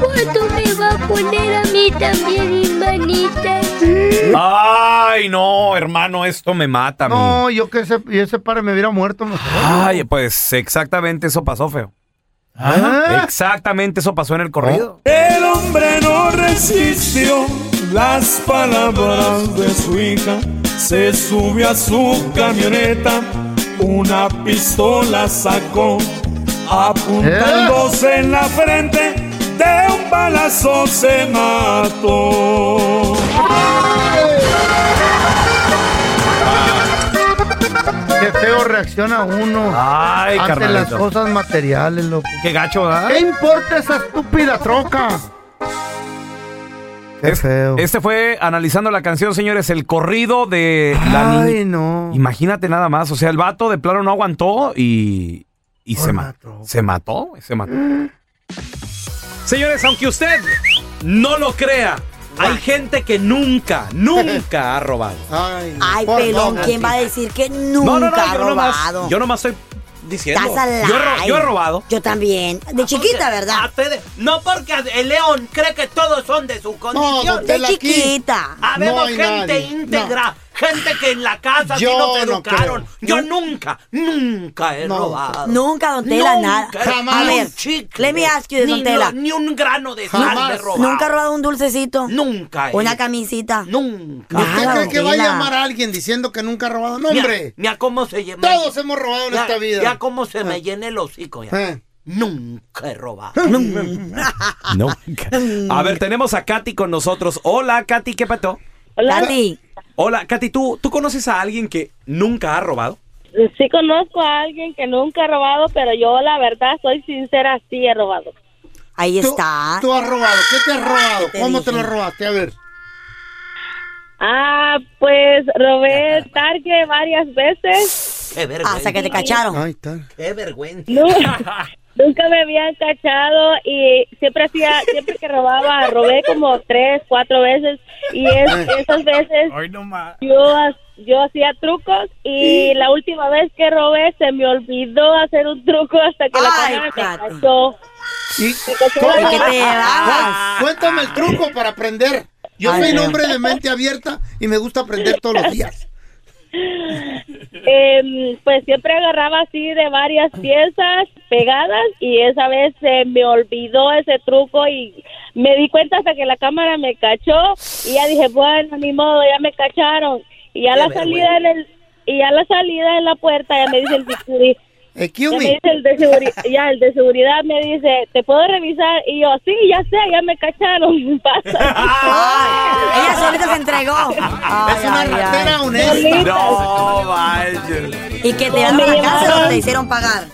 [SPEAKER 7] ¿cuándo me va a poner a mí también mis manitas?
[SPEAKER 4] Ay, no, hermano, esto me mata. a mí.
[SPEAKER 5] No, yo que ese, y ese padre me hubiera muerto mejor.
[SPEAKER 4] Ay, pues exactamente eso pasó, feo. Exactamente eso pasó en el corrido.
[SPEAKER 13] El hombre no resistió las palabras de su hija. Se subió a su camioneta, una pistola sacó, apuntándose en la frente. De un balazo se mató.
[SPEAKER 5] Qué feo reacciona uno
[SPEAKER 4] Ay,
[SPEAKER 5] ante las
[SPEAKER 4] carnalito.
[SPEAKER 5] cosas materiales, loco.
[SPEAKER 4] Qué gacho, ¿verdad?
[SPEAKER 5] ¿Qué importa esa estúpida troca? Oh,
[SPEAKER 4] Es- Este fue analizando la canción, señores, el corrido de la
[SPEAKER 5] Ay,
[SPEAKER 4] niña.
[SPEAKER 5] no.
[SPEAKER 4] Imagínate nada más, o sea, el vato de plano no aguantó y, y se mató. Se mató, güey, se mató.
[SPEAKER 31] Señores, aunque usted no lo crea, hay gente que nunca, nunca ha robado.
[SPEAKER 6] Ay,
[SPEAKER 31] por
[SPEAKER 6] pelón,
[SPEAKER 31] favor.
[SPEAKER 6] ¿quién va a decir que nunca
[SPEAKER 31] no, no, no,
[SPEAKER 6] ha
[SPEAKER 31] yo nomás-
[SPEAKER 6] robado?
[SPEAKER 31] yo nomás estoy diciendo.
[SPEAKER 6] Estás al
[SPEAKER 31] Yo he ro- yo he robado.
[SPEAKER 6] Yo también. De chiquita, ¿verdad?
[SPEAKER 15] No porque el león cree que todos son de su condición.
[SPEAKER 6] de chiquita.
[SPEAKER 15] Habemos
[SPEAKER 6] No hay
[SPEAKER 15] gente
[SPEAKER 6] nadie,
[SPEAKER 15] íntegra, gente que en la casa sí
[SPEAKER 6] Yo
[SPEAKER 15] nos
[SPEAKER 6] no
[SPEAKER 15] educaron.
[SPEAKER 6] creo.
[SPEAKER 15] Yo nunca, nunca he robado.
[SPEAKER 6] Nunca, don Tela, nada.
[SPEAKER 15] Nunca.
[SPEAKER 6] A
[SPEAKER 15] Ni
[SPEAKER 6] ver,
[SPEAKER 15] un chicle.
[SPEAKER 6] let me ask you,
[SPEAKER 15] Ni
[SPEAKER 6] don Tela.
[SPEAKER 15] lo- Ni un grano de sal me he robado.
[SPEAKER 6] ¿Nunca ha robado un dulcecito?
[SPEAKER 15] Nunca.
[SPEAKER 4] eh.
[SPEAKER 6] ¿Una camisita?
[SPEAKER 15] Nunca.
[SPEAKER 25] ¿Usted
[SPEAKER 6] Nada,
[SPEAKER 25] cree
[SPEAKER 6] don
[SPEAKER 25] que va a
[SPEAKER 6] Tela.
[SPEAKER 25] llamar a alguien diciendo que nunca ha robado? No,
[SPEAKER 15] Mira,
[SPEAKER 25] hombre.
[SPEAKER 15] Mira, cómo se llama.
[SPEAKER 25] Todos hemos robado en
[SPEAKER 15] Ya-
[SPEAKER 25] esta vida.
[SPEAKER 15] Ya cómo se me llena el hocico ya.
[SPEAKER 6] Eh.
[SPEAKER 15] Nunca he robado.
[SPEAKER 31] Nunca. A ver, tenemos a Katy con nosotros. Hola, Katy, ¿qué pato?
[SPEAKER 6] Hola. Katy.
[SPEAKER 31] Hola, Katy, ¿tú, ¿tú conoces a alguien que nunca ha robado?
[SPEAKER 8] Sí conozco a alguien que nunca ha robado, pero yo la verdad soy sincera, sí he robado.
[SPEAKER 6] Ahí está.
[SPEAKER 25] ¿Tú has robado? ¿Qué te has robado? ¿Cómo te lo robaste? A ver.
[SPEAKER 8] Ah, pues robé Target varias veces.
[SPEAKER 15] Qué vergüenza.
[SPEAKER 6] Hasta que te cacharon.
[SPEAKER 25] Ahí está.
[SPEAKER 15] Qué vergüenza.
[SPEAKER 8] Nu- nunca me habían cachado y siempre hacía, siempre que robaba, robé como tres, cuatro veces y es- esas veces yo, ha- yo hacía trucos y la última vez que robé se me olvidó hacer un truco hasta que la cámara me cachó.
[SPEAKER 25] ¿Cómo?
[SPEAKER 8] que te
[SPEAKER 25] Cu- Cuéntame el truco para aprender. Yo
[SPEAKER 8] Ay,
[SPEAKER 25] soy un
[SPEAKER 8] no.
[SPEAKER 25] hombre de mente abierta y me gusta aprender todos los días.
[SPEAKER 8] Em, pues siempre agarraba así de varias piezas pegadas y esa vez se me olvidó ese truco y me di cuenta hasta que la cámara me cachó y ya dije, bueno, ni modo, ya me cacharon. Y ya
[SPEAKER 18] Qué
[SPEAKER 8] la salida en el y ya la salida en la puerta ya me dice el securi-
[SPEAKER 5] Excuse
[SPEAKER 8] ya me
[SPEAKER 5] me.
[SPEAKER 8] dice el de seguri- ya el de seguridad me dice, ¿te puedo revisar? Y yo, sí, ya sé, ya me cacharon. Pasa.
[SPEAKER 6] Ella solita se entregó.
[SPEAKER 5] es una ratera
[SPEAKER 6] honesta.
[SPEAKER 5] No,
[SPEAKER 6] Y que te llevaron a la cárcel o te hicieron
[SPEAKER 12] pagar.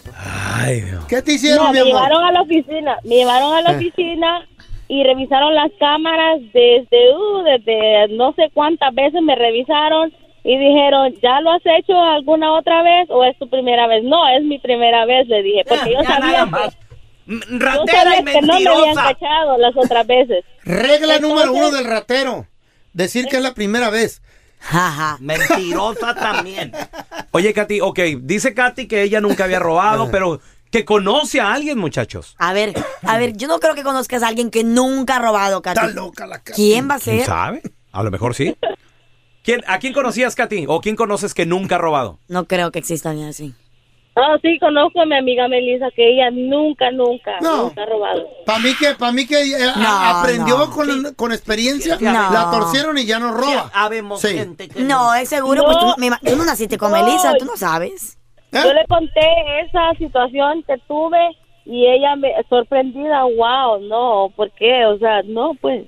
[SPEAKER 5] ¿Qué te
[SPEAKER 8] No,
[SPEAKER 5] hicieron,
[SPEAKER 8] me
[SPEAKER 5] mi amor?
[SPEAKER 8] llevaron a la oficina, me llevaron a la
[SPEAKER 5] Ah.
[SPEAKER 8] oficina y revisaron las cámaras desde, uh, desde no sé cuántas veces me revisaron y dijeron, ¿ya lo has hecho alguna otra vez o es tu primera vez? No, es mi primera vez, le dije,
[SPEAKER 5] Ah,
[SPEAKER 8] porque yo sabía, que, yo
[SPEAKER 18] ratera
[SPEAKER 8] sabía
[SPEAKER 18] y
[SPEAKER 8] que no me habían
[SPEAKER 18] mentirosa.
[SPEAKER 8] cachado las otras veces.
[SPEAKER 5] Regla número uno
[SPEAKER 8] Entonces-
[SPEAKER 5] del ratero. Decir que es la primera vez.
[SPEAKER 15] Mentirosa también.
[SPEAKER 4] Oye, Katy, ok, dice Katy que ella nunca había
[SPEAKER 6] Eh.
[SPEAKER 4] robado, pero que conoce a alguien, muchachos.
[SPEAKER 12] A ver, a ver, yo no creo que conozcas a alguien que nunca ha robado, Katy. Está
[SPEAKER 5] loca la
[SPEAKER 12] ¿Quién va a ser?
[SPEAKER 4] ¿Quién sabe? A lo mejor sí. ¿Quién, ¿A quién conocías, Katy? ¿O quién conoces que nunca ha robado?
[SPEAKER 12] No creo que exista alguien así.
[SPEAKER 8] Oh, sí, conozco a mi amiga Melissa, que ella nunca, nunca,
[SPEAKER 5] No.
[SPEAKER 8] nunca ha robado.
[SPEAKER 5] Para mí que, para mí que eh, a-
[SPEAKER 8] No,
[SPEAKER 5] aprendió
[SPEAKER 8] no.
[SPEAKER 5] con, con experiencia,
[SPEAKER 8] Sí, sí, No.
[SPEAKER 5] la torcieron y ya no roba. Sí.
[SPEAKER 12] No, es seguro,
[SPEAKER 8] No.
[SPEAKER 12] pues tú, me ima- tú no naciste con
[SPEAKER 8] No.
[SPEAKER 12] Melissa, tú no sabes.
[SPEAKER 8] Yo le conté esa situación que tuve y ella me sorprendida, wow, no, ¿por qué? O sea, no, pues.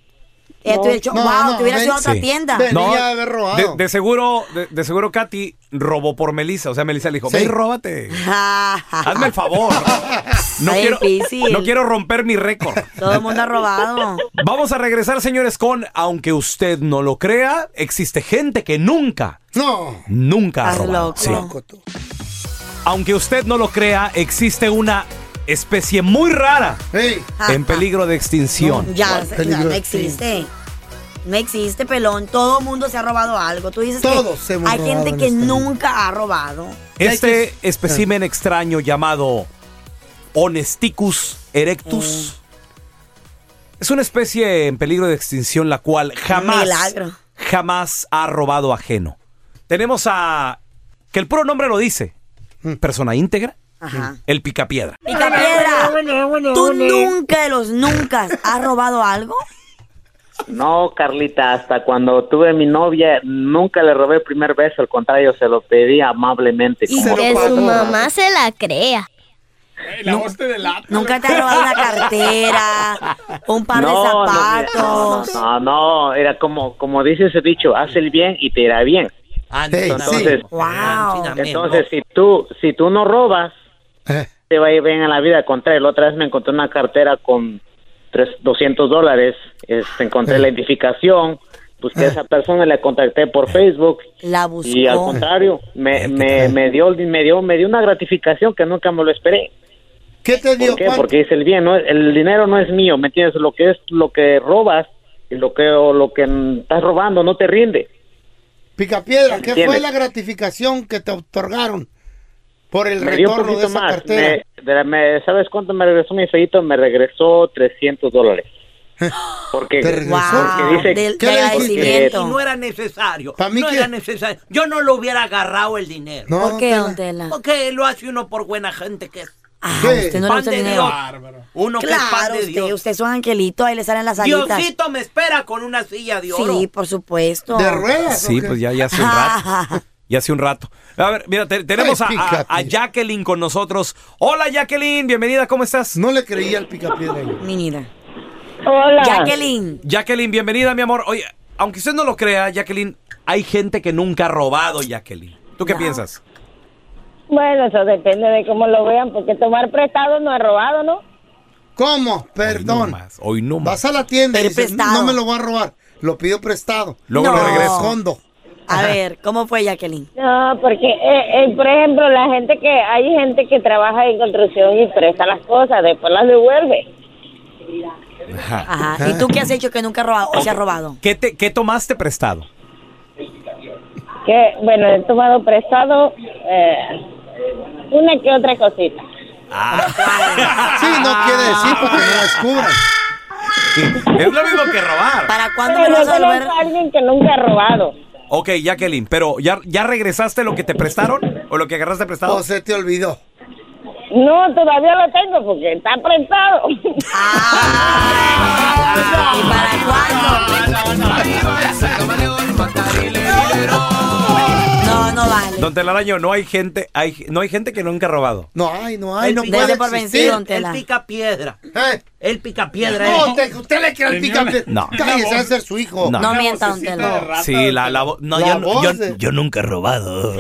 [SPEAKER 12] Ella
[SPEAKER 8] no.
[SPEAKER 12] te hubiera dicho, No, "Wow, no, te hubiera ven- sido a otra
[SPEAKER 4] Sí.
[SPEAKER 12] tienda".
[SPEAKER 4] No,
[SPEAKER 12] Venía de haber robado.
[SPEAKER 4] De, de seguro, de, de seguro Katy robó por Melissa. O sea, Melissa le dijo,
[SPEAKER 5] Sí.
[SPEAKER 4] ven, róbate. Hazme el favor. No
[SPEAKER 12] Está
[SPEAKER 4] quiero,
[SPEAKER 12] difícil.
[SPEAKER 4] no quiero romper mi récord.
[SPEAKER 12] Todo el mundo ha robado.
[SPEAKER 4] Vamos a regresar, señores, con, aunque usted no lo crea, existe gente que nunca,
[SPEAKER 5] No.
[SPEAKER 4] nunca ha
[SPEAKER 5] Estás
[SPEAKER 4] robado.
[SPEAKER 5] loco.
[SPEAKER 4] Sí.
[SPEAKER 5] Loco tú.
[SPEAKER 4] Aunque usted no lo crea, existe una especie muy rara en peligro de extinción.
[SPEAKER 12] Ya, ya no existe. No existe, pelón. Todo el mundo se ha robado algo. Tú dices
[SPEAKER 5] Todos
[SPEAKER 12] que
[SPEAKER 5] hemos
[SPEAKER 12] hay
[SPEAKER 5] robado
[SPEAKER 12] gente
[SPEAKER 5] en
[SPEAKER 12] que
[SPEAKER 5] este mundo.
[SPEAKER 12] nunca ha robado.
[SPEAKER 4] Este
[SPEAKER 5] Ah.
[SPEAKER 4] espécimen extraño llamado Honesticus
[SPEAKER 5] Mm.
[SPEAKER 4] erectus es una especie en peligro de extinción la cual jamás,
[SPEAKER 12] Milagro.
[SPEAKER 4] jamás ha robado ajeno. Tenemos a, que el puro nombre lo dice,
[SPEAKER 5] Mm.
[SPEAKER 4] persona íntegra,
[SPEAKER 12] Ajá.
[SPEAKER 4] el picapiedra.
[SPEAKER 12] Picapiedra, tú nunca de los nunca has robado algo.
[SPEAKER 32] No, Carlita, hasta cuando tuve mi novia nunca le robé el primer beso, al contrario, se lo pedí amablemente.
[SPEAKER 9] Y
[SPEAKER 32] como
[SPEAKER 9] que
[SPEAKER 32] todo.
[SPEAKER 9] su mamá se la crea.
[SPEAKER 32] No,
[SPEAKER 12] Nunca te has robado una cartera, un par de
[SPEAKER 32] no, no, mira,
[SPEAKER 12] zapatos.
[SPEAKER 32] No, no, no, era como, como dice ese dicho, haz el bien y te irá bien. Entonces, entonces si tú, si tú no robas, te va a ir bien en la vida. Al contrario, la otra vez me encontré una cartera con tres, 200 dólares. Este, encontré la identificación. Busqué a esa persona, la contacté por Facebook.
[SPEAKER 12] La buscó.
[SPEAKER 32] Y al contrario, me, me, me, dio, me, dio, me dio una gratificación que nunca me lo esperé.
[SPEAKER 5] ¿Qué te dio?
[SPEAKER 32] ¿Por qué?
[SPEAKER 5] Juan?
[SPEAKER 32] Porque es el bien, ¿no? el dinero no es mío, ¿me entiendes? Lo que es lo que robas y lo que o lo que mm, estás robando no te rinde.
[SPEAKER 5] Picapiedra, ¿qué fue
[SPEAKER 32] ¿Entiendes?
[SPEAKER 5] la gratificación que te otorgaron por el
[SPEAKER 32] Me dio un
[SPEAKER 5] retorno de
[SPEAKER 32] poquito
[SPEAKER 5] esa
[SPEAKER 32] más.
[SPEAKER 5] cartera?
[SPEAKER 32] Me, de la- me- ¿Sabes cuánto me regresó mi feito? Me regresó 300 dólares. Porque, porque dice
[SPEAKER 15] ¿Qué le
[SPEAKER 32] porque-
[SPEAKER 15] dijiste? Y no era necesario.
[SPEAKER 5] mí
[SPEAKER 15] no
[SPEAKER 5] que-
[SPEAKER 15] era necesario. Yo no lo hubiera agarrado el dinero.
[SPEAKER 5] No, ¿Por qué,
[SPEAKER 12] Tela? don Tela?
[SPEAKER 15] Porque lo hace uno por buena gente que es.
[SPEAKER 12] usted no le
[SPEAKER 15] pan
[SPEAKER 12] gusta
[SPEAKER 15] de
[SPEAKER 12] el dinero.
[SPEAKER 15] Dios. Uno que es pan
[SPEAKER 12] Claro,
[SPEAKER 15] de
[SPEAKER 12] usted,
[SPEAKER 15] Dios.
[SPEAKER 12] usted es un angelito, ahí le salen las alitas.
[SPEAKER 15] Diosito me espera con una silla de oro.
[SPEAKER 12] Sí, por supuesto.
[SPEAKER 15] ¿De
[SPEAKER 5] Ah,
[SPEAKER 15] ruedas
[SPEAKER 4] Sí, pues ya, ya hace un rato. Ya hace un rato. A ver, mira, te- tenemos a- a, a Jacqueline con nosotros. Hola, Jacqueline, bienvenida, ¿cómo estás?
[SPEAKER 5] No le creía al picapiedra.
[SPEAKER 12] Mira.
[SPEAKER 8] Hola.
[SPEAKER 12] Jacqueline.
[SPEAKER 4] Jacqueline, bienvenida, mi amor. Oye, aunque usted no lo crea, Jacqueline, hay gente que nunca ha robado, Jacqueline. ¿Tú qué piensas?
[SPEAKER 8] Bueno, eso depende de cómo lo vean, porque tomar prestado no es robado, ¿no?
[SPEAKER 5] ¿Cómo? Oh, Perdón.
[SPEAKER 4] Hoy no
[SPEAKER 5] Vas a la tienda y dices,
[SPEAKER 12] prestado.
[SPEAKER 5] no me lo voy a robar. Lo pido prestado.
[SPEAKER 4] Luego
[SPEAKER 5] Pero
[SPEAKER 4] lo regreso.
[SPEAKER 5] escondo.
[SPEAKER 12] A ver, ¿cómo fue Jacqueline?
[SPEAKER 8] No, porque, eh, eh, por ejemplo, la gente que, hay gente que trabaja en construcción y presta las cosas, después las devuelve.
[SPEAKER 12] Ajá.
[SPEAKER 5] Ah.
[SPEAKER 12] ¿Y tú qué has hecho que nunca has robado o se ha robado?
[SPEAKER 4] ¿Qué, te, ¿Qué tomaste prestado?
[SPEAKER 8] Que, bueno, he tomado prestado eh, una que otra cosita.
[SPEAKER 4] Ah,
[SPEAKER 5] Sí, no quiere decir para que no descubran.
[SPEAKER 4] Es lo mismo que robar.
[SPEAKER 12] ¿Para
[SPEAKER 8] Pero yo conozco a alguien que nunca ha robado.
[SPEAKER 4] Ok, Jacqueline, pero ¿ya, ¿ya regresaste lo que te prestaron? ¿O lo que agarraste prestado?
[SPEAKER 15] O se te olvidó.
[SPEAKER 24] No, todavía lo tengo porque está prestado.
[SPEAKER 5] No, no vale.
[SPEAKER 4] Don Telaraño, no hay gente, hay, no hay gente que nunca ha robado.
[SPEAKER 15] No hay, no hay,
[SPEAKER 5] El
[SPEAKER 15] no
[SPEAKER 5] pica-
[SPEAKER 15] puede
[SPEAKER 5] Dese por
[SPEAKER 15] existir.
[SPEAKER 5] vencido, don Tela.
[SPEAKER 33] pica piedra. Él pica
[SPEAKER 15] piedra,
[SPEAKER 33] piedra.
[SPEAKER 15] ¿eh? Usted le quiere el pica
[SPEAKER 4] No.
[SPEAKER 15] Cállese va a ser su hijo.
[SPEAKER 4] No. No
[SPEAKER 5] mienta, don Tela.
[SPEAKER 4] Sí, la, la vo- no,
[SPEAKER 15] La
[SPEAKER 4] yo,
[SPEAKER 15] voz
[SPEAKER 4] yo-
[SPEAKER 15] de-
[SPEAKER 4] yo nunca he robado.